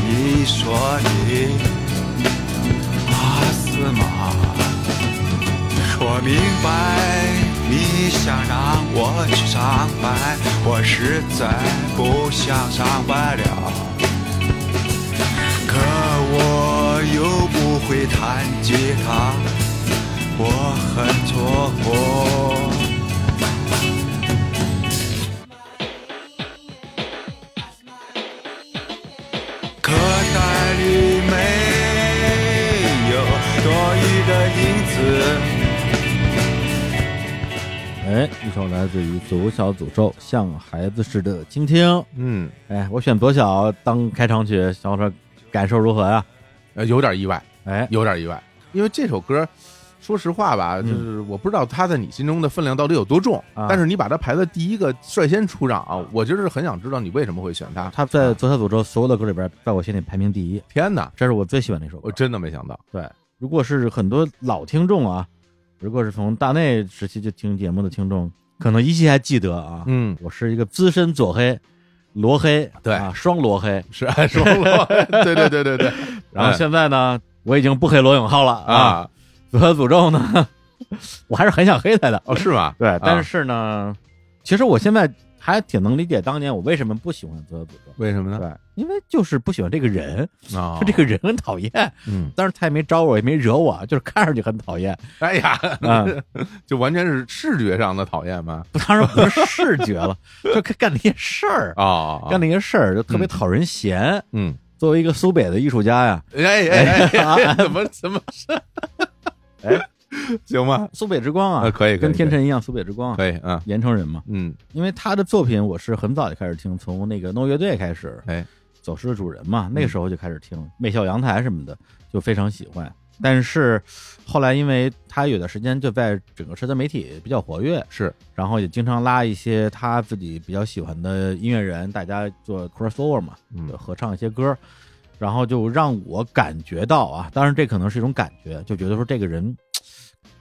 Speaker 7: 你说你阿斯玛，我明白你想让我去上班，我实在不想上班了，可我又不会弹吉他，我很错惑。你的影子。
Speaker 1: 哎，一首来自于左小诅咒《像孩子似的倾听》。
Speaker 2: 嗯，
Speaker 1: 哎，我选左小当开场曲，小伙说感受如何呀、
Speaker 2: 呃有点意外，
Speaker 1: 哎，
Speaker 2: 有点意外，因为这首歌，说实话吧，
Speaker 1: 嗯
Speaker 2: 就是我不知道它在你心中的分量到底有多重，
Speaker 1: 啊
Speaker 2: 但是你把它排在第一个率先出场啊，我就是很想知道你为什么会选它。
Speaker 1: 他在左小诅咒所有的歌里边，在我心里排名第一，
Speaker 2: 天哪，
Speaker 1: 这是我最喜欢的一首歌
Speaker 2: 我。真的没想到，啊
Speaker 1: 对，如果是很多老听众啊，如果是从大内时期就听节目的听众，可能依稀还记得啊。
Speaker 2: 嗯，
Speaker 1: 我是一个资深左黑、罗黑，
Speaker 2: 对嗯
Speaker 1: 啊，双罗黑。
Speaker 2: 是按说了，对对对对对，
Speaker 1: (laughs)
Speaker 2: 啊
Speaker 1: 然后现在呢，我已经不黑罗永浩了
Speaker 2: 哎啊，
Speaker 1: 左小诅咒呢， (laughs) 我还是很想黑他的。
Speaker 2: 哦是吗？
Speaker 1: 对
Speaker 2: 啊，
Speaker 1: 但是呢，其实我现在还挺能理解当年我为什么不喜欢左小诅咒。
Speaker 2: 为什么
Speaker 1: (laughs)
Speaker 2: 呢？
Speaker 1: 对，因为就是不喜欢这个人，
Speaker 2: 啊
Speaker 1: 就这个人很讨厌。
Speaker 2: 嗯，
Speaker 1: 当时他也没招我，也没惹我，啊就是看上去很讨
Speaker 2: (laughs)
Speaker 1: 厌。
Speaker 2: 哎呀，
Speaker 1: 啊
Speaker 2: 就完全是视觉上的讨厌吗？
Speaker 1: 不，当然不是视觉了，就干干那些事儿，
Speaker 2: 啊，
Speaker 1: 干那些事儿就特别讨人嫌。
Speaker 2: 嗯，
Speaker 1: 作为一个苏北的艺术家呀，
Speaker 2: 哎哎哎， (laughs) 怎么怎么
Speaker 1: (laughs)
Speaker 2: 是？哎， (laughs) 行吧，
Speaker 1: 苏北之光啊，
Speaker 2: 啊可以可以
Speaker 1: 跟天辰一样，苏北之光啊，
Speaker 2: 可以啊，
Speaker 1: 盐城人嘛。
Speaker 2: 嗯
Speaker 1: 因为他的作品我是很早就开始听，从那个弄乐队开始，
Speaker 2: 哎，
Speaker 1: 走失的主人嘛，那个时候就开始听《媚笑阳台》什么的，就非常喜欢。但是后来，因为他有段时间就在整个社交媒体比较活跃，
Speaker 2: 是，
Speaker 1: 然后也经常拉一些他自己比较喜欢的音乐人，大家做 crossover 嘛，
Speaker 2: 嗯
Speaker 1: 就合唱一些歌，然后就让我感觉到啊，当然这可能是一种感觉，就觉得说这个人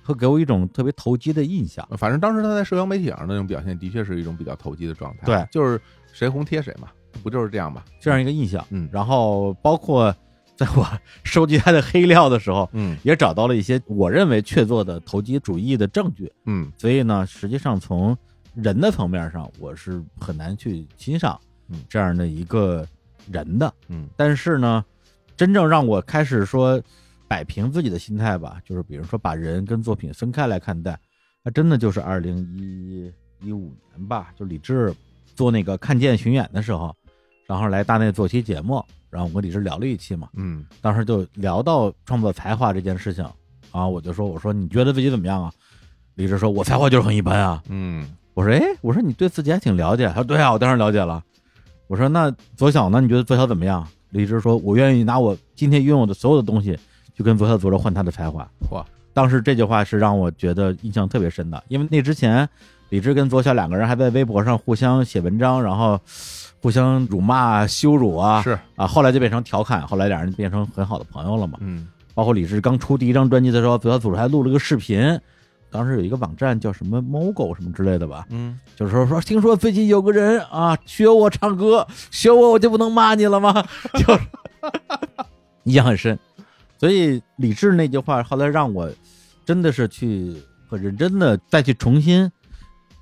Speaker 1: 会给我一种特别投机的印象。
Speaker 2: 反正当时他在社交媒体上的那种表现，的确是一种比较投机的状态。
Speaker 1: 对
Speaker 2: 就是谁红贴谁嘛，不就是这样嘛？
Speaker 1: 这样一个印象。
Speaker 2: 嗯
Speaker 1: 然后包括在我收集他的黑料的时候，
Speaker 2: 嗯
Speaker 1: 也找到了一些我认为确凿的投机主义的证据。
Speaker 2: 嗯
Speaker 1: 所以呢，实际上从人的层面上，我是很难去欣赏
Speaker 2: 嗯
Speaker 1: 这样的一个人的。
Speaker 2: 嗯
Speaker 1: 但是呢，真正让我开始说摆平自己的心态吧，就是比如说把人跟作品分开来看待，那真的就是二零一一五年吧，就李志做那个看见巡演的时候，然后来大内做期节目，然后我跟李志聊了一期嘛，
Speaker 2: 嗯
Speaker 1: 当时就聊到创作才华这件事情啊，我就说我说你觉得自己怎么样啊？李志说：“我才华就是很一般啊。
Speaker 2: 嗯”
Speaker 1: 我说：“哎，我说你对自己还挺了解。”他说：“对啊，我当然了解了。”我说：“那左小呢？你觉得左小怎么样？”李志说：“我愿意拿我今天拥有的所有的东西，去跟左小左手换他的才华。”
Speaker 2: 哇！
Speaker 1: 当时这句话是让我觉得印象特别深的，因为那之前李志跟左小两个人还在微博上互相写文章，然后互相辱骂、羞辱啊，
Speaker 2: 是
Speaker 1: 啊，后来就变成调侃，后来两人变成很好的朋友了嘛。
Speaker 2: 嗯
Speaker 1: 包括李志刚出第一张专辑的时候，左小组还录了个视频，当时有一个网站叫什么 Mogo 什么之类的吧，
Speaker 2: 嗯
Speaker 1: 就是说说听说最近有个人啊学我唱歌，学我我就不能骂你了吗？ (laughs) 就是印象很深，所以李志那句话后来让我真的是去很认真的再去重新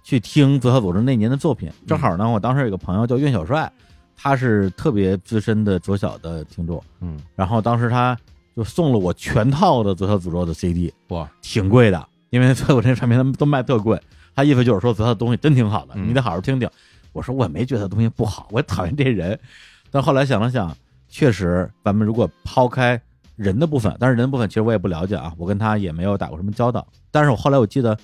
Speaker 1: 去听左小诅咒那年的作品。正好呢，我当时有个朋友叫苑小帅，他是特别资深的左小的听众，
Speaker 2: 嗯
Speaker 1: 然后当时他就送了我全套的《左小诅咒》的 CD，
Speaker 2: 哇，
Speaker 1: 挺贵的，因为所有这些唱片他们都卖特贵。他意思就是说，左小的东西真挺好的，
Speaker 2: 嗯
Speaker 1: 你得好好听听。我说我也没觉得东西不好，我也讨厌这人。但后来想了想，确实，咱们如果抛开人的部分，但是人的部分其实我也不了解啊，我跟他也没有打过什么交道。但是我后来我记得，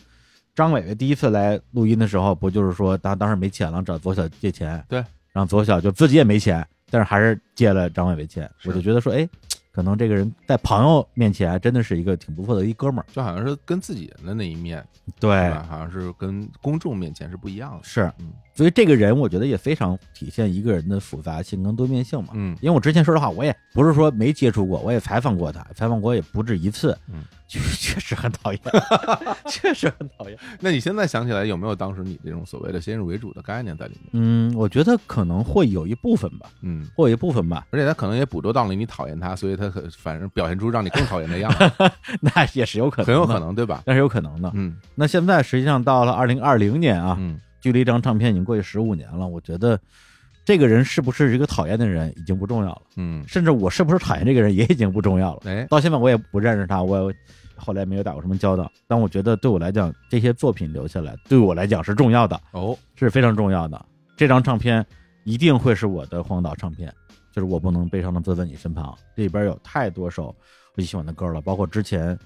Speaker 1: 张伟伟第一次来录音的时候，不就是说他当时没钱了，找左小借钱，
Speaker 2: 对，
Speaker 1: 然后左小就自己也没钱，但是还是借了张伟伟钱。
Speaker 2: 是
Speaker 1: 我就觉得说，哎，可能这个人在朋友面前真的是一个挺不错的一哥们儿，
Speaker 2: 就好像是跟自己人的那一面，
Speaker 1: 对
Speaker 2: 是吧？好像是跟公众面前是不一样的。
Speaker 1: 哎是
Speaker 2: 嗯，
Speaker 1: 所以这个人我觉得也非常体现一个人的复杂性跟多面性嘛。
Speaker 2: 嗯
Speaker 1: 因为我之前说实话，我也不是说没接触过，我也采访过他，采访过也不止一次，
Speaker 2: 嗯
Speaker 1: 确确实很讨厌， (laughs) 确实很讨
Speaker 2: (laughs)
Speaker 1: 厌。
Speaker 2: 那你现在想起来有没有当时你这种所谓的先入为主的概念在里面？
Speaker 1: 嗯，我觉得可能会有一部分吧，
Speaker 2: 嗯。
Speaker 1: 会有一部分吧， (laughs)
Speaker 2: 而且他可能也捕捉到了你讨厌他，所以他可反正表现出让你更讨厌的样子，
Speaker 1: (laughs) 那也是有可能，
Speaker 2: 很有可，能，对吧？
Speaker 1: 但是有可能的。
Speaker 2: 嗯
Speaker 1: 那现在实际上到了二零二零年啊，
Speaker 2: 嗯
Speaker 1: 距离一张唱片已经过去十五年了，我觉得这个人是不是一个讨厌的人已经不重要了，
Speaker 2: 嗯，
Speaker 1: 甚至我是不是讨厌这个人也已经不重要了。
Speaker 2: 哎，
Speaker 1: 到现在我也不认识他，我也后来没有打过什么交道。但我觉得对我来讲，这些作品留下来对我来讲是重要的，
Speaker 2: 哦，
Speaker 1: 是非常重要的。这张唱片一定会是我的荒岛唱片，就是我不能悲伤的坐在你身旁。这里边有太多首我喜欢的歌了，包括之前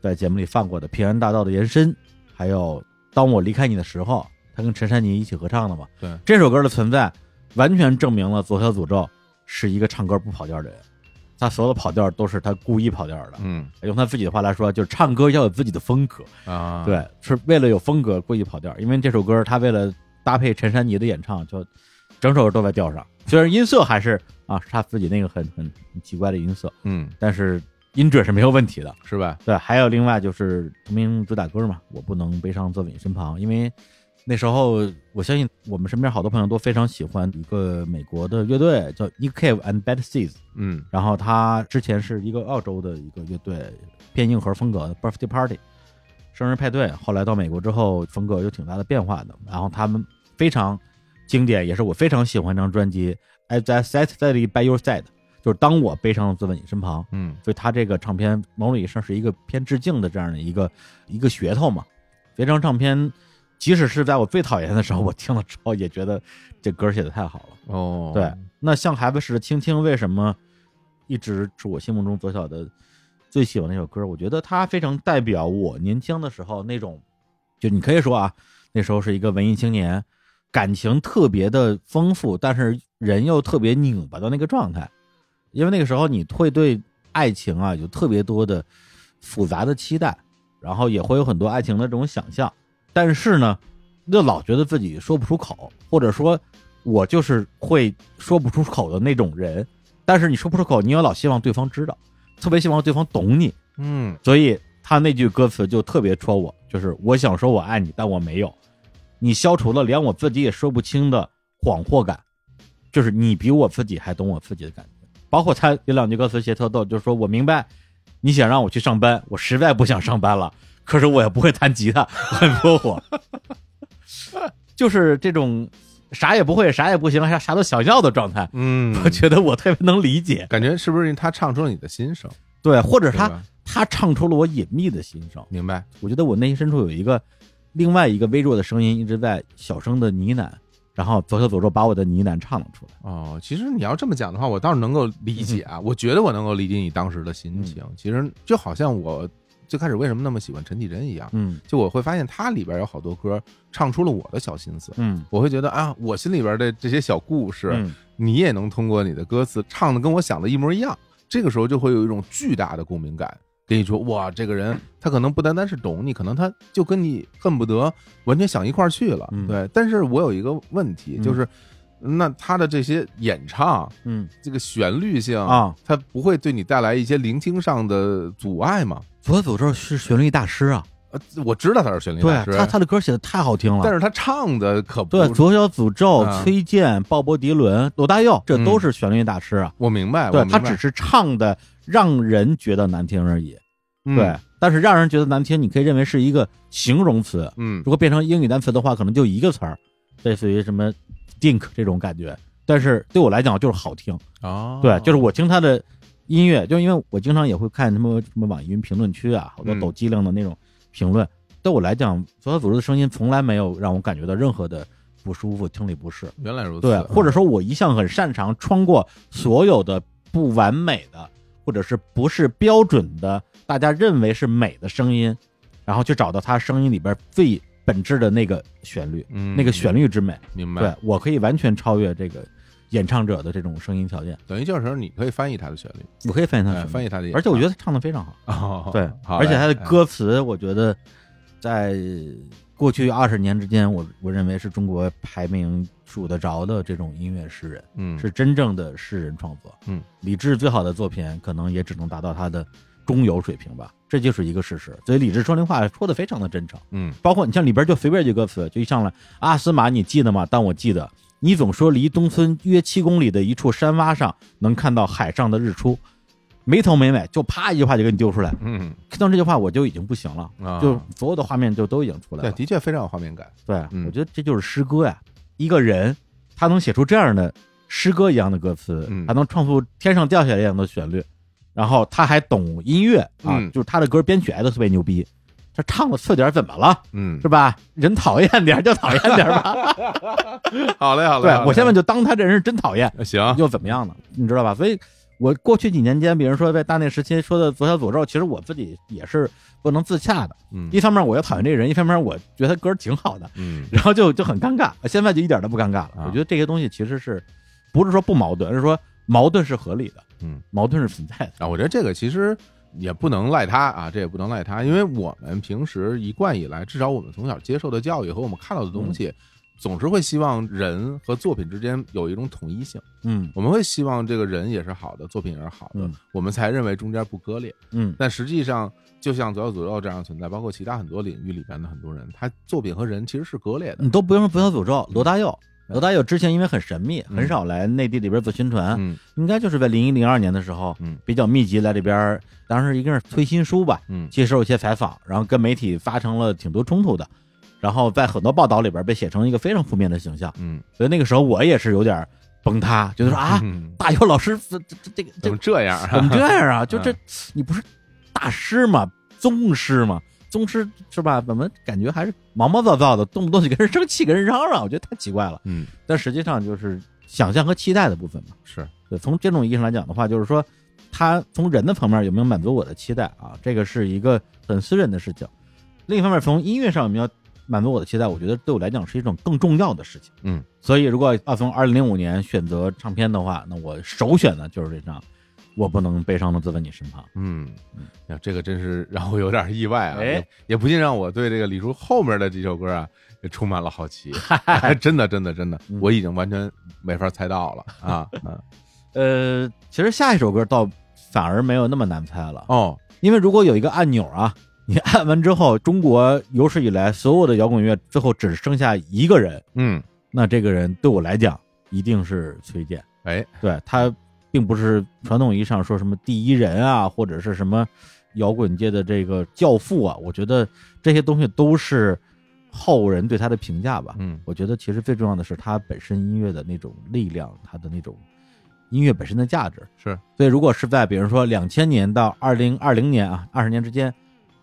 Speaker 1: 在节目里放过的《平安大道》的延伸，还有《当我离开你的时候》，他跟陈珊妮一起合唱的嘛。
Speaker 2: 对，
Speaker 1: 这首歌的存在完全证明了左小诅咒是一个唱歌不跑调的人，他所有的跑调都是他故意跑调的。
Speaker 2: 嗯
Speaker 1: 用他自己的话来说，就是唱歌要有自己的风格，
Speaker 2: 啊，，
Speaker 1: 对，是为了有风格故意跑调。因为这首歌他为了搭配陈珊妮的演唱，就整首都在调上，虽然音色还是啊是他自己那个很很很奇怪的音色，
Speaker 2: 嗯，
Speaker 1: 但是音准是没有问题的。
Speaker 2: 是吧？
Speaker 1: 对，还有另外就是同名主打歌嘛，我不能悲伤坐在你身旁，因为那时候我相信我们身边好多朋友都非常喜欢一个美国的乐队叫 E Cave and Bad Seeds，
Speaker 2: 嗯
Speaker 1: 然后他之前是一个澳洲的一个乐队，偏硬核风格的 Birthday Party 生日派对，后来到美国之后风格有挺大的变化的，然后他们非常经典，也是我非常喜欢一张专辑《As I Sat Sadly by Your Side》，就是当我悲伤地坐在你身旁。
Speaker 2: 嗯
Speaker 1: 所以他这个唱片某种意义上是一个偏致敬的这样的一个一个噱头嘛。这张唱片，即使是在我最讨厌的时候，我听了之后也觉得这歌写的太好了。
Speaker 2: 哦，
Speaker 1: 对，那像孩子似的青青，为什么一直是我心目中左小的最喜欢的一首歌？我觉得它非常代表我年轻的时候那种，就你可以说啊，那时候是一个文艺青年，感情特别的丰富，但是人又特别拧巴的那个状态。因为那个时候你会对爱情啊有特别多的复杂的期待，然后也会有很多爱情的这种想象，但是呢，又老觉得自己说不出口，或者说，我就是会说不出口的那种人。但是你说不出口，你又老希望对方知道，特别希望对方懂你，
Speaker 2: 嗯
Speaker 1: 所以他那句歌词就特别戳我，就是我想说我爱你，但我没有。你消除了连我自己也说不清的恍惚感，就是你比我自己还懂我自己的感觉。包括他有两句歌词写特逗，就是说我明白你想让我去上班，我实在不想上班了，可是我也不会弹吉他，我很窝火。 (laughs) 就是这种啥也不会、啥也不行、啥啥都想要的状态，
Speaker 2: (laughs) 嗯，
Speaker 1: 我觉得我特别能理解。
Speaker 2: 感觉是不是他唱出了你的心声？
Speaker 1: 对，或者
Speaker 2: 对
Speaker 1: 他
Speaker 2: 吧
Speaker 1: 他唱出了我隐秘的心声。
Speaker 2: 明白？
Speaker 1: 我觉得我内心深处有一个另外一个微弱的声音一直在小声的呢喃，然后左手左手把我的呢喃唱了出来。
Speaker 2: 哦，其实你要这么讲的话，我倒是能够理解啊。我觉得我能够理解你当时的心情。其实就好像我最开始为什么那么喜欢陈绮贞一样，
Speaker 1: 嗯
Speaker 2: 就我会发现她里边有好多歌唱出了我的小心思。
Speaker 1: 嗯
Speaker 2: 我会觉得啊，我心里边的这些小故事，
Speaker 1: 嗯
Speaker 2: 你也能通过你的歌词唱的跟我想的一模一样，这个时候就会有一种巨大的共鸣感。跟你说，哇，这个人他可能不单单是懂你，可能他就跟你恨不得完全想一块儿去了。
Speaker 1: 嗯
Speaker 2: 对，但是我有一个问题，
Speaker 1: 嗯
Speaker 2: 就是那他的这些演唱，
Speaker 1: 嗯，
Speaker 2: 这个旋律性
Speaker 1: 啊，
Speaker 2: 它不会对你带来一些聆听上的阻碍吗？
Speaker 1: 左手左手是旋律大师啊，
Speaker 2: 呃，我知道他是旋律
Speaker 1: 对
Speaker 2: 大
Speaker 1: 啊
Speaker 2: 师，
Speaker 1: 他他的歌写的太好听了。
Speaker 2: 但是他唱的可不
Speaker 1: 对，啊
Speaker 2: 是。
Speaker 1: 左小诅咒、
Speaker 2: 啊
Speaker 1: 崔健、鲍勃迪伦、罗大佑，这都是旋律大师啊。
Speaker 2: 我明白，我
Speaker 1: 对
Speaker 2: 明
Speaker 1: 他
Speaker 2: 白
Speaker 1: 只是唱的让人觉得难听而已。对，，但是让人觉得难听，你可以认为是一个形容词。
Speaker 2: 嗯
Speaker 1: 如果变成英语单词的话，可能就一个词儿，类似于什么 “dink” 这种感觉。但是对我来讲就是好听，
Speaker 2: 嗯，哦，
Speaker 1: 对，就是我听他的音乐，就因为我经常也会看什么什么网易云评论区啊，好多
Speaker 2: 嗯
Speaker 1: 抖机灵的那种评论。对我来讲，左小诅咒的声音从来没有让我感觉到任何的不舒服、听力不适。
Speaker 2: 原来如此，
Speaker 1: 对，或者说我一向很擅长穿过所有的不完美的，或者是不是标准的，大家认为是美的声音，然后去找到它声音里边最本质的那个旋律，
Speaker 2: 嗯
Speaker 1: 那个旋律之美。
Speaker 2: 明白，
Speaker 1: 对我可以完全超越这个演唱者的这种声音条件，
Speaker 2: 等于就是说你可以翻译他的旋律，
Speaker 1: 我可以翻译它
Speaker 2: 哎，翻译他的演
Speaker 1: 嗯
Speaker 2: 唱，
Speaker 1: 而且我觉得他唱的非常好。
Speaker 2: (laughs) 哦，
Speaker 1: 对，
Speaker 2: 好
Speaker 1: 而且
Speaker 2: 嘞
Speaker 1: 他的
Speaker 2: 哎
Speaker 1: 歌词，我觉得在过去二十年之间，我我认为是中国排名数得着的这种音乐诗人。
Speaker 2: 嗯
Speaker 1: 是真正的诗人创作。
Speaker 2: 嗯，
Speaker 1: 李志最好的作品可能也只能达到他的中游水平吧，这就是一个事实。所以李志说那话说的非常的真诚，
Speaker 2: 嗯
Speaker 1: 包括你像里边就随便一句歌词，就一上来阿斯玛，你记得吗？但我记得，你总说离东村约七公里的一处山洼上能看到海上的日出，没头没尾，就啪一句话就给你丢出来。
Speaker 2: 嗯
Speaker 1: 看到这句话我就已经不行了，
Speaker 2: 啊，
Speaker 1: 就所有的画面就都已经出来
Speaker 2: 对，
Speaker 1: 了。
Speaker 2: 的确非常有画面感，
Speaker 1: 对，
Speaker 2: 嗯
Speaker 1: 我觉得这就是诗歌呀。一个人他能写出这样的诗歌一样的歌词，
Speaker 2: 嗯
Speaker 1: 他能创作天上掉下来一样的旋律，然后他还懂音乐啊，
Speaker 2: 嗯
Speaker 1: 就是他的歌编曲还都特别牛逼。他唱的次点儿怎么了？
Speaker 2: 嗯
Speaker 1: 是，吧？人讨厌点儿就讨厌点儿吧。
Speaker 2: (laughs) 好嘞好
Speaker 1: 对
Speaker 2: 嘞，好嘞哎啊
Speaker 1: 我现在就当他这人是真讨厌，
Speaker 2: 行，
Speaker 1: 又怎么样呢？你知道吧？所以我过去几年间，比如说在大内时期说的左小诅咒，其实我自己也是不能自洽的。
Speaker 2: 嗯
Speaker 1: 一方面我又讨厌这个人，一方面我觉得他歌儿挺好的，
Speaker 2: 嗯
Speaker 1: 然后就就很尴尬。现在就一点都不尴尬了。
Speaker 2: 啊
Speaker 1: 我觉得这些东西其实是不是说不矛盾，而是说矛盾是合理的，
Speaker 2: 嗯，
Speaker 1: 矛盾是存在的。
Speaker 2: 啊，我觉得这个其实也不能赖他啊，这也不能赖他，因为我们平时一贯以来，至少我们从小接受的教育和我们看到的东西，
Speaker 1: 嗯
Speaker 2: 总是会希望人和作品之间有一种统一性，
Speaker 1: 嗯
Speaker 2: 我们会希望这个人也是好的，作品也是好的，
Speaker 1: 嗯
Speaker 2: 我们才认为中间不割裂。
Speaker 1: 嗯
Speaker 2: 但实际上，就像左小诅咒这样的存在，包括其他很多领域里边的很多人，他作品和人其实是割裂的。
Speaker 1: 嗯你都不用说不小诅咒，罗大佑，罗大佑之前因为很神秘，
Speaker 2: 嗯
Speaker 1: 很少来内地里边做宣传，
Speaker 2: 嗯
Speaker 1: 应该就是在零一零二年的时候，
Speaker 2: 嗯
Speaker 1: 比较密集来这边儿，当时应该是推新书吧，
Speaker 2: 嗯
Speaker 1: 接受一些采访，然后跟媒体发生了挺多冲突的，然后在很多报道里边被写成一个非常负面的形象，
Speaker 2: 嗯，
Speaker 1: 所以那个时候我也是有点崩塌，觉得说
Speaker 2: (laughs)
Speaker 1: 啊，
Speaker 2: 嗯
Speaker 1: 大佑老师这这这这
Speaker 2: 怎
Speaker 1: 这
Speaker 2: 么嗯这样啊？
Speaker 1: 怎么这样啊？就这你不是大师吗？宗师吗？宗师是吧？怎么感觉还是毛毛躁躁的，动不动就跟人生气，跟人嚷嚷，我觉得太奇怪了。
Speaker 2: 嗯，
Speaker 1: 但实际上就是想象和期待的部分嘛。
Speaker 2: (laughs) 是，
Speaker 1: 对，从这种意义上来讲的话，就是说，他从人的方面有没有满足我的期待啊？这个是一个很私人的事情。另一方面，从音乐上有没有满足我的期待，我觉得对我来讲是一种更重要的事情。
Speaker 2: 嗯，
Speaker 1: 所以如果要从二零零五年选择唱片的话，那我首选的就是这张《我不能悲伤的坐在你身旁》。
Speaker 2: 嗯，呀，这个真是让我有点意外啊，
Speaker 1: 哎
Speaker 2: 也也不禁让我对这个李叔后面的几首歌啊，也充满了好奇。哎真的，真的，真的，
Speaker 1: 嗯
Speaker 2: 我已经完全没法猜到了
Speaker 1: (laughs)
Speaker 2: 啊！嗯
Speaker 1: 呃，其实下一首歌倒反而没有那么难猜了，啊
Speaker 2: 哦，
Speaker 1: 因为如果有一个按钮啊，你按完之后，中国有史以来所有的摇滚乐最后只剩下一个人，
Speaker 2: 嗯，
Speaker 1: 那这个人对我来讲一定是崔健。
Speaker 2: 哎，
Speaker 1: 对他并不是传统意义上说什么第一人啊，或者是什么摇滚界的这个教父啊，我觉得这些东西都是后人对他的评价吧。
Speaker 2: 嗯
Speaker 1: 我觉得其实最重要的是他本身音乐的那种力量，他的那种音乐本身的价值。
Speaker 2: 是，
Speaker 1: 所以如果是在比如说两千年到二零二零年啊，二十年之间，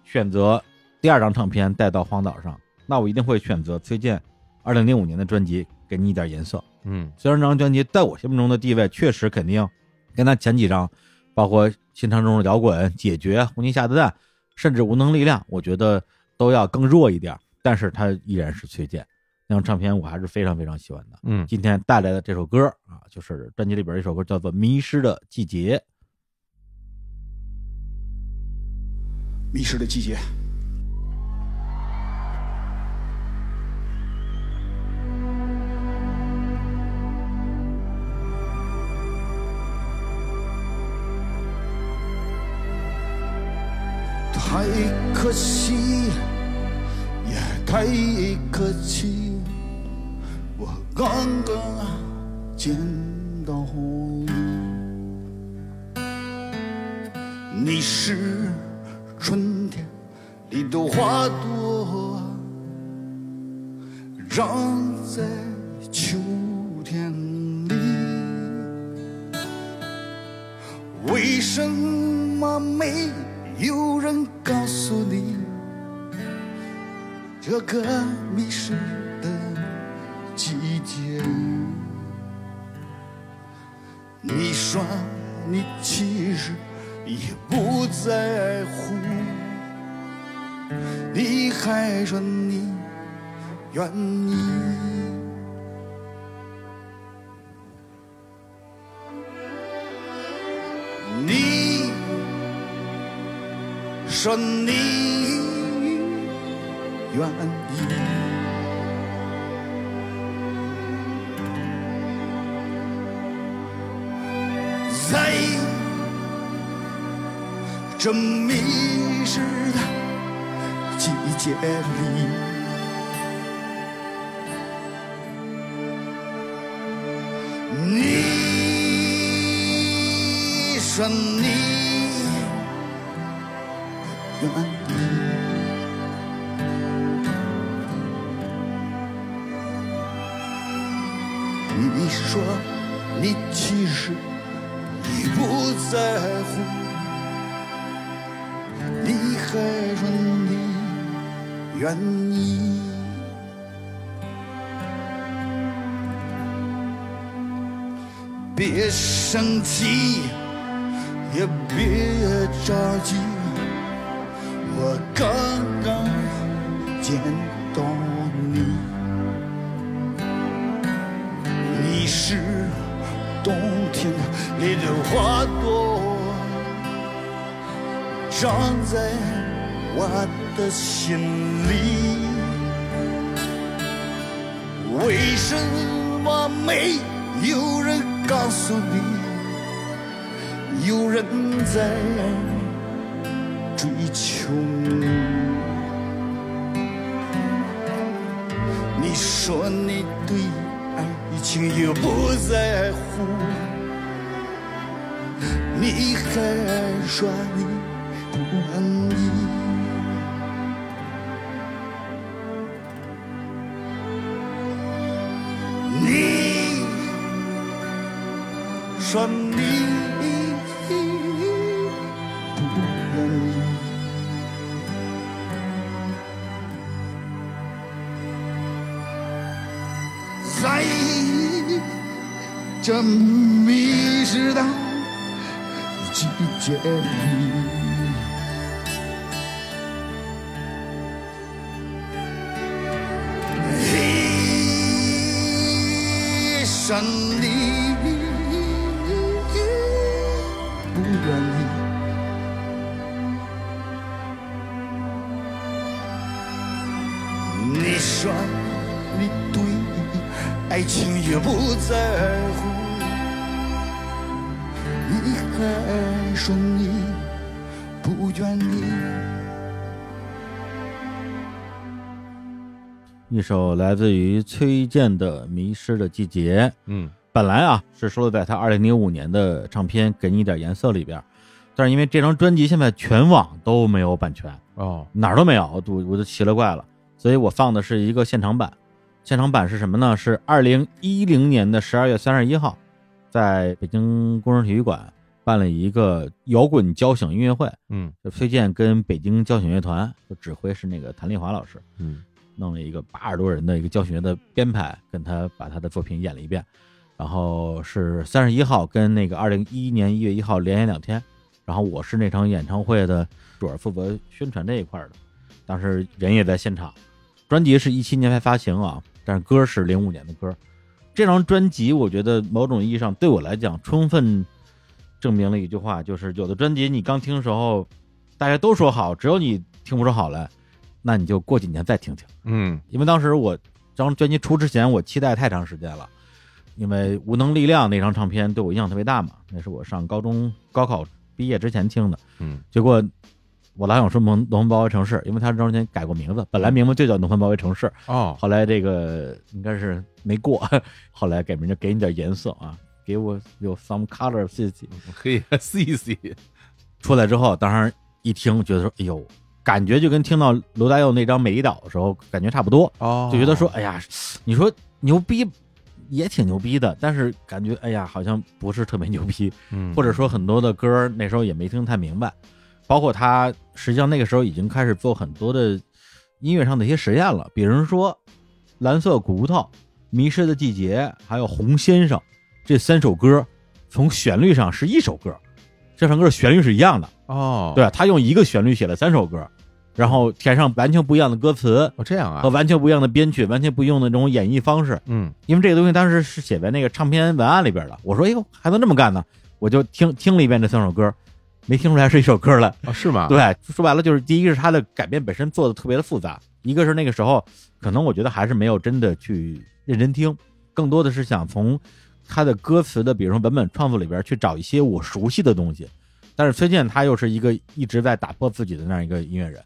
Speaker 1: 选择第二张唱片带到荒岛上，那我一定会选择崔健二零零五年的专辑《给你一点颜色》。
Speaker 2: 嗯
Speaker 1: 虽然这张专辑在我心目中的地位确实肯定跟他前几张，包括《新长中的摇滚》《解决》《红旗下的蛋》，甚至《无能力量》，我觉得都要更弱一点。但是它依然是崔健那张唱片，我还是非常非常喜欢的。
Speaker 2: 嗯，
Speaker 1: 今天带来的这首歌啊，就是专辑里边一首歌，叫做《迷失的季节》。
Speaker 8: 迷失的季节。太可惜，也太可惜，我刚刚啊见到你。你是春天里的花朵啊，长在秋天里。为什么没有人告诉你，这个迷失的季节？你说你其实已不在乎，你还说你愿意。你说你愿意。在这迷失的季节里，你说你愿意，你说你其实。你不在乎，你还说你愿意。别生气，也别着急，我刚刚见到你，你是冬天里的花朵，长在我的心里。为什么没有人告诉你？有人在追求你。你说你对爱情也不在乎，你还说你不满意。你说你不愿意，在这迷失的季节里。一生你不愿意。你说你对爱情也不在乎，你还说你不愿意。
Speaker 1: 一首来自于崔健的《迷失的季节》。
Speaker 2: 嗯，
Speaker 1: 本来啊是收录在他二零零五年的唱片《给你一点颜色》里边，但是因为这张专辑现在全网都没有版权，
Speaker 2: 哦，
Speaker 1: 哪儿都没有，我都我就奇了怪了，所以我放的是一个现场版。现场版是什么呢？是二零一零年的十二月三十一号，在北京工人体育馆办了一个摇滚交响音乐会。
Speaker 2: 嗯
Speaker 1: 就崔健跟北京交响乐团，就指挥是那个谭丽华老师。
Speaker 2: 嗯
Speaker 1: 弄了一个八十多人的一个教学的编排，跟他把他的作品演了一遍。然后是三十一号跟那个二零一一年一月一号连演两天，然后我是那场演唱会的主要负责宣传这一块儿的，当时人也在现场。专辑是一七年才发行啊，但是歌是零五年的歌。这张专辑我觉得某种意义上对我来讲充分证明了一句话，就是有的专辑你刚听的时候大家都说好，只有你听不出好来，那你就过几年再听听。
Speaker 2: 嗯
Speaker 1: 因为当时我这张专辑出之前，我期待太长时间了，因为《无能力量》那张唱片对我影响特别大嘛，那是我上高中高考毕业之前听的。
Speaker 2: 嗯
Speaker 1: 结果我老想说蒙《农村包围城市》，因为它这张专辑改过名字，本来名字就叫《农村包围城市》，
Speaker 2: 哦，
Speaker 1: 后来这个应该是没过， (laughs) 后来改名叫《给你点颜色》啊，给我 (laughs) 有 some color，谢谢。
Speaker 2: 可以 (laughs) C C，
Speaker 1: 出来之后，当时一听觉得说，哎呦，感觉就跟听到罗大佑那张《美丽岛》的时候感觉差不多。
Speaker 2: 哦
Speaker 1: 就觉得说，哎呀，你说牛逼也挺牛逼的，但是感觉哎呀，好像不是特别牛逼，
Speaker 2: 嗯，
Speaker 1: 或者说很多的歌儿那时候也没听太明白，包括他实际上那个时候已经开始做很多的音乐上的一些实验了，比如说《蓝色骨头》《迷失的季节》还有《红先生》这三首歌，从旋律上是一首歌，这首歌的旋律是一样的，
Speaker 2: 哦，
Speaker 1: 对啊他用一个旋律写了三首歌，然后填上完全不一样的歌词，
Speaker 2: 哦这样
Speaker 1: 和
Speaker 2: 啊，
Speaker 1: 完全不一样的编曲，完全不一样的这种演绎方式。
Speaker 2: 嗯
Speaker 1: 因为这个东西当时是写在那个唱片文案里边的。我说，哎呦，还能这么干呢？我就听听了一遍这三首歌，没听出来是一首歌来。
Speaker 2: 哦是吗？，
Speaker 1: 对，说白了就是，第一个是它的改编本身做的特别的复杂，一个是那个时候可能我觉得还是没有真的去认真听，更多的是想从他的歌词的，比如说文本创作里边去找一些我熟悉的东西。但是崔健他又是一个一直在打破自己的那样一个音乐人，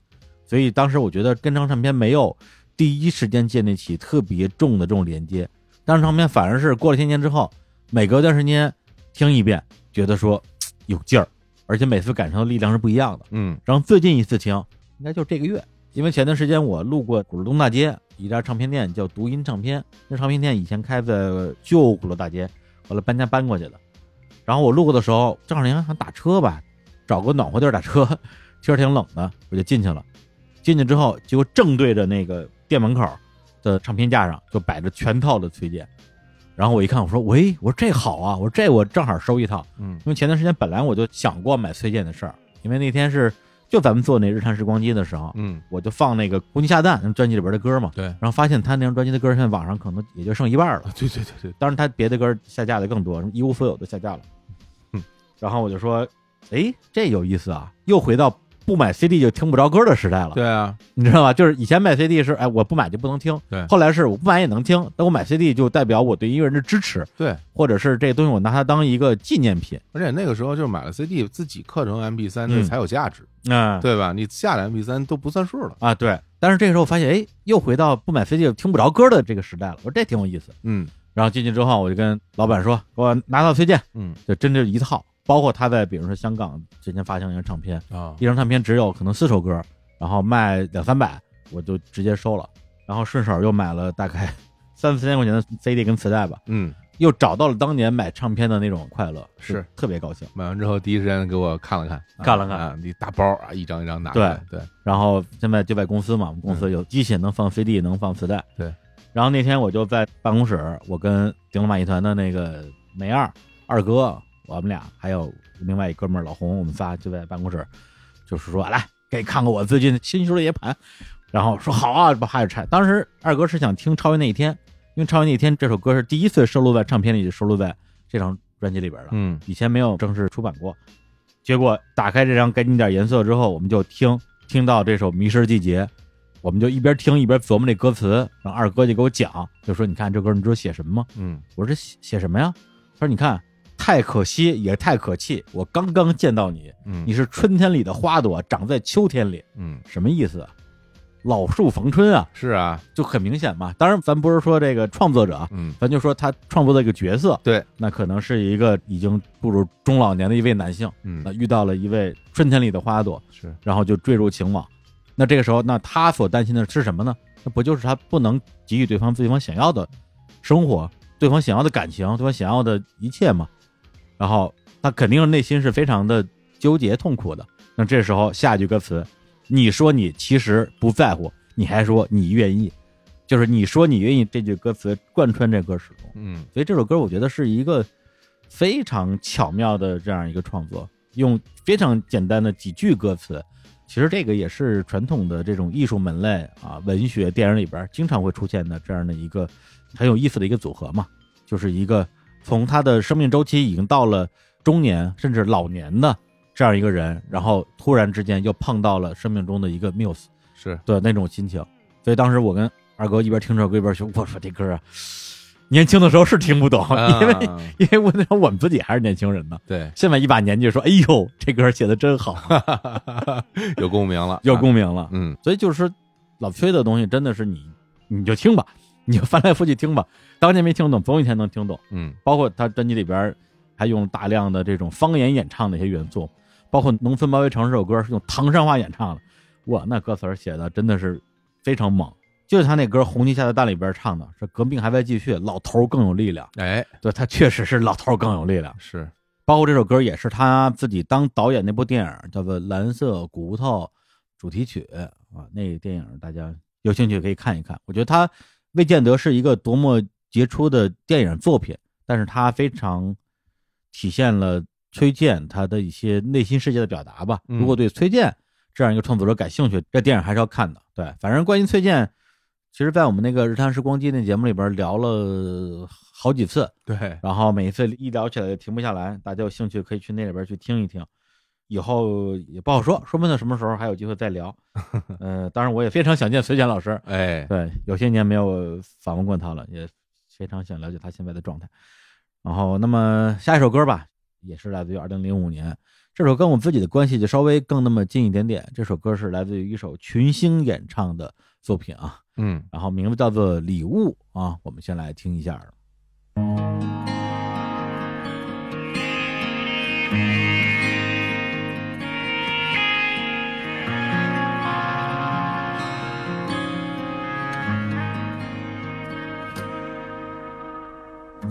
Speaker 1: 所以当时我觉得跟这张唱片没有第一时间建立起特别重的这种连接，但是唱片反而是过了些年之后，每隔一段时间听一遍，觉得说嘖有劲儿，而且每次感受的力量是不一样的。
Speaker 2: 嗯
Speaker 1: 然后最近一次听应该就是这个月，因为前段时间我路过鼓楼东大街一家唱片店，叫读音唱片。那唱片店以前开在旧鼓楼大街，后来搬家搬过去的。然后我路过的时候，正好人家想打车吧，找个暖和地儿打车，天儿挺冷的，我就进去了。进去之后，结果正对着那个店门口的唱片架上就摆着全套的崔健，然后我一看，我说喂，我说这好啊，我说这我正好收一套，
Speaker 2: 嗯
Speaker 1: 因为前段时间本来我就想过买崔健的事儿，因为那天是就咱们做那日常时光机的时候，
Speaker 2: 嗯，
Speaker 1: 我就放那个《红旗下蛋》那专辑里边的歌嘛，
Speaker 2: 对
Speaker 1: 然后发现他那张专辑的歌现在网上可能也就剩一半了，
Speaker 2: 对对对对，
Speaker 1: 当然他别的歌下架的更多，什么一无所有都下架了，
Speaker 2: 嗯，
Speaker 1: 然后我就说，哎，这有意思啊，又回到不买 CD 就听不着歌的时代了，
Speaker 2: 对啊，
Speaker 1: 你知道吧？就是以前买 CD 是，哎，我不买就不能听，
Speaker 2: 对
Speaker 1: 后来是我不买也能听，但我买 CD 就代表我对音乐人的支持，
Speaker 2: 对，
Speaker 1: 或者是这东西我拿它当一个纪念品，
Speaker 2: 而且那个时候就是买了 CD，自己刻成 MP 三，那
Speaker 1: 嗯
Speaker 2: 才有价值，
Speaker 1: 嗯，
Speaker 2: 对吧？你下了 MP 三都不算数了，
Speaker 1: 啊，对。但是这个时候我发现，哎，又回到不买 CD 听不着歌的这个时代了。我说这挺有意思。
Speaker 2: 嗯
Speaker 1: 然后进去之后，我就跟老板说，给我拿到推荐，
Speaker 2: 嗯
Speaker 1: 就真就一套，包括他在比如说香港之前发行一张唱片，
Speaker 2: 啊
Speaker 1: 一张唱片只有可能四首歌，然后卖两三百，我就直接收了。然后顺手又买了大概 (laughs) 三四千块钱的 CD 跟磁带吧，
Speaker 2: 嗯，
Speaker 1: 又找到了当年买唱片的那种快乐，
Speaker 2: 是
Speaker 1: 就特别高兴。
Speaker 2: 买完之后第一时间给我看了看，啊
Speaker 1: 看了看
Speaker 2: 啊，你大包啊，一张一张拿出来，对
Speaker 1: 然后现在就在公司嘛，我们公司有机器能放 CD，能放磁带。
Speaker 2: 对。
Speaker 1: 然后那天我就在办公室，我跟顶龙马戏团的那个梅二二哥，我们俩还有另外一哥们儿老红，我们仨就在办公室，就是说来给看看我最近新出的碟盘，然后说好啊，把他就拆。当时二哥是想听《超越那一天》，因为《超越那一天》这首歌是第一次收录在唱片里，就收录在这张专辑里边的。
Speaker 2: 嗯
Speaker 1: 以前没有正式出版过。结果打开这张《给你点颜色》之后，我们就听听到这首《迷失季节》，我们就一边听一边琢磨这歌词。然后二哥就给我讲，就说：“你看这歌，你知道写什么吗
Speaker 2: 嗯，？”
Speaker 1: 我说：“这写写什么呀？”他说：“你看，太可惜，也太可气，我刚刚见到你，
Speaker 2: 嗯
Speaker 1: 你是春天里的花朵，长在秋天里，
Speaker 2: 嗯
Speaker 1: 什么意思啊？老树逢春啊，
Speaker 2: 是啊，
Speaker 1: 就很明显嘛。当然，咱不是说这个创作者啊，
Speaker 2: 嗯
Speaker 1: 咱就说他创作的一个角色，
Speaker 2: 对，
Speaker 1: 那可能是一个已经步入中老年的一位男性，那
Speaker 2: 嗯
Speaker 1: 遇到了一位春天里的花朵，
Speaker 2: 是
Speaker 1: 然后就坠入情网。那这个时候，那他所担心的是什么呢？那不就是他不能给予对方对方想要的生活，对方想要的感情，对方想要的一切嘛？然后他肯定内心是非常的纠结痛苦的。那这时候下一句歌词，你说你其实不在乎，你还说你愿意，就是你说你愿意这句歌词贯穿这歌始终。
Speaker 2: 嗯
Speaker 1: 所以这首歌我觉得是一个非常巧妙的这样一个创作，用非常简单的几句歌词。其实这个也是传统的这种艺术门类啊，文学、电影里边经常会出现的这样的一个很有意思的一个组合嘛，就是一个从他的生命周期已经到了中年甚至老年的这样一个人，然后突然之间又碰到了生命中的一个缪斯，
Speaker 2: 是
Speaker 1: 对那种心情。所以当时我跟二哥一边听这首歌一边说：“我说这歌啊，年轻的时候是听不懂，因为
Speaker 2: 啊
Speaker 1: 因为我那时候我们自己还是年轻人呢。
Speaker 2: 对 (laughs)
Speaker 1: 现在一把年纪说，哎呦，这歌写的真好，
Speaker 2: 有共鸣了，
Speaker 1: 有
Speaker 2: 啊
Speaker 1: 共鸣了。
Speaker 2: 嗯
Speaker 1: 所以就是老崔的东西真的是你你就听吧，你就翻来覆去听吧，当年没听懂，总有一天能听懂。
Speaker 2: 嗯
Speaker 1: 包括他专辑里边还用了大量的这种方言演唱的一些元素，包括《农村包围城》这首歌是用唐山话演唱的，哇，那歌词儿写的真的是非常猛。就是他那歌《红旗下的蛋》里边唱的是“革命还在继续，老头儿更有力量
Speaker 2: 哎”，
Speaker 1: 对他确实是老头儿更有力量。
Speaker 2: 是
Speaker 1: 包括这首歌也是他自己当导演那部电影叫做《蓝色骨头》主题曲啊，那个电影大家有兴趣可以看一看。我觉得他未见得是一个多么杰出的电影作品，但是他非常体现了崔健他的一些内心世界的表达吧。
Speaker 2: 嗯
Speaker 1: 如果对崔健这样一个创作者感兴趣，这电影还是要看的。对，反正关于崔健，其实在我们那个《日常时光机》那节目里边聊了好几次，
Speaker 2: 对
Speaker 1: 然后每一次一聊起来就停不下来，大家有兴趣可以去那里边去听一听。以后也不好说，说不定什么时候还有机会再聊。呃，当然我也非常想见隋简老师，
Speaker 2: 哎
Speaker 1: 对，有些年没有访问过他了，也非常想了解他现在的状态。然后，那么下一首歌吧，也是来自于二零零五年，这首跟我自己的关系就稍微更那么近一点点。这首歌是来自于一首群星演唱的作品啊，
Speaker 2: 嗯
Speaker 1: 然后名字叫做《礼物》啊，我们先来听一下。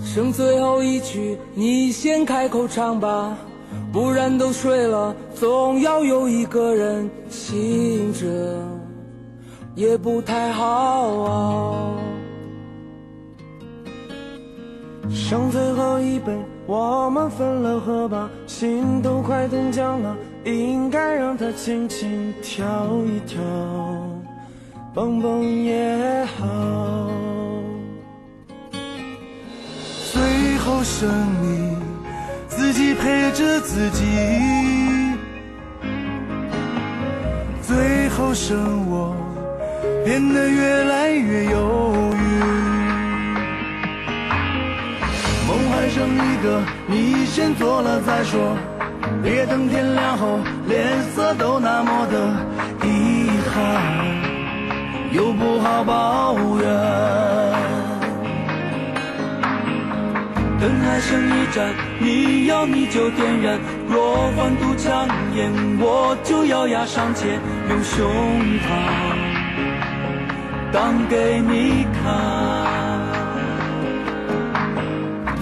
Speaker 4: 剩最后一句，你先开口唱吧，不然都睡了，总要有一个人醒着，也不太好啊。剩最后一杯，我们分了喝吧，心都快冻僵了，应该让它轻轻跳一跳，蹦蹦也好。
Speaker 9: 最后剩你自己陪着自己，最后剩我变得越来越忧郁。梦还剩一个，你先做了再说，别等天亮后脸色都那么的遗憾，又不好抱怨。灯还剩一盏，你要你就点燃。若放毒强烟，我就咬牙上前，用胸膛挡给你看。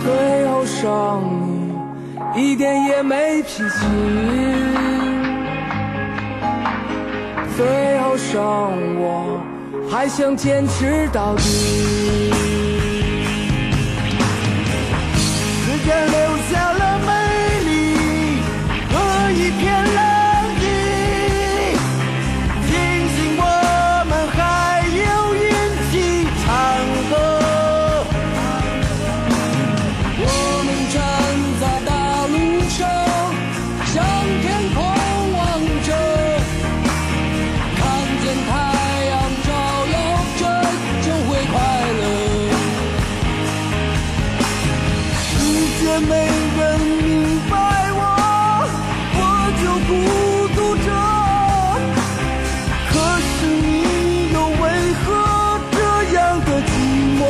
Speaker 4: 最后剩你，一点也没脾气。最后剩我，还想坚持到底。
Speaker 9: 时间留下了美丽和一片蓝地，庆幸我们还有运气唱歌。
Speaker 4: 我们站在大路上，向天空望着，看见太阳照耀着，就会快乐。
Speaker 9: 世界没人明白我，我就孤独着。可是你又为何这样的寂寞？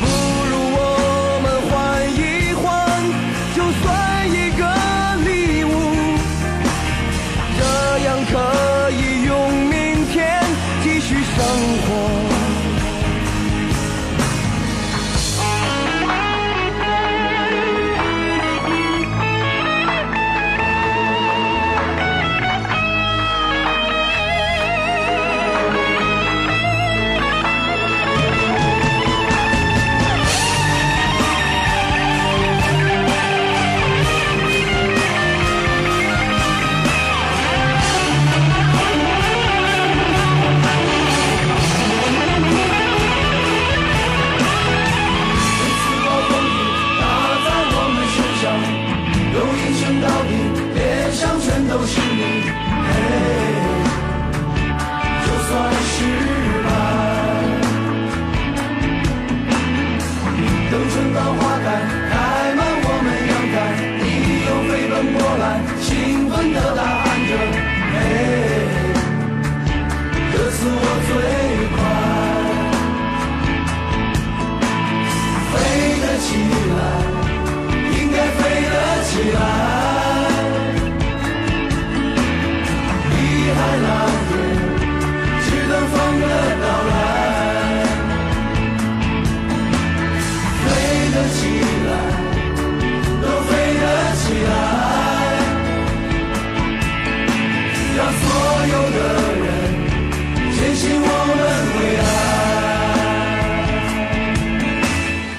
Speaker 9: 不如我们换一换，就算一个礼物，这样可以用明天继续生活。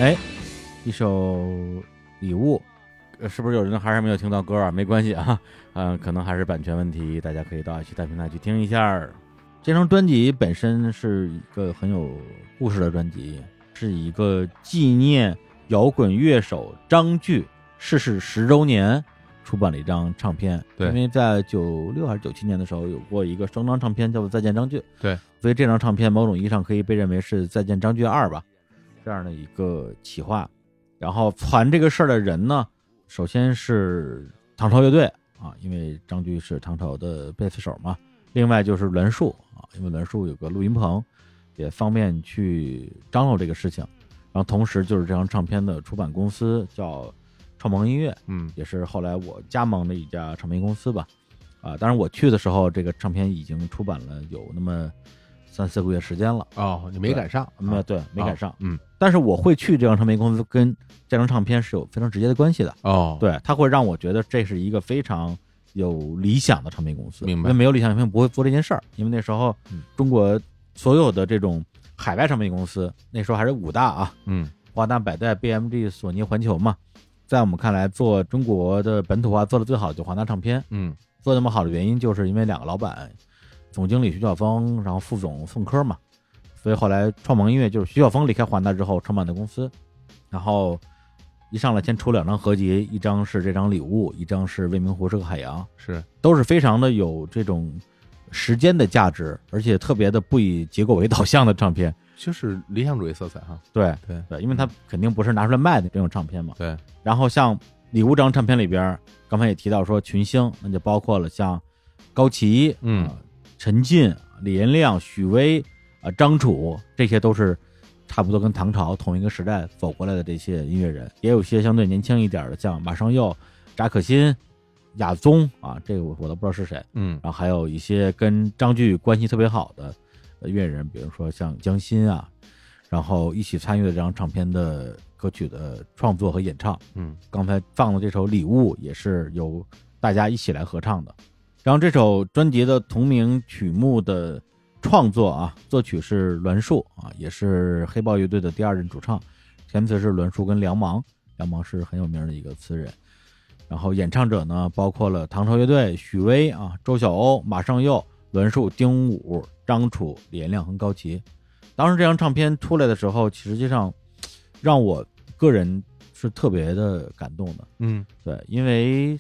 Speaker 1: 哎，一首礼物，呃是不是有人还是没有听到歌啊？没关系啊， (laughs) 嗯、可能还是版权问题，大家可以到爱奇艺大平台去听一下儿。这张专辑本身是一个很有故事的专辑，是一个纪念摇滚乐手张炬逝世十周年出版了一张唱片。
Speaker 2: 对
Speaker 1: 因为在九六还是九七年的时候有过一个双张唱片叫做《再见张炬》，
Speaker 2: 对，
Speaker 1: 所以这张唱片某种意义上可以被认为是《再见张炬二》吧。这样的一个企划。然后传这个事儿的人呢，首先是唐朝乐队啊，因为张炬是唐朝的贝斯手嘛。另外就是栾树啊，因为栾树有个录音棚，也方便去张罗这个事情。然后同时就是这张唱片的出版公司叫创盟音乐，
Speaker 2: 嗯，
Speaker 1: 也是后来我加盟的一家唱片公司吧。啊，当然我去的时候，这个唱片已经出版了有那么三四个月时间了。
Speaker 2: 哦，你没赶上，
Speaker 1: 没有对，没赶上。
Speaker 2: 嗯，
Speaker 1: 但是我会去这张唱片公司，跟这张唱片是有非常直接的关系的。
Speaker 2: 哦，，
Speaker 1: 对，它会让我觉得这是一个非常有理想的唱片公司。
Speaker 2: 明白
Speaker 1: 因为没有理想，唱片不会做这件事儿。因为那时候
Speaker 2: 嗯
Speaker 1: 中国所有的这种海外唱片公司，那时候还是五大啊，
Speaker 2: 嗯
Speaker 1: 华纳、百代、BMG、索尼、环球嘛，在我们看来，做中国的本土化做的最好的就华纳唱片，
Speaker 2: 嗯
Speaker 1: 做那么好的原因，就是因为两个老板，总经理徐晓峰，然后副总宋柯嘛，所以后来创盟音乐就是徐晓峰离开华纳之后创办的公司，然后一上来先出两张合集，一张是这张礼物，一张是未名湖是个海洋，
Speaker 2: 是
Speaker 1: 都是非常的有这种时间的价值，而且特别的不以结果为导向的唱片，
Speaker 2: 就是理想主义色彩哈，
Speaker 1: 对
Speaker 2: 对
Speaker 1: 对，因为它肯定不是拿出来卖的这种唱片嘛。
Speaker 2: 对，
Speaker 1: 然后像礼物这张唱片里边儿，刚才也提到说群星，那就包括了像高旗、
Speaker 2: 嗯
Speaker 1: 呃陈进、李延亮、许巍、啊张楚，这些都是差不多跟唐朝同一个时代走过来的这些音乐人，也有些相对年轻一点儿的，像马上佑、扎可欣、亚宗啊，这个我我都不知道是谁。
Speaker 2: 嗯
Speaker 1: 然后还有一些跟张炬关系特别好的呃乐人，比如说像江心啊，然后一起参与了这张唱片的歌曲的创作和演唱。
Speaker 2: 嗯
Speaker 1: 刚才放的这首《礼物》也是由大家一起来合唱的。然后这首专辑的同名曲目的创作啊，作曲是栾树啊，也是黑豹乐队的第二任主唱，填词是栾树跟梁芒，梁芒是很有名的一个词人。然后演唱者呢，包括了唐朝乐队、许巍啊、周晓鸥、马上佑、栾树、丁武、张楚、李延亮和高旗。当时这张唱片出来的时候，实际上让我个人是特别的感动的。
Speaker 2: 嗯
Speaker 1: 对，因为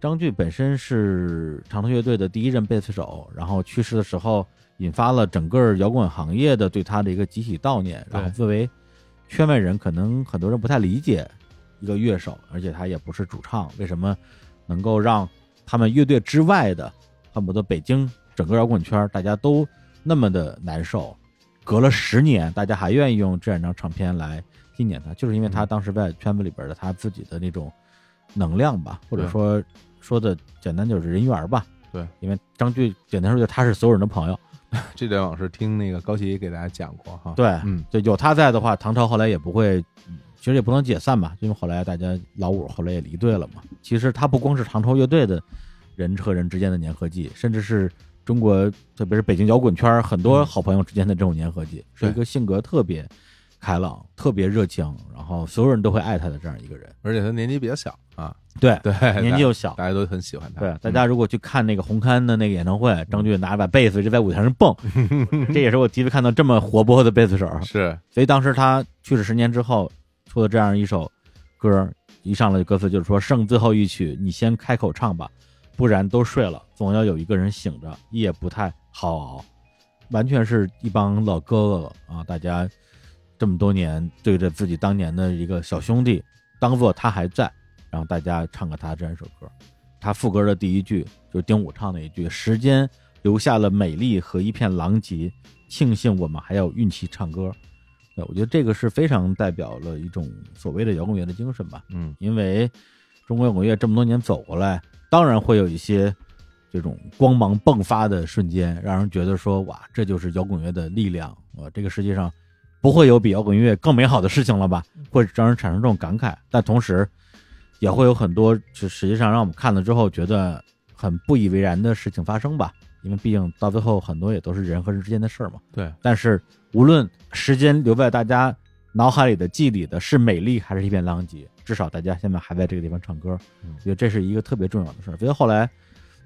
Speaker 1: 张炬本身是长头乐队的第一任贝斯手，然后去世的时候引发了整个摇滚行业的对他的一个集体悼念。
Speaker 2: 对
Speaker 1: 然后作为圈外人，可能很多人不太理解一个乐手，而且他也不是主唱，为什么能够让他们乐队之外的，恨不得北京整个摇滚圈大家都那么的难受？隔了十年，大家还愿意用这两张唱片来纪念他，就是因为他当时在圈子里边的他自己的那种能量吧，或者
Speaker 2: 对
Speaker 1: 说说的简单就是人缘吧。
Speaker 2: 对，
Speaker 1: 因为张炬简单说就他是所有人的朋友。
Speaker 2: 这点往事听那个高奇给大家讲过哈，
Speaker 1: 对，
Speaker 2: 嗯
Speaker 1: 对，有他在的话，唐朝后来也不会，其实也不能解散吧，因为后来大家老五后来也离队了嘛。其实他不光是唐朝乐队的人和人之间的粘合剂，甚至是中国特别是北京摇滚圈很
Speaker 2: 嗯
Speaker 1: 多好朋友之间的这种粘合剂，是一个性格特别开朗、特别热情，然后所有人都会爱他的这样一个人。
Speaker 2: 而且他年纪比较小啊，
Speaker 1: 对，
Speaker 2: 对，
Speaker 1: 年纪又小，
Speaker 2: 大家都很喜欢他，
Speaker 1: 对，啊大家如果去看那个红勘的那个演唱会，张炬拿着把贝斯就在舞台上蹦，这也是我第一次看到这么活泼的贝斯手。
Speaker 2: 嗯是
Speaker 1: 所以当时他去世十年之后出了这样一首歌，一上来歌词就是说：“剩最后一曲，你先开口唱吧，不然都睡了，总要有一个人醒着，夜不太好熬。”完全是一帮老哥哥啊，大家这么多年对着自己当年的一个小兄弟，当做他还在，然后大家唱给他这样一首歌。他副歌的第一句就是丁武唱的一句：“时间留下了美丽和一片狼藉，庆幸我们还有运气唱歌。”对，呃我觉得这个是非常代表了一种所谓的摇滚乐的精神吧。
Speaker 2: 嗯
Speaker 1: 因为中国摇滚乐这么多年走过来，当然会有一些这种光芒迸发的瞬间，让人觉得说哇，这就是摇滚乐的力量。哇，这个世界上不会有比摇滚乐更美好的事情了吧？会让人产生这种感慨，但同时也会有很多就实际上让我们看了之后觉得很不以为然的事情发生吧。因为毕竟到最后很多也都是人和人之间的事儿嘛。
Speaker 2: 对，
Speaker 1: 但是无论时间留在大家脑海里的记忆里的是美丽还是一片狼藉，至少大家现在还在这个地方唱歌，
Speaker 2: 嗯
Speaker 1: 我觉得这是一个特别重要的事儿。所以后来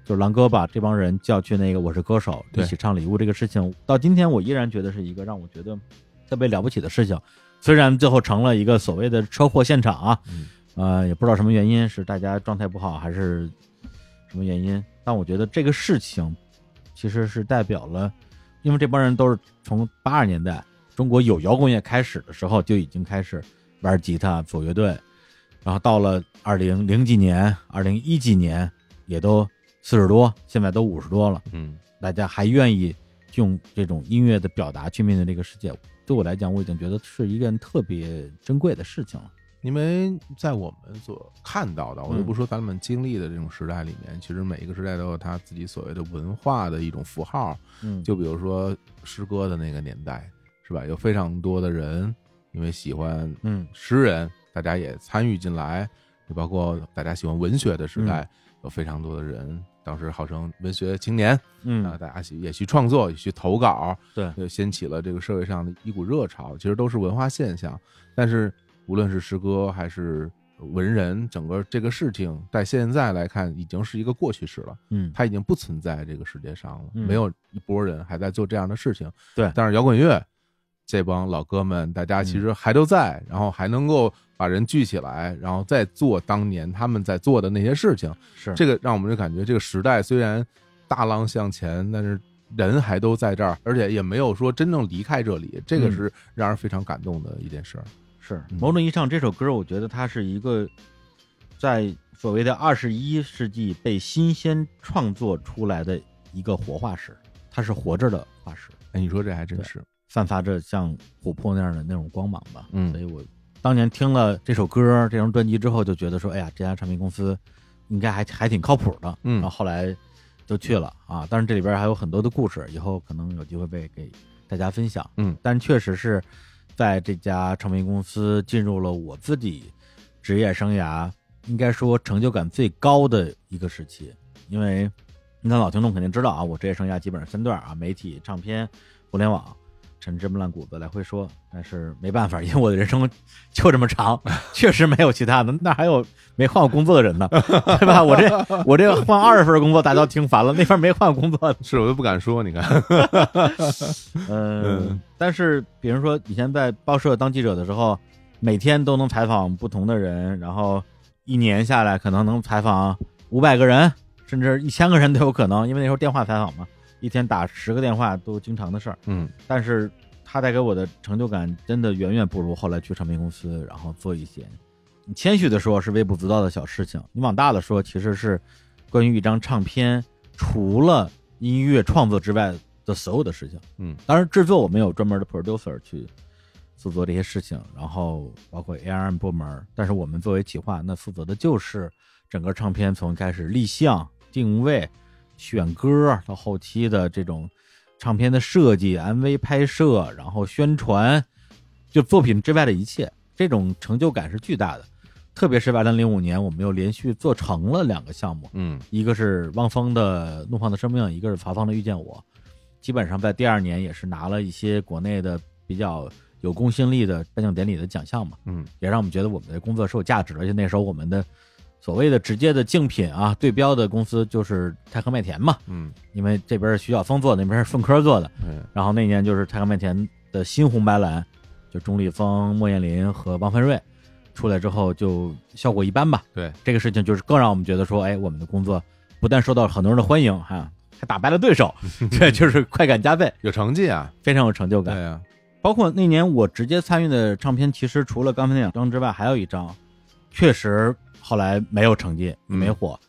Speaker 1: 就是狼哥把这帮人叫去那个《我是歌手》
Speaker 2: 对
Speaker 1: 一起唱《礼物》这个事情，到今天我依然觉得是一个让我觉得特别了不起的事情。虽然最后成了一个所谓的车祸现场啊，
Speaker 2: 嗯
Speaker 1: 呃，也不知道什么原因，是大家状态不好还是什么原因，但我觉得这个事情其实是代表了，因为这帮人都是从八十年代中国有摇滚乐开始的时候就已经开始玩吉他、组乐队，然后到了二零零几年、二零一几年，也都四十多，现在都五十多了，
Speaker 2: 嗯
Speaker 1: 大家还愿意用这种音乐的表达去面对这个世界，对我来讲，我已经觉得是一件特别珍贵的事情了。
Speaker 2: 因为在我们所看到的，我就
Speaker 1: 嗯
Speaker 2: 不说咱们经历的这种时代里面，其实每一个时代都有它自己所谓的文化的一种符号。
Speaker 1: 嗯，
Speaker 2: 就比如说诗歌的那个年代，是吧？有非常多的人因为喜欢
Speaker 1: 嗯
Speaker 2: 诗人，大家也参与进来，就包括大家喜欢文学的时代，有非常多的人当时号称文学青年啊，
Speaker 1: 嗯，
Speaker 2: 大家去也去创作，也去投稿，
Speaker 1: 对
Speaker 2: 就掀起了这个社会上的一股热潮。其实都是文化现象，但是无论是诗歌还是文人，整个这个事情在现在来看，已经是一个过去式了。
Speaker 1: 嗯，
Speaker 2: 它已经不存在这个世界上了，
Speaker 1: 嗯
Speaker 2: 没有一波人还在做这样的事情。
Speaker 1: 对
Speaker 2: 但是摇滚乐这帮老哥们，大家其实还都在，然后还能够把人聚起来，然后再做当年他们在做的那些事情。
Speaker 1: 是
Speaker 2: 这个让我们就感觉这个时代虽然大浪向前，但是人还都在这儿，而且也没有说真正离开这里，这个
Speaker 1: 嗯
Speaker 2: 是让人非常感动的一件事儿。
Speaker 1: 是
Speaker 2: 嗯
Speaker 1: 某种意义上，这首歌我觉得它是一个在所谓的二十一世纪被新鲜创作出来的一个活化石，它是活着的化石，
Speaker 2: 哎，你说这还真
Speaker 1: 对
Speaker 2: 是，
Speaker 1: 散发着像琥珀那样的那种光芒吧。
Speaker 2: 嗯
Speaker 1: 所以我当年听了这首歌、这张专辑之后，就觉得说，哎呀，这家唱片公司应该还还挺靠谱的。
Speaker 2: 嗯
Speaker 1: 然后后来就去了啊。但是这里边还有很多的故事，以后可能有机会被给大家分享。
Speaker 2: 嗯，
Speaker 1: 但确实是在这家唱片公司进入了我自己职业生涯，应该说成就感最高的一个时期，因为。你看老听众肯定知道啊，我职业生涯基本上三段啊，媒体、唱片、互联网，陈芝麻烂谷子来回说，但是没办法，因为我的人生就这么长， (laughs) 确实没有其他的，那还有没换过工作的人呢， (laughs) 对吧？我这我这换二十份工作，大家都听烦了，那边没换工作的，
Speaker 2: 是我都不敢说，你看，
Speaker 1: 嗯，但是比如说以前在报社当记者的时候，每天都能采访不同的人，然后一年下来可能能采访五百个人，甚至一千个人都有可能，因为那时候电话采访嘛，一天打十个电话都经常的事儿。
Speaker 2: 嗯
Speaker 1: 但是他带给我的成就感真的远远不如后来去唱片公司，然后做一些，你谦虚的说是微不足道的小事情，你往大了说其实是关于一张唱片除了音乐创作之外的所有的事情。
Speaker 2: 嗯，
Speaker 1: 当然制作我们有专门的 producer 去。负责这些事情，然后包括 ARM 部门，但是我们作为企划，那负责的就是整个唱片从开始立项、定位、选歌到后期的这种唱片的设计、MV 拍摄，然后宣传，就作品之外的一切，这种成就感是巨大的。特别是二零零五年，我们又连续做成了两个项目，
Speaker 2: 嗯
Speaker 1: 一个是汪峰的《怒放的生命》，一个是曹芳的《遇见我》，基本上在第二年也是拿了一些国内的比较有公信力的颁奖典礼的奖项嘛。
Speaker 2: 嗯
Speaker 1: 也让我们觉得我们的工作是有价值的。而且那时候我们的所谓的直接的竞品啊，对标的公司就是泰和麦田嘛，
Speaker 2: 嗯，
Speaker 1: 因为这边是徐晓峰做的，那边是凤科做的。
Speaker 2: 哎
Speaker 1: 然后那年就是泰和麦田的新红白蓝，就钟立风、莫艳林和王芬瑞出来之后，就效果一般吧。
Speaker 2: 对，
Speaker 1: 这个事情就是更让我们觉得说，哎，我们的工作不但受到很多人的欢迎，哈、还打败了对手，这就是快感加倍，
Speaker 2: 有成绩啊，
Speaker 1: 非常有成就
Speaker 2: 对
Speaker 1: 感。
Speaker 2: 啊，
Speaker 1: 包括那年我直接参与的唱片，其实除了刚才那两张之外，还有一张，确实后来没有成绩，也没火，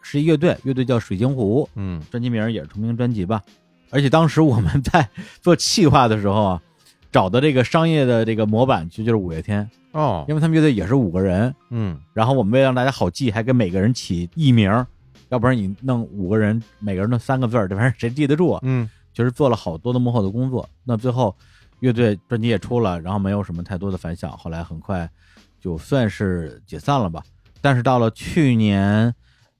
Speaker 1: 是一乐队，乐队叫水晶湖，
Speaker 2: 嗯
Speaker 1: 专辑名也是同名专辑吧。而且当时我们在 (laughs) 做企划的时候啊，找的这个商业的这个模板其实就是五月天，
Speaker 2: 哦，
Speaker 1: 因为他们乐队也是五个人，
Speaker 2: 嗯
Speaker 1: 然后我们为了让大家好记，还给每个人起艺名，要不然你弄五个人，每个人弄三个字儿，这玩意儿谁记得住啊？
Speaker 2: 嗯
Speaker 1: 就是做了好多的幕后的工作。那最后乐队专辑也出了，然后没有什么太多的反响，后来很快就算是解散了吧。但是到了去年，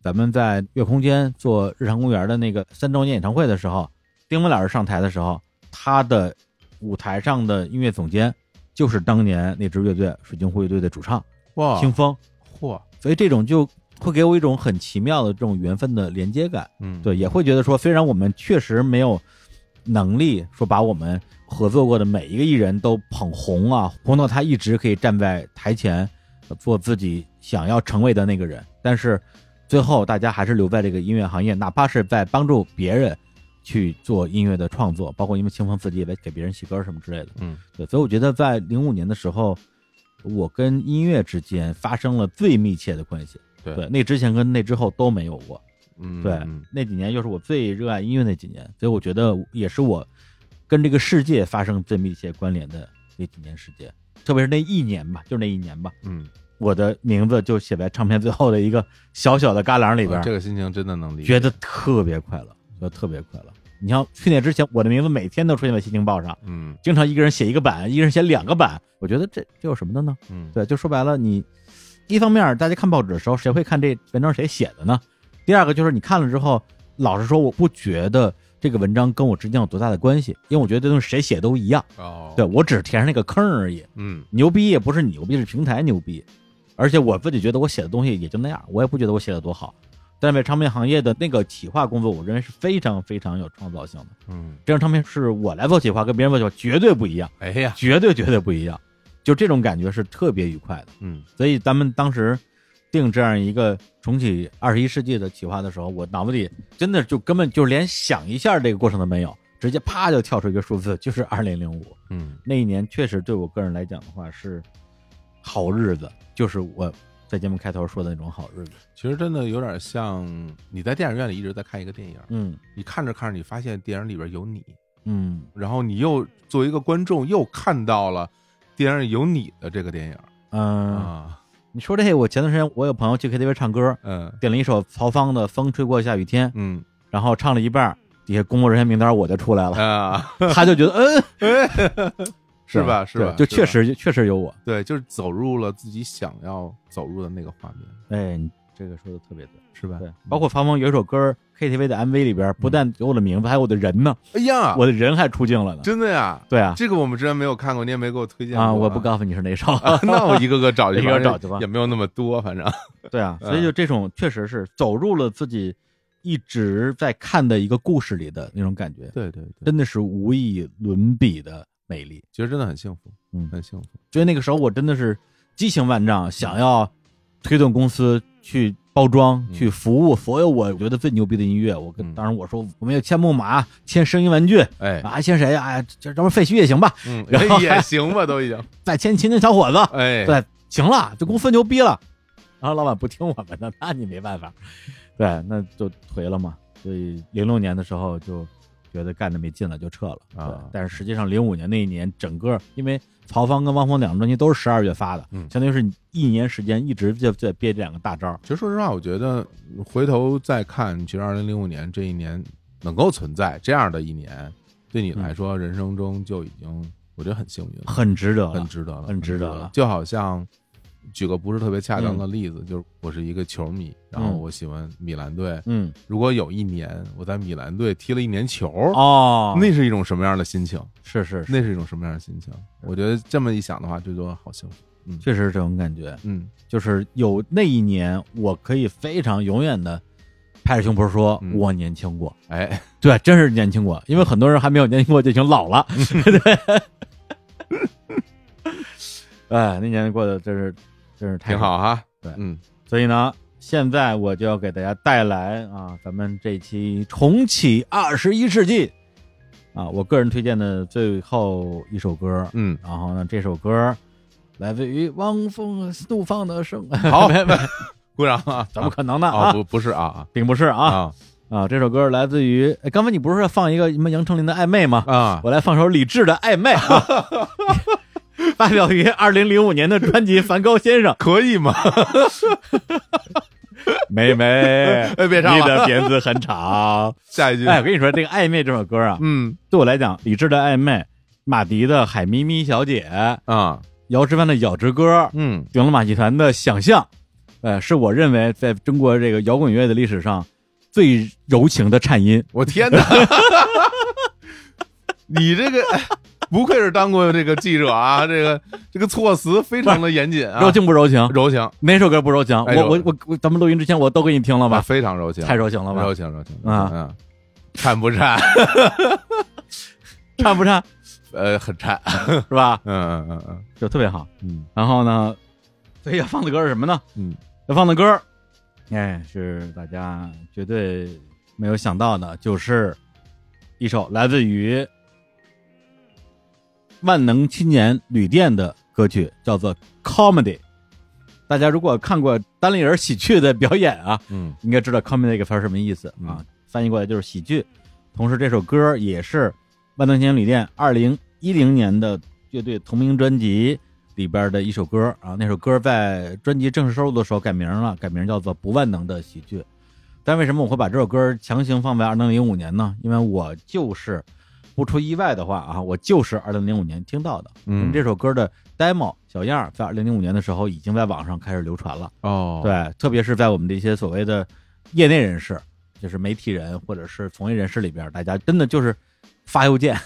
Speaker 1: 咱们在月空间做日常公园的那个三周年演唱会的时候，丁文老师上台的时候，他的舞台上的音乐总监就是当年那支乐队水晶湖乐队的主唱
Speaker 2: 哇，
Speaker 1: 清风，
Speaker 2: 嚯，
Speaker 1: 所以这种就会给我一种很奇妙的这种缘分的连接感。
Speaker 2: 嗯
Speaker 1: 对，也会觉得说，虽然我们确实没有能力说把我们合作过的每一个艺人都捧红啊，红到他一直可以站在台前呃做自己想要成为的那个人，但是最后大家还是留在这个音乐行业，哪怕是在帮助别人去做音乐的创作，包括因为清风自己也在给别人写歌什么之类的，
Speaker 2: 嗯，
Speaker 1: 对，所以我觉得在零五年的时候。我跟音乐之间发生了最密切的关系，
Speaker 2: 对
Speaker 1: 对，那之前跟那之后都没有过，
Speaker 2: 嗯
Speaker 1: 对，
Speaker 2: 嗯
Speaker 1: 那几年又是我最热爱音乐那几年，所以我觉得也是我跟这个世界发生最密切关联的那几年时间，特别是那一年吧，就是那一年吧，
Speaker 2: 嗯，
Speaker 1: 我的名字就写在唱片最后的一个小小的旮旯里边，
Speaker 2: 啊这个心情真的能理解，
Speaker 1: 觉得特别快乐，觉得特别快乐。你像去年之前，我的名字每天都出现在《新京报》上，
Speaker 2: 嗯
Speaker 1: 经常一个人写一个版，一个人写两个版，我觉得这这有什么的呢？
Speaker 2: 嗯，
Speaker 1: 对，就说白了，你一方面大家看报纸的时候，谁会看这文章谁写的呢？第二个就是你看了之后，老实说，我不觉得这个文章跟我之间有多大的关系，因为我觉得这东西谁写都一样，
Speaker 2: 哦，
Speaker 1: 嗯对，我只是填上那个坑而已。
Speaker 2: 嗯，
Speaker 1: 牛逼也不是你牛逼，是平台牛逼。而且我自己觉得我写的东西也就那样，我也不觉得我写的多好。但是唱片行业的那个企划工作，我认为是非常非常有创造性的。
Speaker 2: 嗯，
Speaker 1: 这张唱片是我来做企划，跟别人做企划绝对不一样，
Speaker 2: 哎呀，
Speaker 1: 绝对绝对不一样。就这种感觉是特别愉快的。
Speaker 2: 嗯
Speaker 1: 所以咱们当时定这样一个重启二十一世纪的企划的时候，我脑子里真的就根本就连想一下这个过程都没有，直接啪就跳出一个数字，就是二零零五。
Speaker 2: 嗯
Speaker 1: 那一年确实对我个人来讲的话是好日子，就是我在节目开头说的那种好日子。
Speaker 2: 其实真的有点像你在电影院里一直在看一个电影，
Speaker 1: 嗯
Speaker 2: 你看着看着，你发现电影里边有你，
Speaker 1: 嗯，
Speaker 2: 然后你又作为一个观众又看到了电影里有你的这个电影
Speaker 1: 嗯，
Speaker 2: 啊，
Speaker 1: 你说这个，我前段时间我有朋友去 KTV 唱歌，
Speaker 2: 嗯
Speaker 1: 点了一首曹芳的《风吹过下雨天》，
Speaker 2: 嗯
Speaker 1: 然后唱了一半，底下工作人员名单我就出来了， (laughs)
Speaker 2: 啊，
Speaker 1: 他就觉得嗯，
Speaker 2: (laughs) 是吧？是
Speaker 1: 对
Speaker 2: 吧？
Speaker 1: 就是确
Speaker 2: 吧
Speaker 1: 实确实有我，
Speaker 2: 对，就是走入了自己想要走入的那个画面，
Speaker 1: 哎，你这个说的特别对，
Speaker 2: 是吧？
Speaker 1: 对，包括曹芳有一首歌儿 KTV 的 MV 里边儿，不但有我的名字，还有我的人呢，
Speaker 2: 哎呀，
Speaker 1: 我的人还出镜了呢，
Speaker 2: (laughs) 真的呀，
Speaker 1: 对啊，
Speaker 2: 这个我们之前没有看过，你也没给我推荐过
Speaker 1: 啊，我不告诉你是哪首，
Speaker 2: 啊， (laughs) 那我一个个找去，
Speaker 1: (laughs) 一个个
Speaker 2: 反正
Speaker 1: 找去吧
Speaker 2: 也没有那么多，反正
Speaker 1: (laughs) 对啊，所以就这种确实是走入了自己一直在看的一个故事里的那种感觉，
Speaker 2: 对对对，
Speaker 1: 真的是无以伦比的美丽。
Speaker 2: 其实真的很幸福，
Speaker 1: 嗯
Speaker 2: 很幸福，
Speaker 1: 所以那个时候我真的是激情万丈，想要推动公司去包装、
Speaker 2: 嗯
Speaker 1: 去服务所有我觉得最牛逼的音乐。我跟
Speaker 2: 嗯
Speaker 1: 当然我说我们要签木马、签声音玩具
Speaker 2: 哎，
Speaker 1: 啊，签谁啊？哎这这不废墟也行吧，(laughs)
Speaker 2: 嗯，
Speaker 1: 然后
Speaker 2: 也行吧，都已经，
Speaker 1: 再签秦秦小伙子，
Speaker 2: 哎，
Speaker 1: 对，行了，这公司牛逼了。然后老板不听我们的，那你没办法，对，那就颓了嘛。所以零六年的时候就觉得干的没劲了，就撤了对
Speaker 2: 啊
Speaker 1: 但是实际上零五年那一年，整个因为曹芳跟汪峰两张专辑都是十二月发的，
Speaker 2: 嗯
Speaker 1: 相当于是你一年时间一直就在憋这两个大招儿。
Speaker 2: 其实说实话，我觉得回头再看，其实二零零五年这一年能够存在这样的一年，对你来说，人生中就已经我觉得很幸运了，
Speaker 1: 很值得了，
Speaker 2: 很值得了，
Speaker 1: 很值得了
Speaker 2: 了。就好像举个不是特别恰当的例子，就是我是一个球迷，然后
Speaker 1: 嗯
Speaker 2: 我喜欢米兰队，
Speaker 1: 嗯，
Speaker 2: 如果有一年我在米兰队踢了一年球，
Speaker 1: 哦，
Speaker 2: 那是一种什么样的心情？
Speaker 1: 是是是，
Speaker 2: 那是一种什么样的心情？我觉得这么一想的话，就觉得好幸福。
Speaker 1: 确实是这种感觉，
Speaker 2: 嗯
Speaker 1: 就是有那一年，我可以非常永远的拍着胸脯说，
Speaker 2: 嗯
Speaker 1: 我年轻过。
Speaker 2: 哎，
Speaker 1: 对，真是年轻过，因为很多人还没有年轻过就已经老
Speaker 2: (laughs)
Speaker 1: 了。对， (laughs) 哎，那年过得真是真是太
Speaker 2: (laughs) 挺。好哈。
Speaker 1: 对
Speaker 2: 嗯，
Speaker 1: 所以呢，现在我就要给大家带来啊，咱们这期重启二十一世纪啊，我个人推荐的最后一首歌。
Speaker 2: (laughs) 嗯，
Speaker 1: 然后呢，这首歌来自于汪峰《怒放的声》，
Speaker 2: (laughs)
Speaker 1: (laughs)
Speaker 2: 好，鼓掌啊！
Speaker 1: 怎么可能呢
Speaker 2: 啊？
Speaker 1: 啊？
Speaker 2: 不，不是啊啊
Speaker 1: 并不是啊
Speaker 2: 啊
Speaker 1: 啊！这首歌来自于，哎刚才你不是要放一个什么杨丞琳的《暧昧》吗？
Speaker 2: 啊！
Speaker 1: 我来放首李志的《暧昧》啊， (laughs) 发表于二零零五年的专辑《梵高先生》。
Speaker 2: 可以吗？
Speaker 1: 妹 (laughs) 妹，
Speaker 2: 哎别唱了
Speaker 1: 你的辫子很长。
Speaker 2: (laughs) 下一
Speaker 1: (laughs)
Speaker 2: 句，
Speaker 1: 哎，我跟你说，这个《暧昧》这首歌啊，
Speaker 2: 嗯
Speaker 1: 对我来讲，李志的《暧昧》，马迪的《海咪咪小姐》，
Speaker 2: 啊
Speaker 1: 姚之帆的《咬之歌》，
Speaker 2: 嗯
Speaker 1: 顶了马戏团的《想象》，呃，是我认为在中国这个摇滚乐的历史上最柔情的颤音。
Speaker 2: 我天哪！ (laughs) 你这个 (laughs) 哎不愧是当过这个记者啊，这个这个措辞非常的严谨啊，
Speaker 1: 柔情不柔情？
Speaker 2: 柔情，啊
Speaker 1: 哪首歌不柔情？
Speaker 2: 哎
Speaker 1: 我
Speaker 2: 柔
Speaker 1: 我我我，咱们录音之前我都给你听了
Speaker 2: 好吧，
Speaker 1: 吧，
Speaker 2: 非常柔情，
Speaker 1: 太啊柔情了吧？
Speaker 2: 柔情柔情
Speaker 1: 啊
Speaker 2: 嗯，颤不颤？
Speaker 1: 颤不 (laughs) 颤？
Speaker 2: (laughs) 呃，很颤，
Speaker 1: 是吧？
Speaker 2: 嗯嗯嗯嗯
Speaker 1: 就特别好。
Speaker 2: 嗯
Speaker 1: 然后呢，所以要放的歌是什么呢？
Speaker 2: 嗯，
Speaker 1: 要放的歌，哎，是大家绝对没有想到的，就是一首来自于万能青年旅店的歌曲，叫做《Comedy》。大家如果看过单立人喜剧的表演啊，
Speaker 2: 嗯
Speaker 1: 应该知道 “comedy” 这个词儿什么意思啊，翻译过来就是喜剧。同时，这首歌也是万能青年旅店二零一零年的乐队同名专辑里边的一首歌啊。那首歌在专辑正式收录的时候改名了，改名叫做《不万能的喜剧》。但为什么我会把这首歌强行放在二零零五年呢？因为我就是不出意外的话啊，我就是二零零五年听到的。
Speaker 2: 嗯
Speaker 1: 因为这首歌的 demo 小样儿在二零零五年的时候已经在网上开始流传了。
Speaker 2: 哦，
Speaker 1: 对，特别是在我们的一些所谓的业内人士，就是媒体人或者是从业人士里边，大家真的就是发邮件，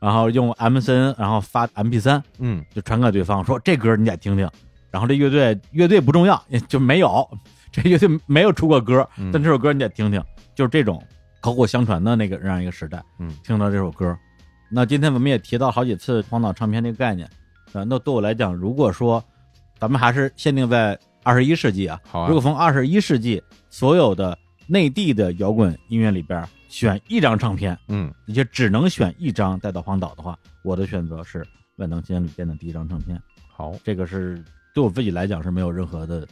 Speaker 1: 然后用 M C N，然后发 M P 三，
Speaker 2: 嗯，
Speaker 1: 就传给对方说这歌你得听听。然后这乐队乐队不重要，就没有 (laughs) 这乐队没有出过歌，
Speaker 2: 嗯
Speaker 1: 但这首歌你得听听，就是这种口口相传的那个这样一个时代，
Speaker 2: 嗯，
Speaker 1: 听到这首歌。那今天我们也提到好几次荒岛唱片这个概念，呃，那对我来讲，如果说咱们还是限定在二十一世纪啊，
Speaker 2: 好啊
Speaker 1: 如果从二十一世纪所有的内地的摇滚音乐里边选一张唱片，
Speaker 2: 嗯，
Speaker 1: 你就只能选一张带到荒岛的话，我的选择是万能青年旅店的第一张唱片。
Speaker 2: 好，
Speaker 1: 这个是对我自己来讲是没有任何的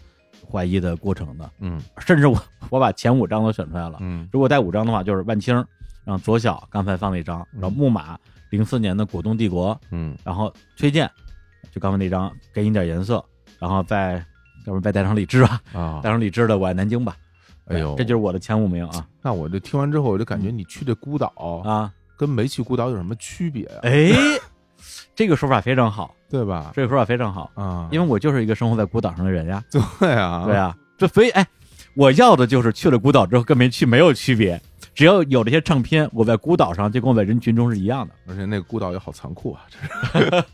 Speaker 1: 怀疑的过程的，
Speaker 2: 嗯
Speaker 1: 甚至我我把前五张都选出来了。
Speaker 2: 嗯
Speaker 1: 如果带五张的话，就是万青，然后左小刚才放了一张，然后木马零四年的《果冻帝国》，
Speaker 2: 嗯
Speaker 1: 然后崔健就刚才那张给你点颜色，然后再要不然再带上李志吧，
Speaker 2: 啊
Speaker 1: 带，上李志的《我爱南京》吧。
Speaker 2: 哎嗯呦，
Speaker 1: 这就是我的前五名啊
Speaker 2: 那我这听完之后，我就感觉你去这孤岛
Speaker 1: 啊！
Speaker 2: 跟没去孤岛有什么区别呀？
Speaker 1: 哎，这个说法非常好，
Speaker 2: 对吧？
Speaker 1: 这个说法非常好，
Speaker 2: 啊，
Speaker 1: 因为我就是一个生活在孤岛上的人呀。
Speaker 2: (laughs) 对啊，
Speaker 1: 对，啊，这所以哎，我要的就是去了孤岛之后跟没去没有区别，只要有这些唱片，我在孤岛上就跟我在人群中是一样的。
Speaker 2: 而且那个孤岛也好残酷啊，这是哎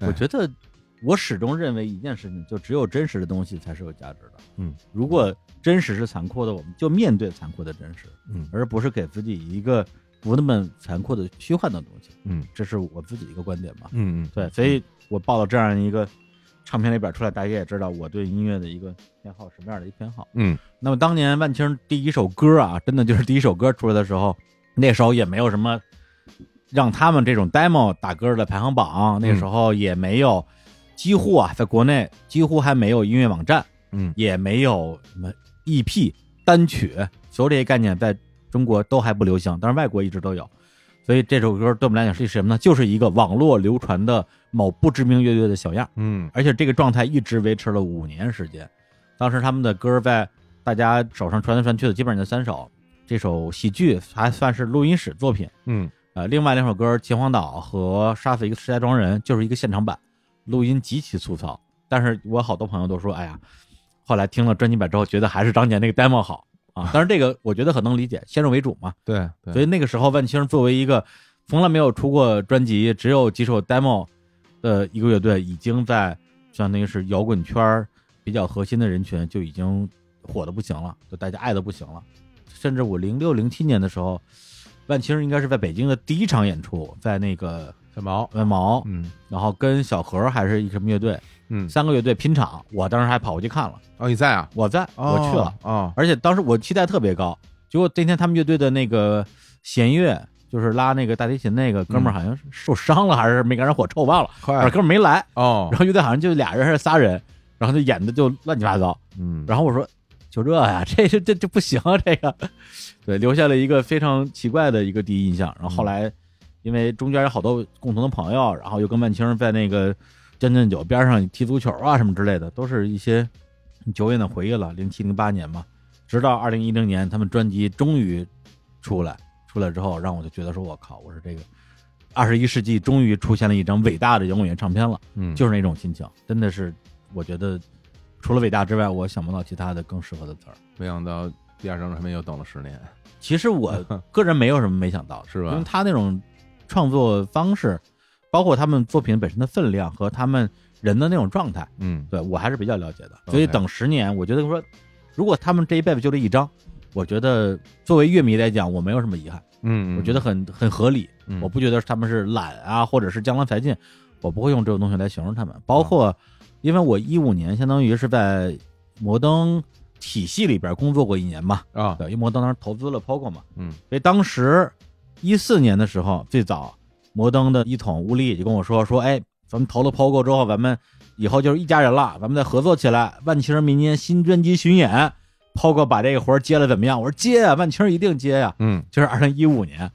Speaker 1: 我觉得我始终认为一件事情，就只有真实的东西才是有价值的。
Speaker 2: 嗯，
Speaker 1: 如果真实是残酷的，我们就面对残酷的真实，
Speaker 2: 嗯
Speaker 1: 而不是给自己一个不那么残酷的虚幻的东西。
Speaker 2: 嗯
Speaker 1: 这是我自己一个观点吧。
Speaker 2: 嗯嗯，
Speaker 1: 对，所以我报了这样一个唱片列表出来，大家也知道我对音乐的一个偏好，什么样的一个偏好。
Speaker 2: 嗯
Speaker 1: 那么当年万青第一首歌啊，真的就是第一首歌出来的时候，那时候也没有什么让他们这种 demo 打歌的排行榜，那时候也没有，几乎啊，在国内几乎还没有音乐网站，
Speaker 2: 嗯
Speaker 1: 也没有什么 EP 单曲，所有这些概念在中国都还不流行，但是外国一直都有。所以这首歌对我们来讲是什么呢？就是一个网络流传的某不知名乐队的小样儿。
Speaker 2: 嗯
Speaker 1: 而且这个状态一直维持了五年时间。当时他们的歌在大家手上传来传去的，基本上就三首。这首《喜剧》还算是录音室作品，
Speaker 2: 嗯
Speaker 1: 呃，另外两首歌《秦皇岛》和《杀死一个石家庄人》就是一个现场版，录音极其粗糙。但是我好多朋友都说，哎呀，后来听了专辑版之后，觉得还是当年那个 demo 好啊。当然这个我觉得很能理解，先入为主嘛。啊
Speaker 2: 对对，
Speaker 1: 所以那个时候，万青作为一个从来没有出过专辑，只有几首 demo 的一个乐队，已经在相当于是摇滚圈儿比较核心的人群就已经火的不行了，就大家爱的不行了。甚至我零六零七年的时候，万青应该是在北京的第一场演出，在那个
Speaker 2: 小毛，
Speaker 1: 万毛，
Speaker 2: 嗯
Speaker 1: 然后跟小何还是一个什么乐队，
Speaker 2: 嗯，
Speaker 1: 三个乐队拼场，我当时还跑过去看了，
Speaker 2: 哦，你在啊？
Speaker 1: 我在，我去了。
Speaker 2: 啊，
Speaker 1: 而且当时我期待特别高，结果那天他们乐队的那个弦乐，就是拉那个大提琴那个哥们儿，好像是受伤了还是没感染火臭，忘了，反
Speaker 2: 快
Speaker 1: 正哥们儿没来。
Speaker 2: 哎哦
Speaker 1: 然，后乐队好像就俩人还是仨人，然后就演的就乱七八糟。
Speaker 2: 嗯
Speaker 1: 然后我说就这呀， (laughs) 这这这这不行啊，这个，对，留下了一个非常奇怪的一个第一印象。然后后来，因为中间有好多共同的朋友，然后又跟万青在那个将进酒边上踢足球啊什么之类的，都是一些久远的回忆了。零七零八年嘛，直到二零一零年，他们专辑终于出来，出来之后，让我就觉得说，我靠，我说这个。二十一世纪终于出现了一张伟大的摇滚乐唱片了，
Speaker 2: 嗯，
Speaker 1: 就是那种心情，真的是，我觉得除了伟大之外，我想不到其他的更适合的词儿。
Speaker 2: 没想到第二张唱片又等了十年，
Speaker 1: 其实我个人没有什么没想到的，
Speaker 2: (laughs) 是吧
Speaker 1: 因为他那种创作方式，包括他们作品本身的分量和他们人的那种状态，
Speaker 2: 嗯
Speaker 1: 对我还是比较了解的。
Speaker 2: OK
Speaker 1: 所以等十年，我觉得说，如果他们这一辈子就这一张，我觉得作为乐迷来讲，我没有什么遗憾，
Speaker 2: 嗯
Speaker 1: 我觉得很很合理。
Speaker 2: 嗯
Speaker 1: 我不觉得他们是懒啊，或者是江郎才尽，我不会用这种东西来形容他们。
Speaker 2: 嗯
Speaker 1: 包括，因为我一五年相当于是在摩登体系里边工作过一年嘛，
Speaker 2: 啊，
Speaker 1: 对，因为摩登当时投资了 POGO 嘛，
Speaker 2: 嗯
Speaker 1: 所以当时一四年的时候，最早摩登的一统乌力就跟我说说，哎，咱们投了 POGO 之后，咱们以后就是一家人了，咱们再合作起来，万青明年新专辑巡演，POGO 把这个活儿接了怎么样？我说接啊，万青一定接呀、
Speaker 2: 嗯，
Speaker 1: 就是二零一五年，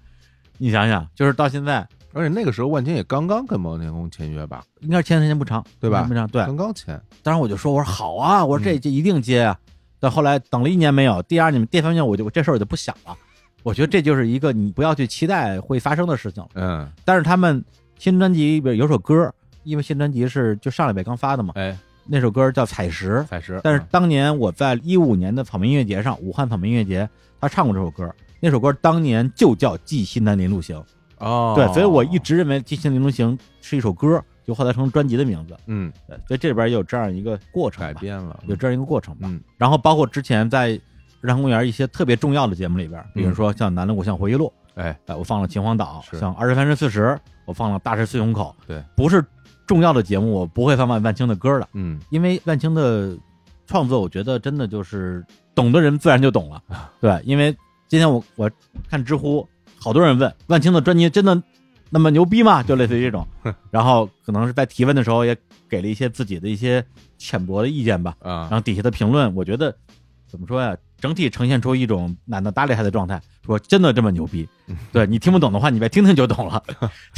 Speaker 1: 你想想，就是到现在。
Speaker 2: 而且那个时候万青也刚刚跟蒙天空签约吧，
Speaker 1: 应该是签的时间不长，
Speaker 2: 对吧嗯
Speaker 1: 时间不长，对。
Speaker 2: 刚刚签，
Speaker 1: 当时我就说，我说好啊，我说这这一定接啊。但后来等了一年没有，第二年、第三年我就我这事儿我就不想了。我觉得这就是一个你不要去期待会发生的事情了。
Speaker 2: 嗯，
Speaker 1: 但是他们新专辑里边有首歌，因为新专辑是就上礼拜刚发的嘛，
Speaker 2: 哎，
Speaker 1: 那首歌叫《采石》，
Speaker 2: 采石，
Speaker 1: 但是
Speaker 2: 嗯
Speaker 1: 当年我在一五年的草莓音乐节上，武汉草莓音乐节，他唱过这首歌。那首歌当年就叫《记西南林路行》，
Speaker 2: 哦，
Speaker 1: 对，所以我一直认为《记西南林路行》是一首歌，就后来成专辑的名字。
Speaker 2: 嗯
Speaker 1: 对，所以这里边有这样一个过程
Speaker 2: 改
Speaker 1: 吧，
Speaker 2: 编了，
Speaker 1: 有这样一个过程吧。
Speaker 2: 嗯
Speaker 1: 然后包括之前在日坛公园一些特别重要的节目里边，比如说像《南锣鼓巷回忆录》，
Speaker 2: 哎
Speaker 1: 哎，我放了秦皇岛，
Speaker 2: 嗯是
Speaker 1: 像《二十三十四十》，我放了《大石碎胸口》，
Speaker 2: 对，
Speaker 1: 不是重要的节目，我不会放万万青的歌的。
Speaker 2: 嗯
Speaker 1: 因为万青的创作，我觉得真的就是懂的人自然就懂
Speaker 2: (laughs)
Speaker 1: 了。对，因为今天我我看知乎，好多人问万青的专辑真的那么牛逼吗？就类似于这
Speaker 2: (laughs)
Speaker 1: 种，然后可能是在提问的时候也给了一些自己的一些浅薄的意见吧。
Speaker 2: 啊
Speaker 1: 然后底下的评论，我觉得怎么说呀？整体呈现出一种懒得搭理他的状态，说真的这么牛逼？对你听不懂的话，你再听听就懂
Speaker 2: (laughs)
Speaker 1: 了。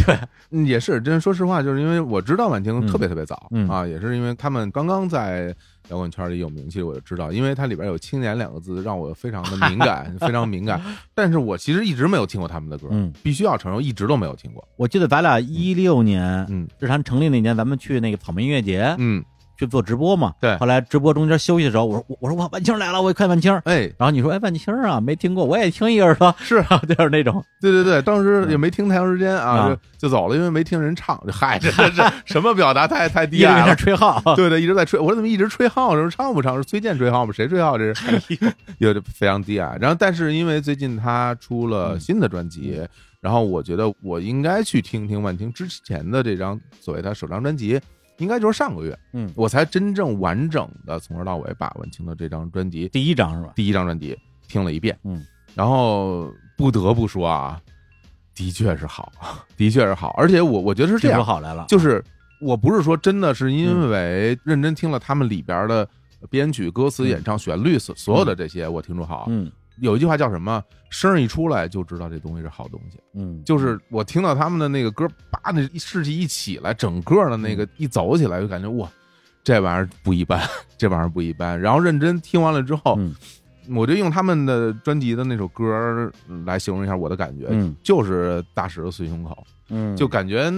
Speaker 1: 对，
Speaker 2: 嗯，也是，真说实话，就是因为我知道婉婷特别特别早、
Speaker 1: 嗯嗯
Speaker 2: 啊，也是因为他们刚刚在摇滚圈里有名气，我就知道，因为它里边有“青年”两个字，让我非常的敏 (laughs) 感，非常敏感。但是我其实一直没有听过他们的歌，
Speaker 1: 嗯
Speaker 2: 必须要承认，一直都没有听过。
Speaker 1: 我记得咱俩一六年，
Speaker 2: 嗯
Speaker 1: 日坛成立那年，咱们去那个草莓音乐节， (laughs)
Speaker 2: 嗯，
Speaker 1: 去做直播嘛。
Speaker 2: 对
Speaker 1: 后来直播中间休息的时候，我说我我说哇，万青来了，我看万青。
Speaker 2: 哎，
Speaker 1: 然后你说哎，万青啊，没听过，我也听一耳 (laughs) 朵，
Speaker 2: 是
Speaker 1: 啊，就是那种
Speaker 2: 对对对，当时也没听太长时间啊，
Speaker 1: 嗯啊
Speaker 2: 就就走了，因为没听人唱。嗨，真的是 (laughs) 什么表达太太
Speaker 1: 一
Speaker 2: (laughs) 低
Speaker 1: 直在
Speaker 2: 矮
Speaker 1: 那
Speaker 2: 了。
Speaker 1: 吹号。
Speaker 2: (laughs) 对对，一直在吹。我说怎么一直吹号？说唱不唱？是崔健吹号吗？谁吹号？这
Speaker 1: 哎
Speaker 2: 是 (laughs) 有点非常低矮。然后，但是因为最近他出
Speaker 1: 嗯
Speaker 2: 了新的专辑，然后我觉得我应该去听听万青之前的这张所谓他首张专辑，应该就是上个月，
Speaker 1: 嗯
Speaker 2: 我才真正完整的从头到尾把万青的这张专辑
Speaker 1: 第一张是吧？
Speaker 2: 第一张专辑听了一遍，
Speaker 1: 嗯，
Speaker 2: 然后不得不说啊，的确是好，的确是好，而且我我觉得是这
Speaker 1: 吹
Speaker 2: 样
Speaker 1: 出，好嗯来了，
Speaker 2: 就是我不是说真的是因为认真听了他们里边的编曲、歌词、演唱、旋律，所所有的这些我听出好。
Speaker 1: 嗯
Speaker 2: 有一句话叫什么？声儿一出来就知道这东西是好东西。
Speaker 1: 嗯，
Speaker 2: 就是我听到他们的那个歌，叭，那士气一起来，整个的那个一走起来，就感觉哇，这玩意儿不一般， (laughs) 这玩意儿不一般。然后认真听完了之后，
Speaker 1: 嗯
Speaker 2: 我就用他们的专辑的那首歌儿来形容一下我的感觉，
Speaker 1: 嗯
Speaker 2: 就是大石头碎胸口，
Speaker 1: 嗯
Speaker 2: 就感觉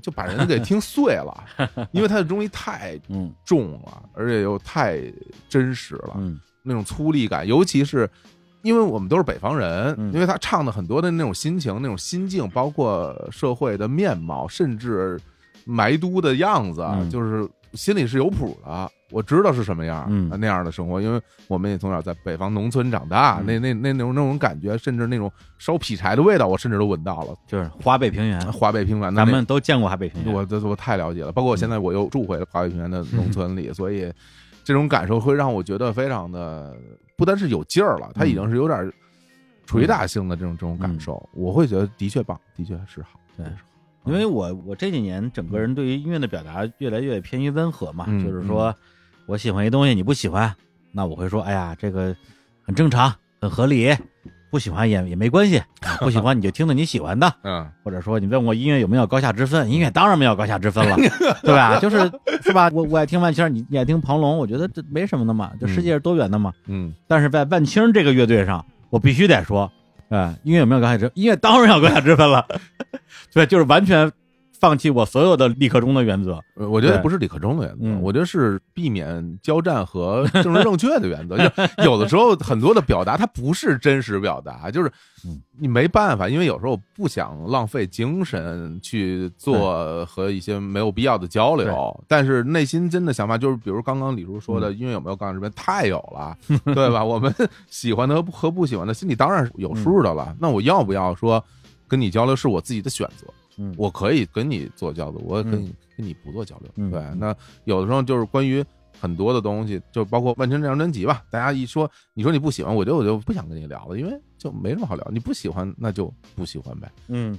Speaker 2: 就把人给听碎
Speaker 1: (laughs)
Speaker 2: 了，因为他的东西太
Speaker 1: 嗯
Speaker 2: 重了，而且又太真实了，
Speaker 1: 嗯
Speaker 2: 那种粗粝感，尤其是因为我们都是北方人，
Speaker 1: 嗯
Speaker 2: 因为他唱的很多的那种心情、那种心境，包括社会的面貌，甚至埋都的样子，啊
Speaker 1: 嗯
Speaker 2: 就是心里是有谱的。我知道是什么样、
Speaker 1: 嗯
Speaker 2: 那样的生活，因为我们也从小在北方农村长大，
Speaker 1: 嗯
Speaker 2: 那那那那种那种感觉，甚至那种烧劈柴的味道，我甚至都闻到了。
Speaker 1: 就是华北平原，
Speaker 2: 华北平原的
Speaker 1: 咱
Speaker 2: 那
Speaker 1: 们都见过华北平原。
Speaker 2: 我这我太了解了，包括我现在我又住回了华北平原的农村里，所以这种感受会让我觉得非常的不单是有劲儿了，它已经是有点捶打性的这种这种感受，我会觉得的确棒，的确是好，
Speaker 1: 对因为我我这几年整个人对于音乐的表达越来越偏于温和嘛，
Speaker 2: 嗯
Speaker 1: 就是说我喜欢一东西你不喜欢，那我会说哎呀这个很正常，很合理，不喜欢也也没关系，啊不喜欢你就听听你喜欢的，
Speaker 2: 嗯
Speaker 1: 或者说你问我音乐有没有高下之分，音乐当然没有高下之分了，对吧？就是是吧？我我爱听万青儿，你你爱听庞龙，我觉得这没什么的嘛，这世界是多元的嘛。
Speaker 2: 嗯，
Speaker 1: 但是在万青儿这个乐队上，我必须得说，呃，音乐有没有高下之分？音乐当然有高下之分了， (laughs) 对，就是完全放弃我所有的立刻中的原则。
Speaker 2: 呃我觉得
Speaker 1: 对
Speaker 2: 不是理科中的原则，
Speaker 1: 嗯
Speaker 2: 我觉得是避免交战和政治正确的原则。 (laughs) 就有的时候很多的表达它不是真实表达，就是
Speaker 1: 嗯
Speaker 2: 你没办法，因为有时候不想浪费精神去做和一些没有必要的交流，但是内心真的想法就是，比如刚刚李叔说
Speaker 1: 嗯
Speaker 2: 的，因为有没有杠这边太有了，
Speaker 1: (laughs)
Speaker 2: 对吧？我们喜欢的和不和不喜欢的，心里当然是有数的了。那我要不要说跟你交流是我自己的选择？
Speaker 1: 嗯
Speaker 2: 我可以跟你做交流，我也跟你、跟你不做交流。
Speaker 1: 嗯
Speaker 2: 对
Speaker 1: 嗯，
Speaker 2: 那有的时候就是关于很多的东西，就包括万千这张专辑吧，大家一说你说你不喜欢，我觉得我就不想跟你聊了，因为就没什么好聊。你不喜欢那就不喜欢
Speaker 1: (laughs)
Speaker 2: 呗，
Speaker 1: 嗯，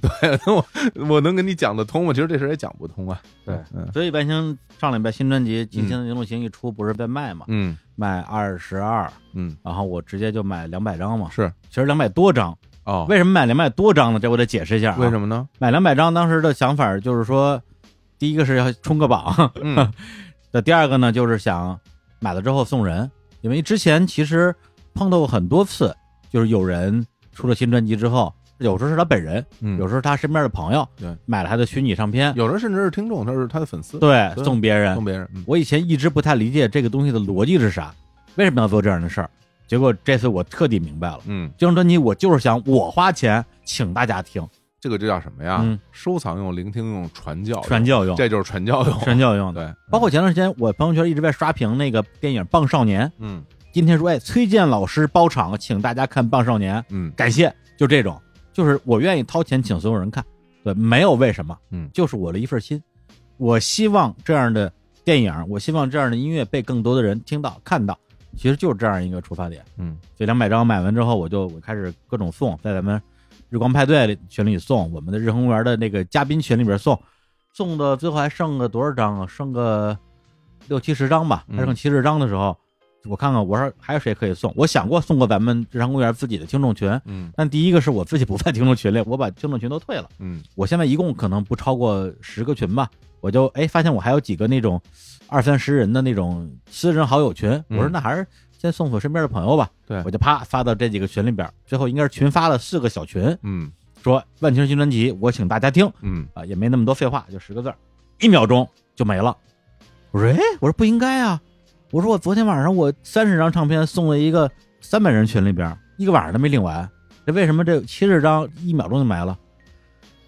Speaker 2: 我能跟你讲得通吗？其实这事儿也讲不通啊。
Speaker 1: 对
Speaker 2: 嗯
Speaker 1: 所以万青上礼拜新专辑《金星的一路行》一出，不是在卖嘛，
Speaker 2: 嗯
Speaker 1: 卖二十二，
Speaker 2: 嗯，
Speaker 1: 然后我直接就买两百张嘛，
Speaker 2: 是
Speaker 1: 其实两百多张。
Speaker 2: 哦，
Speaker 1: 嗯为什么买两百多张呢？这我得解释一下、啊。
Speaker 2: 为什么呢？
Speaker 1: 买两百张？当时的想法就是说，第一个是要冲个榜，
Speaker 2: 嗯
Speaker 1: 那 (laughs) 第二个呢就是想买了之后送人，因为之前其实碰到过很多次，就是有人出了新专辑之后，有时候是他本人，
Speaker 2: 嗯
Speaker 1: 有时候是他身边的朋友，
Speaker 2: 对
Speaker 1: 买了他的虚拟唱片，
Speaker 2: 有的甚至是听众，他是他的粉丝，
Speaker 1: 对，
Speaker 2: 对
Speaker 1: 送别人
Speaker 2: 送。别人，嗯
Speaker 1: 我以前一直不太理解这个东西的逻辑是啥，为什么要做这样的事儿？结果这次我彻底明白了，
Speaker 2: 嗯，
Speaker 1: 这张专辑我就是想我花钱请大家听，
Speaker 2: 这个这叫什么呀
Speaker 1: 嗯？
Speaker 2: 收藏用、聆听用、传教用
Speaker 1: 传，教用，
Speaker 2: 这就是传教用，
Speaker 1: 传教用的。
Speaker 2: 对，
Speaker 1: 包括前段时间我朋友圈一直在刷屏那个电影《棒少年》，
Speaker 2: 嗯
Speaker 1: 今天说哎崔健老师包场，请大家看《棒少年》，
Speaker 2: 嗯
Speaker 1: 感谢，就这种，就是我愿意掏钱请所有人看，对，没有为什么，
Speaker 2: 嗯
Speaker 1: 就是我的一份心。我希望这样的电影，我希望这样的音乐被更多的人听到、看到，其实就是这样一个出发点。
Speaker 2: 嗯
Speaker 1: 所以两百张买完之后，我就我开始各种送，在咱们日光派对里群里送，我们的日恒公园的那个嘉宾群里边送，送的最后还剩个多少张啊？剩个六七十张吧，
Speaker 2: 嗯
Speaker 1: 还剩七十张的时候，我看看我说还有谁可以送？我想过送过咱们日恒公园自己的听众群，
Speaker 2: 嗯
Speaker 1: 但第一个是我自己不在听众群里，我把听众群都退了。
Speaker 2: 嗯
Speaker 1: 我现在一共可能不超过十个群吧，我就哎发现我还有几个那种二三十人的那种私人好友群，我说
Speaker 2: 嗯
Speaker 1: 那还是先送给身边的朋友吧，
Speaker 2: 对
Speaker 1: 我就啪发到这几个群里边，最后应该是群发了四个小群，
Speaker 2: 嗯
Speaker 1: 说万青新专辑我请大家听
Speaker 2: 嗯
Speaker 1: 啊，也没那么多废话，就十个字儿，一秒钟就没了。我说哎，我说不应该啊，我说我昨天晚上我三十张唱片送了一个三百人群里边，一个晚上都没领完，这为什么这七十张一秒钟就没了？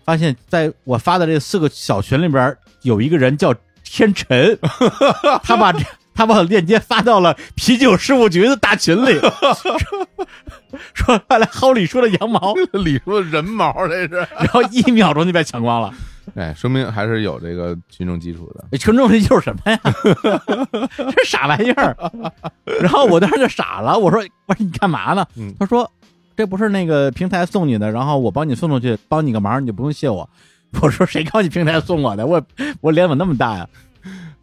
Speaker 1: 发现在我发的这四个小群里边，有一个人叫天辰，他把这他把链接发到了啤酒事务局的大群里，说他来薅 (laughs) 李叔的羊毛，
Speaker 2: 嗯，李叔人毛这是，
Speaker 1: 然后一秒钟就被抢光了。
Speaker 2: (laughs) 哎，说明还是有这个群众基础的，
Speaker 1: 哎群众这就是什么呀？ (laughs) 这是傻玩意儿。然后我当时就傻了，我说：“我说你干嘛呢？”
Speaker 2: 嗯
Speaker 1: 他说：“这不是那个平台送你的，然后我帮你送出去，帮你个忙，你就不用谢我。”我说：“谁告诉你平台送我的？我我脸怎么那么大呀？”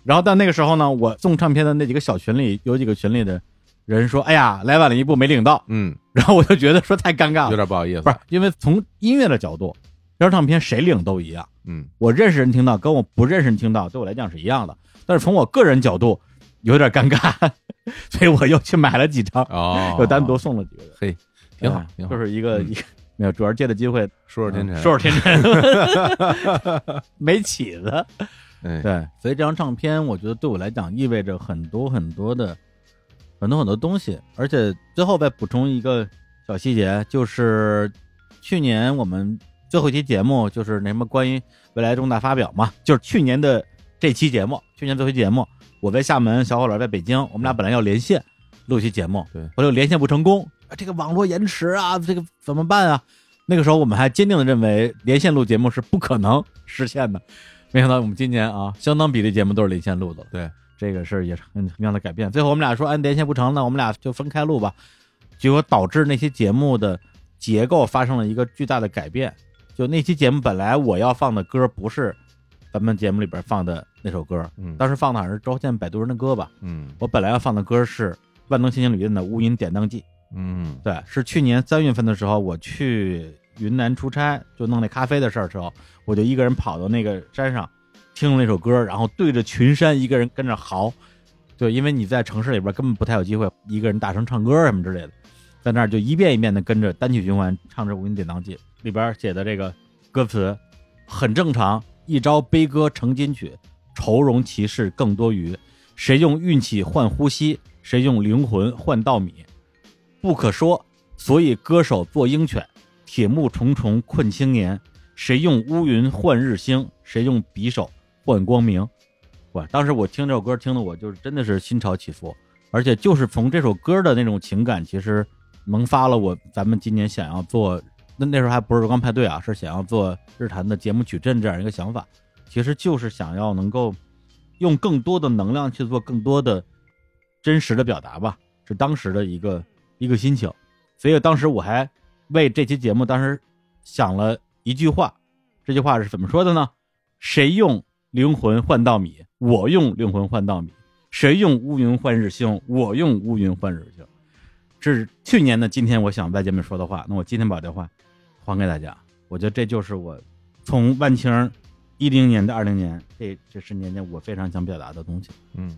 Speaker 1: 然后到那个时候呢，我送唱片的那几个小群里，有几个群里的人说：“哎呀，来晚了一步没领到。
Speaker 2: 嗯，”
Speaker 1: 然后我就觉得说太尴尬
Speaker 2: 有
Speaker 1: 了，
Speaker 2: 点不好意思，
Speaker 1: 啊不是因为从音乐的角度，这张唱片谁领都一样。
Speaker 2: 嗯
Speaker 1: 我认识人听到跟我不认识人听到对我来讲是一样的，但是从我个人角度有点尴尬， (laughs) 所以我又去买了几张，
Speaker 2: 哦，
Speaker 1: 又单独送了几个人，
Speaker 2: 嘿，挺好
Speaker 1: 哎
Speaker 2: 挺好，
Speaker 1: 就是一个
Speaker 2: 嗯
Speaker 1: 一个没有，主要是借的机会嗯
Speaker 2: 说说天辰，
Speaker 1: 说说天辰，
Speaker 2: (laughs)
Speaker 1: (laughs) 没起子，
Speaker 2: 哎，
Speaker 1: 对，所以这张唱片我觉得对我来讲意味着很多很多的很多很多东西，而且最后再补充一个小细节，就是去年我们最后一期节目就是那什么关于未来重大发表嘛，就是去年的这期节目，去年最后一期节目，我在厦门，小伙老师在北京，我们俩本来要连线录一期节目，
Speaker 2: 对
Speaker 1: 后来又连线不成功，啊这个网络延迟啊，这个怎么办啊？那个时候我们还坚定的认为连线录节目是不可能实现的，没想到我们今年啊，相当比例节目都是连线录的了。
Speaker 2: 对，
Speaker 1: 这个事儿也是很很样的改变。最后我们俩说，哎，连线不成，那我们俩就分开录吧。结果导致那期节目的结构发生了一个巨大的改变。就那期节目本来我要放的歌不是咱们节目里边放的那首歌，
Speaker 2: 嗯
Speaker 1: 当时放的好像是周建摆渡人的歌吧。
Speaker 2: 嗯
Speaker 1: 我本来要放的歌是万能新星旅店的《乌云典当记》，
Speaker 2: 嗯
Speaker 1: 对，是去年三月份的时候，我去云南出差，就弄那咖啡的事儿之后，我就一个人跑到那个山上，听了那首歌，然后对着群山一个人跟着嚎。对，因为你在城市里边根本不太有机会一个人大声唱歌什么之类的，在那儿就一遍一遍的跟着单曲循环唱着《无云典当记》里边写的这个歌词，很正常，一朝悲歌成金曲，愁容其事更多余。谁用运气换呼吸，谁用灵魂换稻米。不可说，所以歌手做鹰犬，铁幕重重困青年。谁用乌云换日星，谁用匕首换光明。哇！当时我听这首歌，听的我就是真的是心潮起伏，而且就是从这首歌的那种情感，其实萌发了我咱们今年想要做，那那时候还不是光派对啊，是想要做日坛的节目矩阵这样一个想法，其实就是想要能够用更多的能量去做更多的真实的表达吧，是当时的一个一个心情。所以当时我还为这期节目当时想了一句话，这句话是怎么说的呢？谁用灵魂换稻米？我用灵魂换稻米。谁用乌云换日星？我用乌云换日星。这是去年的今天，我想在节目里说的话。那我今天把这话还给大家。我觉得这就是我从万青一零年到二零年这这十年间，我非常想表达的东西。
Speaker 2: 嗯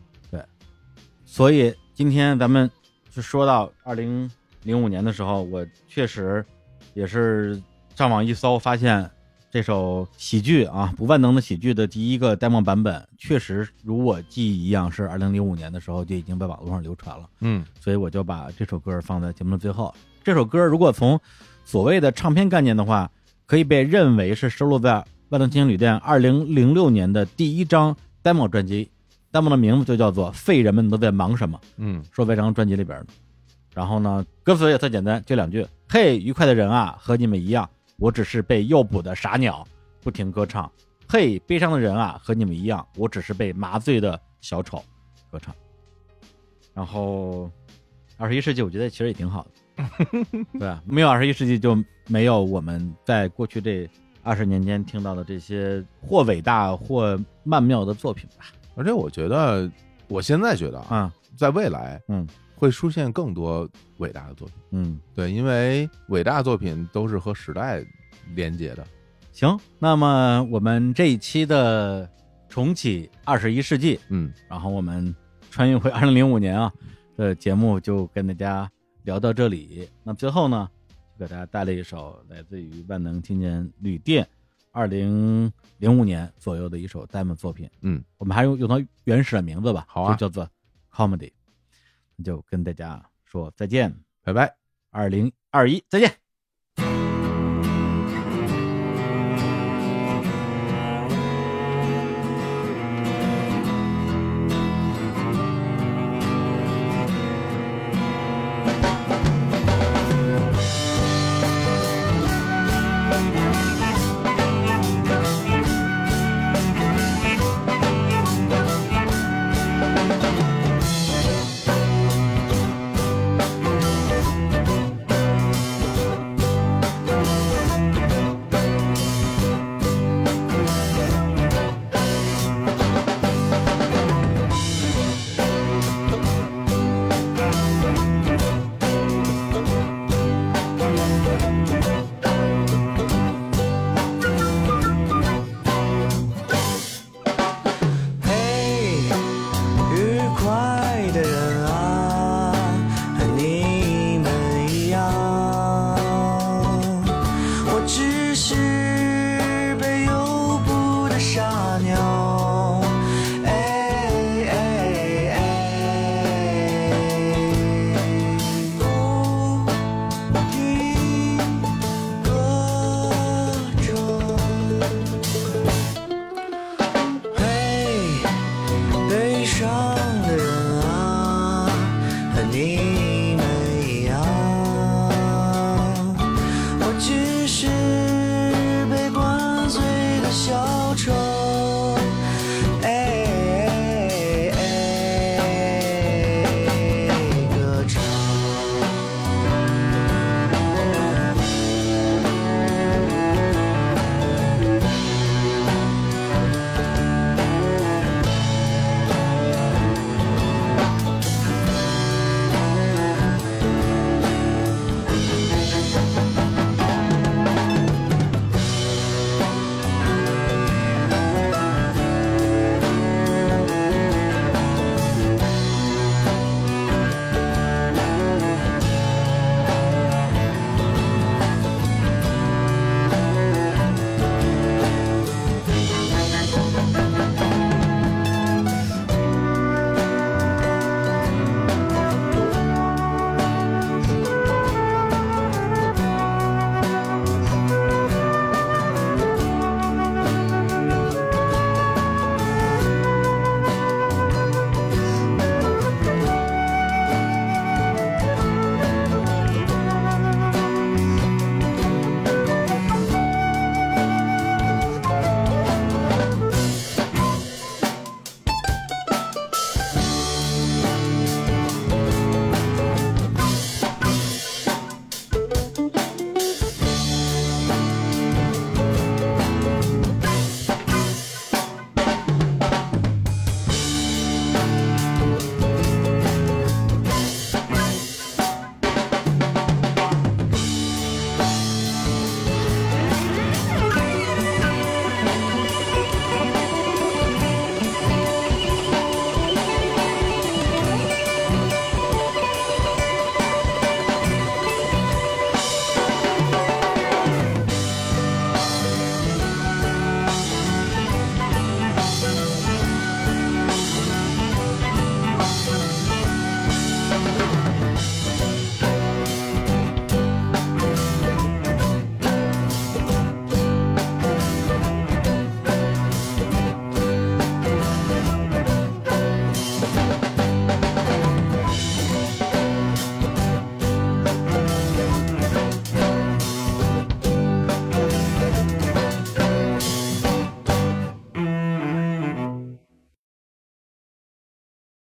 Speaker 1: 所以今天咱们就说到二零零五年的时候，我确实也是上网一搜，发现这首喜剧啊，不万能的喜剧的第一个 demo 版本，确实如我记忆一样，是二零零五年的时候就已经在网络上流传了。
Speaker 2: 嗯
Speaker 1: 所以我就把这首歌放在节目的最后。这首歌如果从所谓的唱片概念的话，可以被认为是收录在《万能青年旅店》二零零六年的第一张 demo 专辑，demo 的名字就叫做《废人们都在忙什么》。
Speaker 2: 嗯
Speaker 1: 说这张专辑里边的。然后呢，歌词也特简单，就两句：“嘿，愉快的人啊，和你们一样，我只是被诱捕的傻鸟，不停歌唱；嘿，悲伤的人啊，和你们一样，我只是被麻醉的小丑，歌唱。”然后，二十一世纪，我觉得其实也挺好的。对啊，没有二十一世纪，就没有我们在过去这二十年间听到的这些或伟大或曼妙的作品吧。
Speaker 2: 而且我觉得，我现在觉得啊，
Speaker 1: 啊，
Speaker 2: 在未来，
Speaker 1: 嗯，
Speaker 2: 会出现更多伟大的作品。
Speaker 1: 嗯，
Speaker 2: 对，因为伟大作品都是和时代连接的。
Speaker 1: 行，那么我们这一期的重启二十一世纪，
Speaker 2: 嗯，
Speaker 1: 然后我们穿越回二零零五年啊的节目就跟大家聊到这里。那最后呢，就给大家带了一首来自于万能青年旅店二零零五年左右的一首 demo 作品。
Speaker 2: 嗯，
Speaker 1: 我们还用用它原始的名字吧，
Speaker 2: 好啊
Speaker 1: 就叫做 comedy。那就跟大家说再见，
Speaker 2: 拜拜。
Speaker 1: 二零二一再见。
Speaker 4: 哎 Oh，啊哎